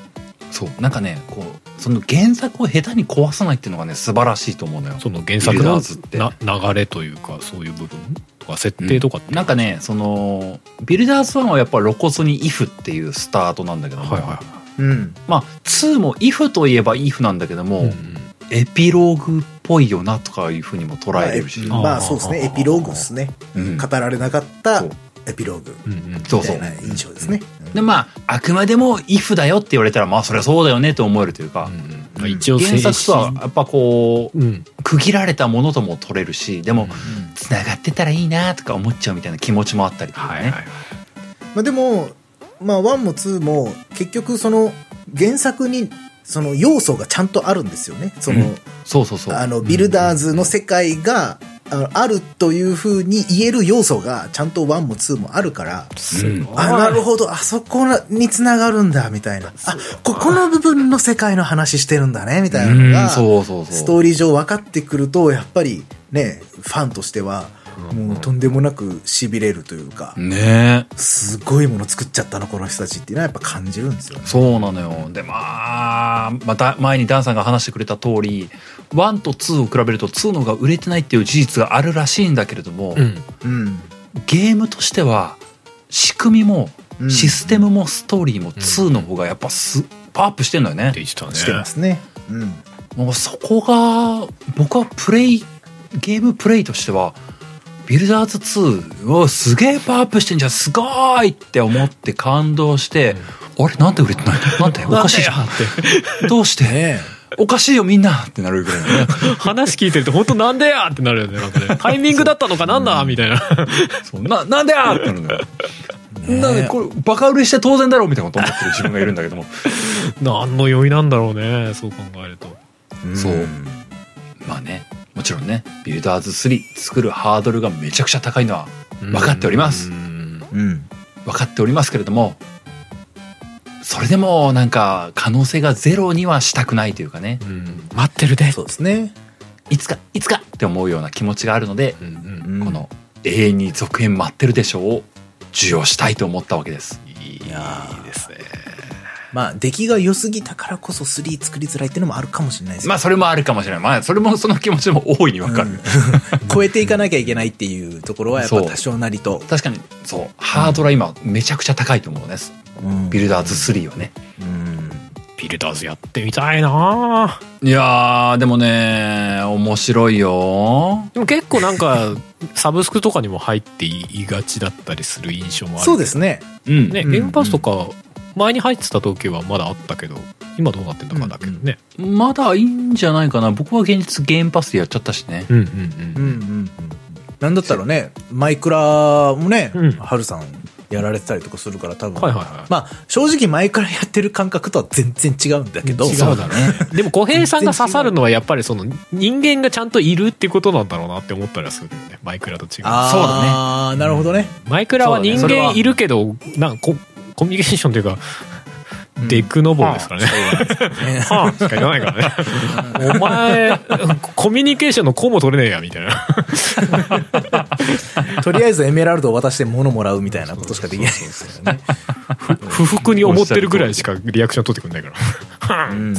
[SPEAKER 1] そうなんかねこうその原作を下手に壊さないっていうのがね素晴らしいと思うのよ
[SPEAKER 2] その原作
[SPEAKER 1] ビルダ
[SPEAKER 2] の
[SPEAKER 1] ーズって
[SPEAKER 2] な流れというかそういう部分とか設定とかって、
[SPEAKER 1] なんかねそのビルダーズ1はやっぱ露骨に「if」っていうスタートなんだけども、
[SPEAKER 2] はいは
[SPEAKER 3] うん。
[SPEAKER 1] まあ2も「if」といえば「if」なんだけども、
[SPEAKER 2] いはい、
[SPEAKER 1] エピローグっぽいよなとかいうふうにも捉えれるし、
[SPEAKER 3] まあまあそうですね、エピローグですね。
[SPEAKER 1] うん
[SPEAKER 3] 語られなかった
[SPEAKER 1] そう
[SPEAKER 3] エピローグ
[SPEAKER 2] うんうんうん
[SPEAKER 1] そう
[SPEAKER 3] み
[SPEAKER 1] そ
[SPEAKER 3] た
[SPEAKER 1] う
[SPEAKER 3] いな印象ですね。
[SPEAKER 1] でまああくまでも「if」だよって言われたらまあそりゃそうだよねと思えるというか、
[SPEAKER 2] まあ一応
[SPEAKER 1] 原作とはやっぱこう
[SPEAKER 2] うん
[SPEAKER 1] 区切られたものとも取れるしでもつながってたらいいなとか思っちゃうみたいな気持ちもあったりとかね、
[SPEAKER 2] はいはい
[SPEAKER 3] まあでも、まあ1も2も結局その原作にその要素がちゃんとあるんですよね。その、
[SPEAKER 1] そうそうそう
[SPEAKER 3] あの、ビルダーズの世界があのあるというふうに言える要素がちゃんと1も2もあるから、
[SPEAKER 2] すごい。
[SPEAKER 3] あ、なるほど、あそこにつながるんだ、みたいな。あ、ここの部分の世界の話してるんだね、みたいなの
[SPEAKER 1] うん
[SPEAKER 3] が、
[SPEAKER 1] そうそうそう
[SPEAKER 3] ストーリー上分かってくると、やっぱりね、ファンとしては、もうとんでもなく痺れるというか、
[SPEAKER 1] ねえ
[SPEAKER 3] すごいもの作っちゃったな、この人たちっていうのはやっぱ感じるんですよね。
[SPEAKER 1] そうなのよでまあまた前にダンさんが話してくれた通り1と2を比べると2の方が売れてないっていう事実があるらしいんだけれども、
[SPEAKER 2] うん。
[SPEAKER 3] うん。
[SPEAKER 1] ゲームとしては仕組みも
[SPEAKER 3] うん
[SPEAKER 1] システムもストーリーも2の方がやっぱすパワーアップしてんのよね、
[SPEAKER 2] でしたね。
[SPEAKER 3] してますね。うん。
[SPEAKER 1] もうそこが僕はプレイゲームプレイとしてはビルダーズ2うわすげえパワーアップしてんじゃんすごーいって思って感動して、あれなんで売れてないのなんでおかしいじゃんどうして、
[SPEAKER 3] ね
[SPEAKER 1] おかしいよみんなってなるぐらいのね
[SPEAKER 2] 話聞いてると本当なんでやってなるよね。なんか ねタイミングだったのかなんだみたいな。
[SPEAKER 1] そうななんでやってなるのよ、なんでこれバカ売れして当然だろうみたいなこと思ってる自分がいるんだけども
[SPEAKER 2] 何の余韻なんだろうね。そう考えると。
[SPEAKER 3] うん
[SPEAKER 1] そうまあねもちろんねビルダーズ3作るハードルがめちゃくちゃ高いのは分かっております
[SPEAKER 2] うん。
[SPEAKER 3] うん。
[SPEAKER 1] 分かっておりますけれどもそれでもなんか可能性がゼロにはしたくないというかね
[SPEAKER 2] うん待ってるで。
[SPEAKER 3] そうですね。
[SPEAKER 1] いつかいつかって思うような気持ちがあるので、
[SPEAKER 2] うんうん
[SPEAKER 3] うん
[SPEAKER 1] この「永遠に続編待ってるでしょ」を授与したいと思ったわけです。
[SPEAKER 2] いい
[SPEAKER 3] やー
[SPEAKER 2] ですね。
[SPEAKER 3] まあ、出来が良すぎたからこそ3作りづらいっていうのもあるかもしれないですよ
[SPEAKER 1] まあそれもあるかもしれない。まあそれもその気持ちも大いにわかる。
[SPEAKER 3] 超えていかなきゃいけないっていうところはやっぱ多少なりと。
[SPEAKER 1] 確かにそうハードルは今めちゃくちゃ高いと思うね。
[SPEAKER 3] うん
[SPEAKER 1] ビルダーズ3はね。
[SPEAKER 3] うん
[SPEAKER 2] ビルダーズやってみたいない
[SPEAKER 1] やーでもね面白いよ。
[SPEAKER 2] でも結構なんか、サブスクとかにも入っていがちだったりする印象もある。
[SPEAKER 3] そうですね。
[SPEAKER 1] うん。
[SPEAKER 2] ね、
[SPEAKER 3] うん
[SPEAKER 2] ゲームパスとか、前に入ってた時はまだあったけど、今どうなってんだかだけどね。
[SPEAKER 1] まだいいんじゃないかな。僕は現実ゲームパスでやっちゃったしね。
[SPEAKER 2] うんうん
[SPEAKER 3] う
[SPEAKER 2] うん。
[SPEAKER 3] うんんうん。なんだったらね、マイクラもね
[SPEAKER 2] うん、
[SPEAKER 3] ハルさんやられてたりとかするから多分。
[SPEAKER 2] はいはいはい。
[SPEAKER 3] まあ、正直マイクラやってる感覚とは全然違うんだけど。
[SPEAKER 2] 違う
[SPEAKER 1] そうだ
[SPEAKER 2] だろ
[SPEAKER 1] ね。
[SPEAKER 2] でも小平さんが刺さるのはやっぱりその人間がちゃんといるってことなんだろうなって思ったりはするけどねマイクラと違う
[SPEAKER 3] あー
[SPEAKER 1] そうだね
[SPEAKER 3] なるほどね。
[SPEAKER 2] マイクラは人
[SPEAKER 1] そうだねそれは
[SPEAKER 2] 間いるけど、なんかココミュニケーションというか、デクノボーですからね、はあ しか言わないからねお前コミュニケーションの子も取れねえやみたいな
[SPEAKER 3] とりあえずエメラルドを渡して物もらうみたいなことしかできないですよね。
[SPEAKER 2] 不服に思ってるぐらいしかリアクション取ってくんないからはあ
[SPEAKER 3] うん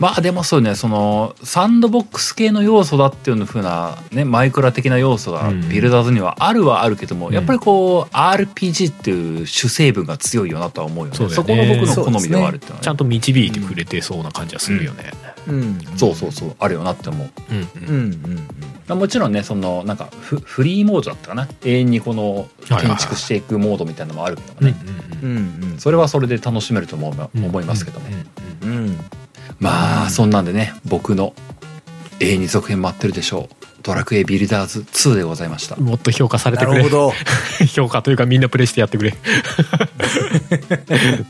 [SPEAKER 1] まあでもそうねそのサンドボックス系の要素だっていうふうな、ね、マイクラ的な要素が
[SPEAKER 2] うん
[SPEAKER 1] ビルダーズにはあるはあるけども、
[SPEAKER 2] ん
[SPEAKER 1] やっぱりこう RPG っていう主成分が強いよなとは思うよね
[SPEAKER 2] そ
[SPEAKER 1] そう
[SPEAKER 2] だよね
[SPEAKER 1] この僕の好みではあるっていうのは
[SPEAKER 2] ちゃん
[SPEAKER 1] ね
[SPEAKER 2] と導いてくれてそうな感じはするよね、
[SPEAKER 3] うん
[SPEAKER 1] そうそうそうあるよなって思う
[SPEAKER 2] うん
[SPEAKER 3] うんうんうん
[SPEAKER 1] まあもちろんねそのなんかフフリーモードだったかな永遠にこの
[SPEAKER 2] はいはい
[SPEAKER 1] 建築していくモードみたいなのもあるけどもね、
[SPEAKER 3] うんうん
[SPEAKER 1] それはそれで楽しめると思う思いますけども、
[SPEAKER 2] うんうん
[SPEAKER 3] うん
[SPEAKER 1] まあそんなんでね僕の永遠に続編待ってるでしょうドラクエビルダーズ2でございました
[SPEAKER 2] もっと評価され
[SPEAKER 3] な
[SPEAKER 2] てく
[SPEAKER 3] る
[SPEAKER 2] れ
[SPEAKER 3] ほど。
[SPEAKER 2] 評価というかみんなプレイしてやってくれ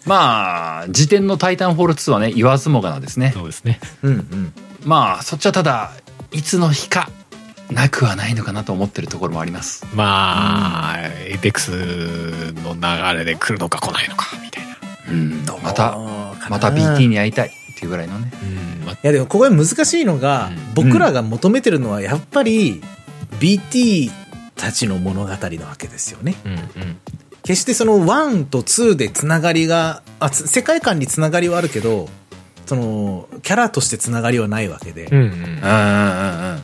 [SPEAKER 1] まあ時点の「タイタンフォール2」はね言わずもがなですね
[SPEAKER 2] そうですね
[SPEAKER 3] うんうん。
[SPEAKER 1] まあそっちはただいつの日かなくはないのかなと思ってるところもあります
[SPEAKER 2] まあ、エイペックスの流れで来るのか来ないのかみたいな、
[SPEAKER 1] うん
[SPEAKER 3] どう
[SPEAKER 1] また
[SPEAKER 3] かな
[SPEAKER 1] また BT に会いたいっていうぐらいのね
[SPEAKER 2] うんまあ
[SPEAKER 3] いやでもここが難しいのが、
[SPEAKER 1] うん
[SPEAKER 3] 僕らが求めてるのはやっぱり BT たちの物語なわけですよね。
[SPEAKER 2] うんうん
[SPEAKER 3] 決してその1と2でつながりが、あつ世界観につながりはあるけど、その、キャラとしてつながりはないわけで、
[SPEAKER 2] うん
[SPEAKER 1] うんうんうん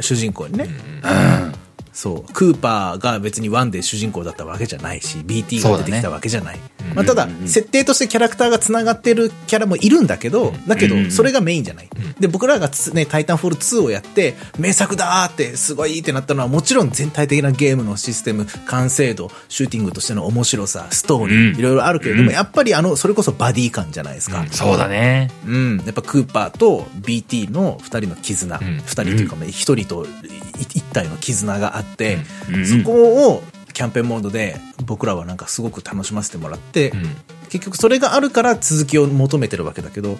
[SPEAKER 3] 主人公に
[SPEAKER 1] う
[SPEAKER 3] ね、
[SPEAKER 1] ん
[SPEAKER 3] そう、クーパーが別に1で主人公だったわけじゃないし、BT
[SPEAKER 1] そう
[SPEAKER 3] が
[SPEAKER 1] だ
[SPEAKER 3] 出
[SPEAKER 1] ね
[SPEAKER 3] てきたわけじゃない。まあ、ただ
[SPEAKER 1] うんうんう、ん
[SPEAKER 3] 設定としてキャラクターがつながってるキャラもいるんだけど、だけ
[SPEAKER 1] うんうん
[SPEAKER 3] ど、それがメインじゃない。で、僕らがつね、タイタンフォール2をやって、名作だーって、すごいってなったのは、もちろん全体的なゲームのシステム、完成度、シューティングとしての面白さ、ストーリ
[SPEAKER 1] うん
[SPEAKER 3] ー、いろいろあるけれども、やっぱりあの、それこそバディ感じゃないですか。
[SPEAKER 1] そうだね
[SPEAKER 3] うん、やっぱクーパーと BT の2人の絆、
[SPEAKER 2] う
[SPEAKER 3] 二
[SPEAKER 2] ん
[SPEAKER 3] 2人というか、まあ、1人とい1体の絆があって、
[SPEAKER 1] うん
[SPEAKER 3] そこをキャンペーンモードで僕らはなんかすごく楽しませてもらって、
[SPEAKER 2] うん
[SPEAKER 3] 結局それがあるから続きを求めてるわけだけど、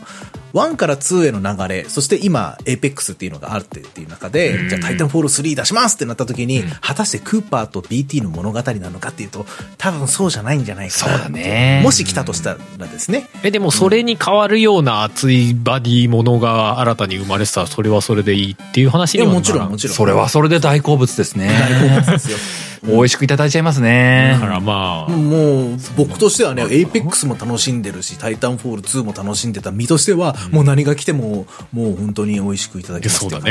[SPEAKER 3] 1から2への流れ、そして今、エイペックスっていうのがあるってっていう中で、じゃあタイタンフォール3出しますってなった時に、果たしてクーパーと BT の物語なのかっていうと、多分そうじゃないんじゃないかな。
[SPEAKER 1] そうだね
[SPEAKER 3] もし来たとしたらですね。
[SPEAKER 2] えでもそれに変わるような熱いバディものが新たに生まれてたらそれはそれでいいっていう話
[SPEAKER 3] い
[SPEAKER 2] に
[SPEAKER 3] や、
[SPEAKER 2] はな
[SPEAKER 3] もちろん、も
[SPEAKER 2] ち
[SPEAKER 3] ちろん。
[SPEAKER 1] それはそれで大好物ですね。
[SPEAKER 3] 大好物ですよ。
[SPEAKER 1] 美味しくいただいちゃいますね
[SPEAKER 2] だ。からまあ、
[SPEAKER 3] もう、僕としてはね、エイペックスも楽しんでるし、タイタンフォール2も楽しんでた身としては、もう何が来ても、もう本当に美味しくいただきます
[SPEAKER 2] そう
[SPEAKER 3] ってい
[SPEAKER 2] だ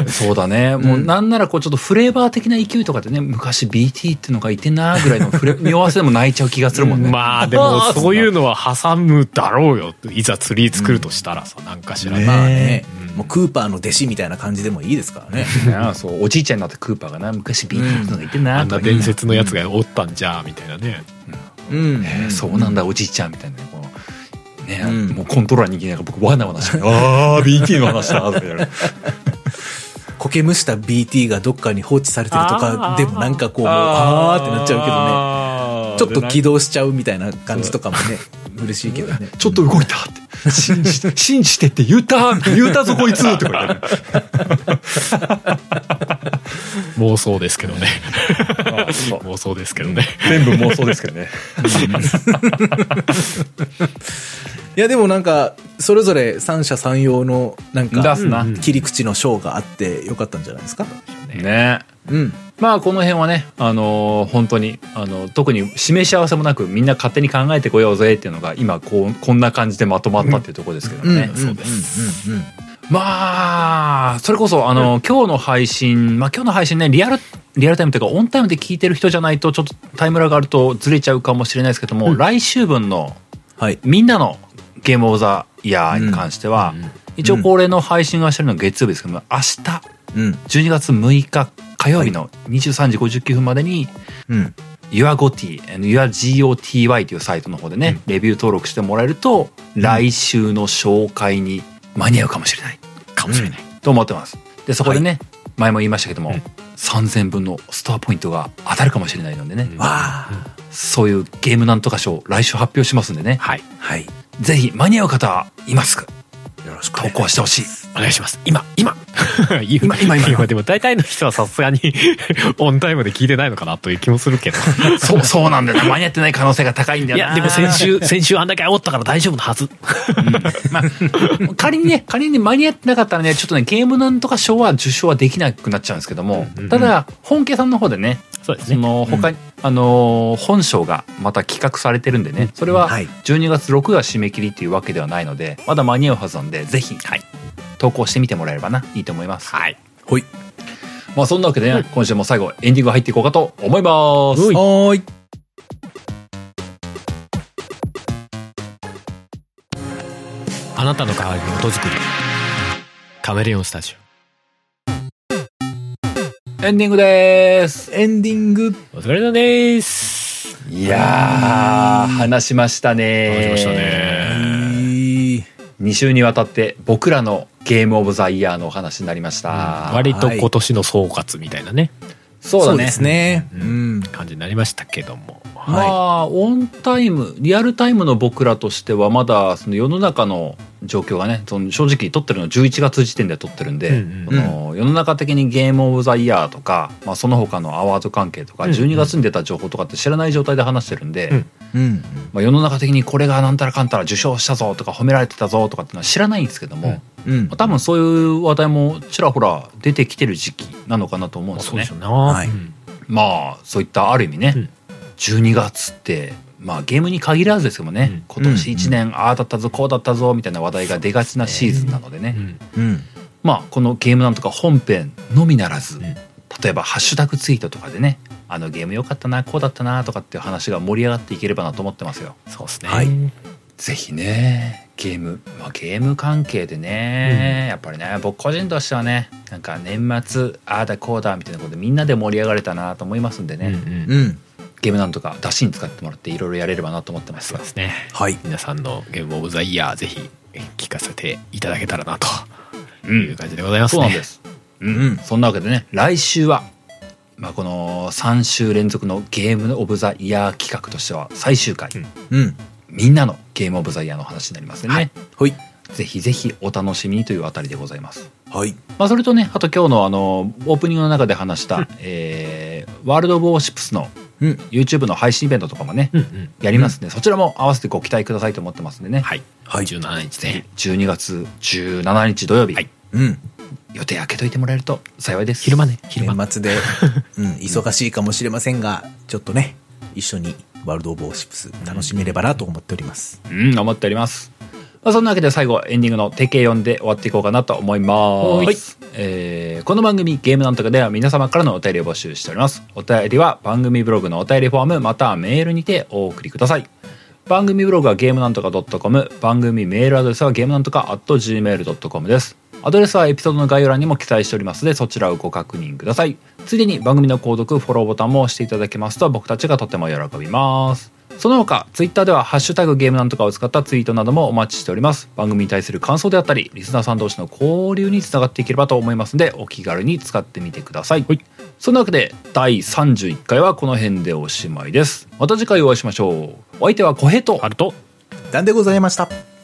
[SPEAKER 3] う
[SPEAKER 2] ね。
[SPEAKER 1] そうだね。もうなんならこうちょっとフレーバー的な勢いとかでね、昔 BT ってのがいてなぐらいの フレ、匂わせでも泣いちゃう気がするもんね。
[SPEAKER 2] まあでも
[SPEAKER 1] あー
[SPEAKER 2] そういうのは挟むだろうよいざツリー作るとしたらさ、なんかしら
[SPEAKER 3] ま
[SPEAKER 2] な
[SPEAKER 3] あ
[SPEAKER 2] い、
[SPEAKER 3] ね、もうクーパーの弟子みたいな感じでもいいですからね。
[SPEAKER 1] なあそう、おじいちゃんになったクーパーがな、昔 BT ってのがいて
[SPEAKER 2] あ
[SPEAKER 1] な、
[SPEAKER 2] ん
[SPEAKER 1] と
[SPEAKER 2] な
[SPEAKER 1] か言う
[SPEAKER 2] 伝説のやつがおったんじゃみたいなね、
[SPEAKER 3] うん。
[SPEAKER 1] えーそうなんだ、おじいちゃんみたいなね。こうね、
[SPEAKER 3] うん
[SPEAKER 1] もうコントローラー握りながら僕、わなわなして、 ああ、BT の話だ、とか言われる
[SPEAKER 3] 苔むした BT がどっかに放置されてると
[SPEAKER 2] あ
[SPEAKER 3] か
[SPEAKER 2] ー
[SPEAKER 3] でもなんかこう、もうあーってなっちゃう
[SPEAKER 2] ゃ
[SPEAKER 3] けどね。ちょっと起
[SPEAKER 2] 動
[SPEAKER 3] 動しちゃうみたいな感じとかもね、嬉しいけどね。
[SPEAKER 1] ちょっと動いたって。信じ て、信じてって言った言ったぞこいつって言われる。
[SPEAKER 2] 妄想ですけどね
[SPEAKER 1] そう
[SPEAKER 2] 妄想ですけどね、
[SPEAKER 1] 全部妄想ですけどね。
[SPEAKER 3] いやでもなんか、それぞれ三者三様のなん
[SPEAKER 1] 出
[SPEAKER 3] か
[SPEAKER 1] すな、
[SPEAKER 3] 切り口の章があってよかったんじゃないですか。
[SPEAKER 1] ね
[SPEAKER 3] うん。
[SPEAKER 1] まあこの辺はね、あのー本当に、あの特に示し合わせもなくみんな勝手に考えてこようぜっていうのが今こうこんな感じでまとまったっていうところですけどね、
[SPEAKER 3] そうです。うんうん
[SPEAKER 1] まあそれこそあの、今日の配信まあ今日の配信ねリアルリアルタイムというかオンタイムで聞いてる人じゃないとちょっとタイムラグあるとずれちゃうかもしれないですけども、来週分の
[SPEAKER 3] はい。
[SPEAKER 1] みんなのゲームオブザイヤーに関しては、一応恒例の配信がしてるのが月曜日ですけども明日
[SPEAKER 3] うん。
[SPEAKER 1] 12月6日火曜日の23時59分までに
[SPEAKER 3] うん。
[SPEAKER 1] YourGoty、YourGoty というサイトの方でね、レビュー登録してもらえると、来週の紹介に間に合うかもしれない。かもしれない。と思ってます。で、そこでね、前も言いましたけども、3000分のスターポイントが当たるかもしれないのでね、
[SPEAKER 2] うん
[SPEAKER 3] わあ。
[SPEAKER 1] そういうゲームなんとか賞、来週発表しますんでね、
[SPEAKER 2] はい
[SPEAKER 3] はい。よ
[SPEAKER 1] ぜひ間に合う方は今すぐ
[SPEAKER 3] ろしくお願
[SPEAKER 1] 投稿
[SPEAKER 3] いしま
[SPEAKER 1] してほしい。
[SPEAKER 2] お願いします今今 今
[SPEAKER 1] 今今
[SPEAKER 2] でも大体の人はさすがにオンタイムで聞いてないのかなという気もするけど
[SPEAKER 1] そう、そうなんだよな。間に合ってない可能性が高いんだよ
[SPEAKER 2] い
[SPEAKER 1] な。
[SPEAKER 2] やでも先週先週あんだけ煽ったから大丈夫なはず
[SPEAKER 1] まあ、仮にね、仮に間に合ってなかったらね、ちょっとね、ゲームなんとか賞は受賞はできなくなっちゃうんですけども、ただ、本家さんの方でね、
[SPEAKER 2] そうです
[SPEAKER 1] そ
[SPEAKER 2] ね
[SPEAKER 1] の、他に、あのー本賞がまた企画されてるんでね、それは
[SPEAKER 3] はい
[SPEAKER 1] 12月6が締め切りっていうわけではないので、まだ間に合うはずなんで、ぜひ、投稿してみてもらえればないいと思います。
[SPEAKER 2] はい
[SPEAKER 3] す。ほい。
[SPEAKER 1] まあ、そんなわけでね、今週も最後、エンディング入っていこうかと思います。
[SPEAKER 2] うい
[SPEAKER 3] はーい。
[SPEAKER 2] あなたの代わりに音作りカメレオンスタジ
[SPEAKER 1] エンディングです。
[SPEAKER 3] エンディング。
[SPEAKER 2] オお疲れ様です
[SPEAKER 1] いやー、話しましたね。
[SPEAKER 2] 話しましたね
[SPEAKER 3] いい
[SPEAKER 1] 2週にわたって僕らのゲームオブザイヤーのお話になりました、
[SPEAKER 2] 割と今年の総括みたいなね
[SPEAKER 1] そうだ
[SPEAKER 3] そう
[SPEAKER 1] ね
[SPEAKER 3] ですね。うん。
[SPEAKER 2] 感じになりましたけども
[SPEAKER 1] まあオンタイムリアルタイムの僕らとしてはまだその世の中の状況がねその正直撮ってるの11月時点で撮ってるんで、
[SPEAKER 2] うん
[SPEAKER 1] その世の中的にゲームオブザイヤーとか、まあ、その他のアワード関係とか
[SPEAKER 2] うんうん
[SPEAKER 1] 12月に出た情報とかって知らない状態で話してるんで、
[SPEAKER 2] うん
[SPEAKER 3] うん。
[SPEAKER 1] まあ、世の中的にこれがなんたらかんたら受賞したぞとか褒められてたぞとかっていうのは知らないんですけども、
[SPEAKER 2] うん
[SPEAKER 3] うん
[SPEAKER 1] まあ。多分そういう話題もちらほら出てきてる時期なのかなと思うんです
[SPEAKER 2] そう
[SPEAKER 1] よ
[SPEAKER 2] で
[SPEAKER 1] ね
[SPEAKER 2] しょ。うな、
[SPEAKER 3] はい
[SPEAKER 2] うん
[SPEAKER 1] まあそういったある意味ね、
[SPEAKER 2] うん
[SPEAKER 1] 12月って、まあ、ゲームに限らずですけどもね、
[SPEAKER 2] うん
[SPEAKER 1] 今年1年ああだったぞこうだったぞみたいな話題が出がちなシーズンなのでね、
[SPEAKER 2] うん
[SPEAKER 3] うん。
[SPEAKER 1] まあこのゲームなんとか本編のみならず、
[SPEAKER 2] ん
[SPEAKER 1] 例えばハッシュタグツイートとかでねあのゲーム良かったなこうだったなとかっていう話が盛り上がっていければなと思ってますよ。
[SPEAKER 2] そうですね、
[SPEAKER 3] はい
[SPEAKER 1] ぜひねゲーム、まあ、ゲーム関係でね、やっぱりね僕個人としてはねなんか年末ああだこうだみたいなことでみんなで盛り上がれたなと思いますんでね、
[SPEAKER 2] うんうん
[SPEAKER 3] うん。
[SPEAKER 1] ゲームなんとか出しに使ってもらっていろいろやれればなと思ってます
[SPEAKER 2] そうですね
[SPEAKER 3] はい。
[SPEAKER 2] 皆さんのゲームオブザイヤーぜひ聞かせていただけたらなと
[SPEAKER 1] う
[SPEAKER 2] いう感じでございます
[SPEAKER 1] そう
[SPEAKER 2] ね、
[SPEAKER 1] なんです、うん
[SPEAKER 3] うん
[SPEAKER 1] そんなわけでね来週は、まあ、この3週連続のゲームオブザイヤー企画としては最終回、
[SPEAKER 2] うん
[SPEAKER 3] うん。
[SPEAKER 1] みんなのゲームオブザイヤーの話になりますね、
[SPEAKER 3] はい。はい。
[SPEAKER 1] ぜひぜひお楽しみにというあたりでございます
[SPEAKER 3] はい。
[SPEAKER 1] まあ、それとねあと今日のあのオープニングの中で話した、えーワールド・オブ・ウォーシップスの
[SPEAKER 3] うん。
[SPEAKER 1] YouTube の配信イベントとかもね、
[SPEAKER 2] うんうん。
[SPEAKER 1] やりますんで、そちらも合わせてご期待くださいと思ってますんでね、
[SPEAKER 2] はい。
[SPEAKER 3] はい。
[SPEAKER 2] 17日ね。
[SPEAKER 1] 12月17日土曜日、
[SPEAKER 3] うん。
[SPEAKER 1] 予定開けといてもらえると幸いです
[SPEAKER 2] 昼間ね。昼間。
[SPEAKER 3] 年末 で、うん、忙しいかもしれませんが、ちょっとね、一緒にワールド・オブ・オーシップス楽しめればなと思っております。
[SPEAKER 1] うん思っております、まあ、そんなわけで最後エンディングの定型読んで終わっていこうかなと思います、えーこの番組「ゲームなんとか」では皆様からのお便りを募集しておりますお便りは番組ブログのお便りフォームまたはメールにてお送りください番組ブログはゲームなんとか .com 番組メールアドレスはゲームなんとか .gmail.com ですアドレスはエピソードの概要欄にも記載しておりますのでそちらをご確認くださいついでに番組の購読フォローボタンも押していただけますと僕たちがとても喜びますその他ツイッターでは「ハッシュタグゲームなんとか」を使ったツイートなどもお待ちしております番組に対する感想であったりリスナーさん同士の交流につながっていければと思いますのでお気軽に使ってみてください、そんなわけで第31回はこの辺でおしまいですまた次回お会いしましょうお相手は小平と
[SPEAKER 2] あると。
[SPEAKER 3] なんでございました。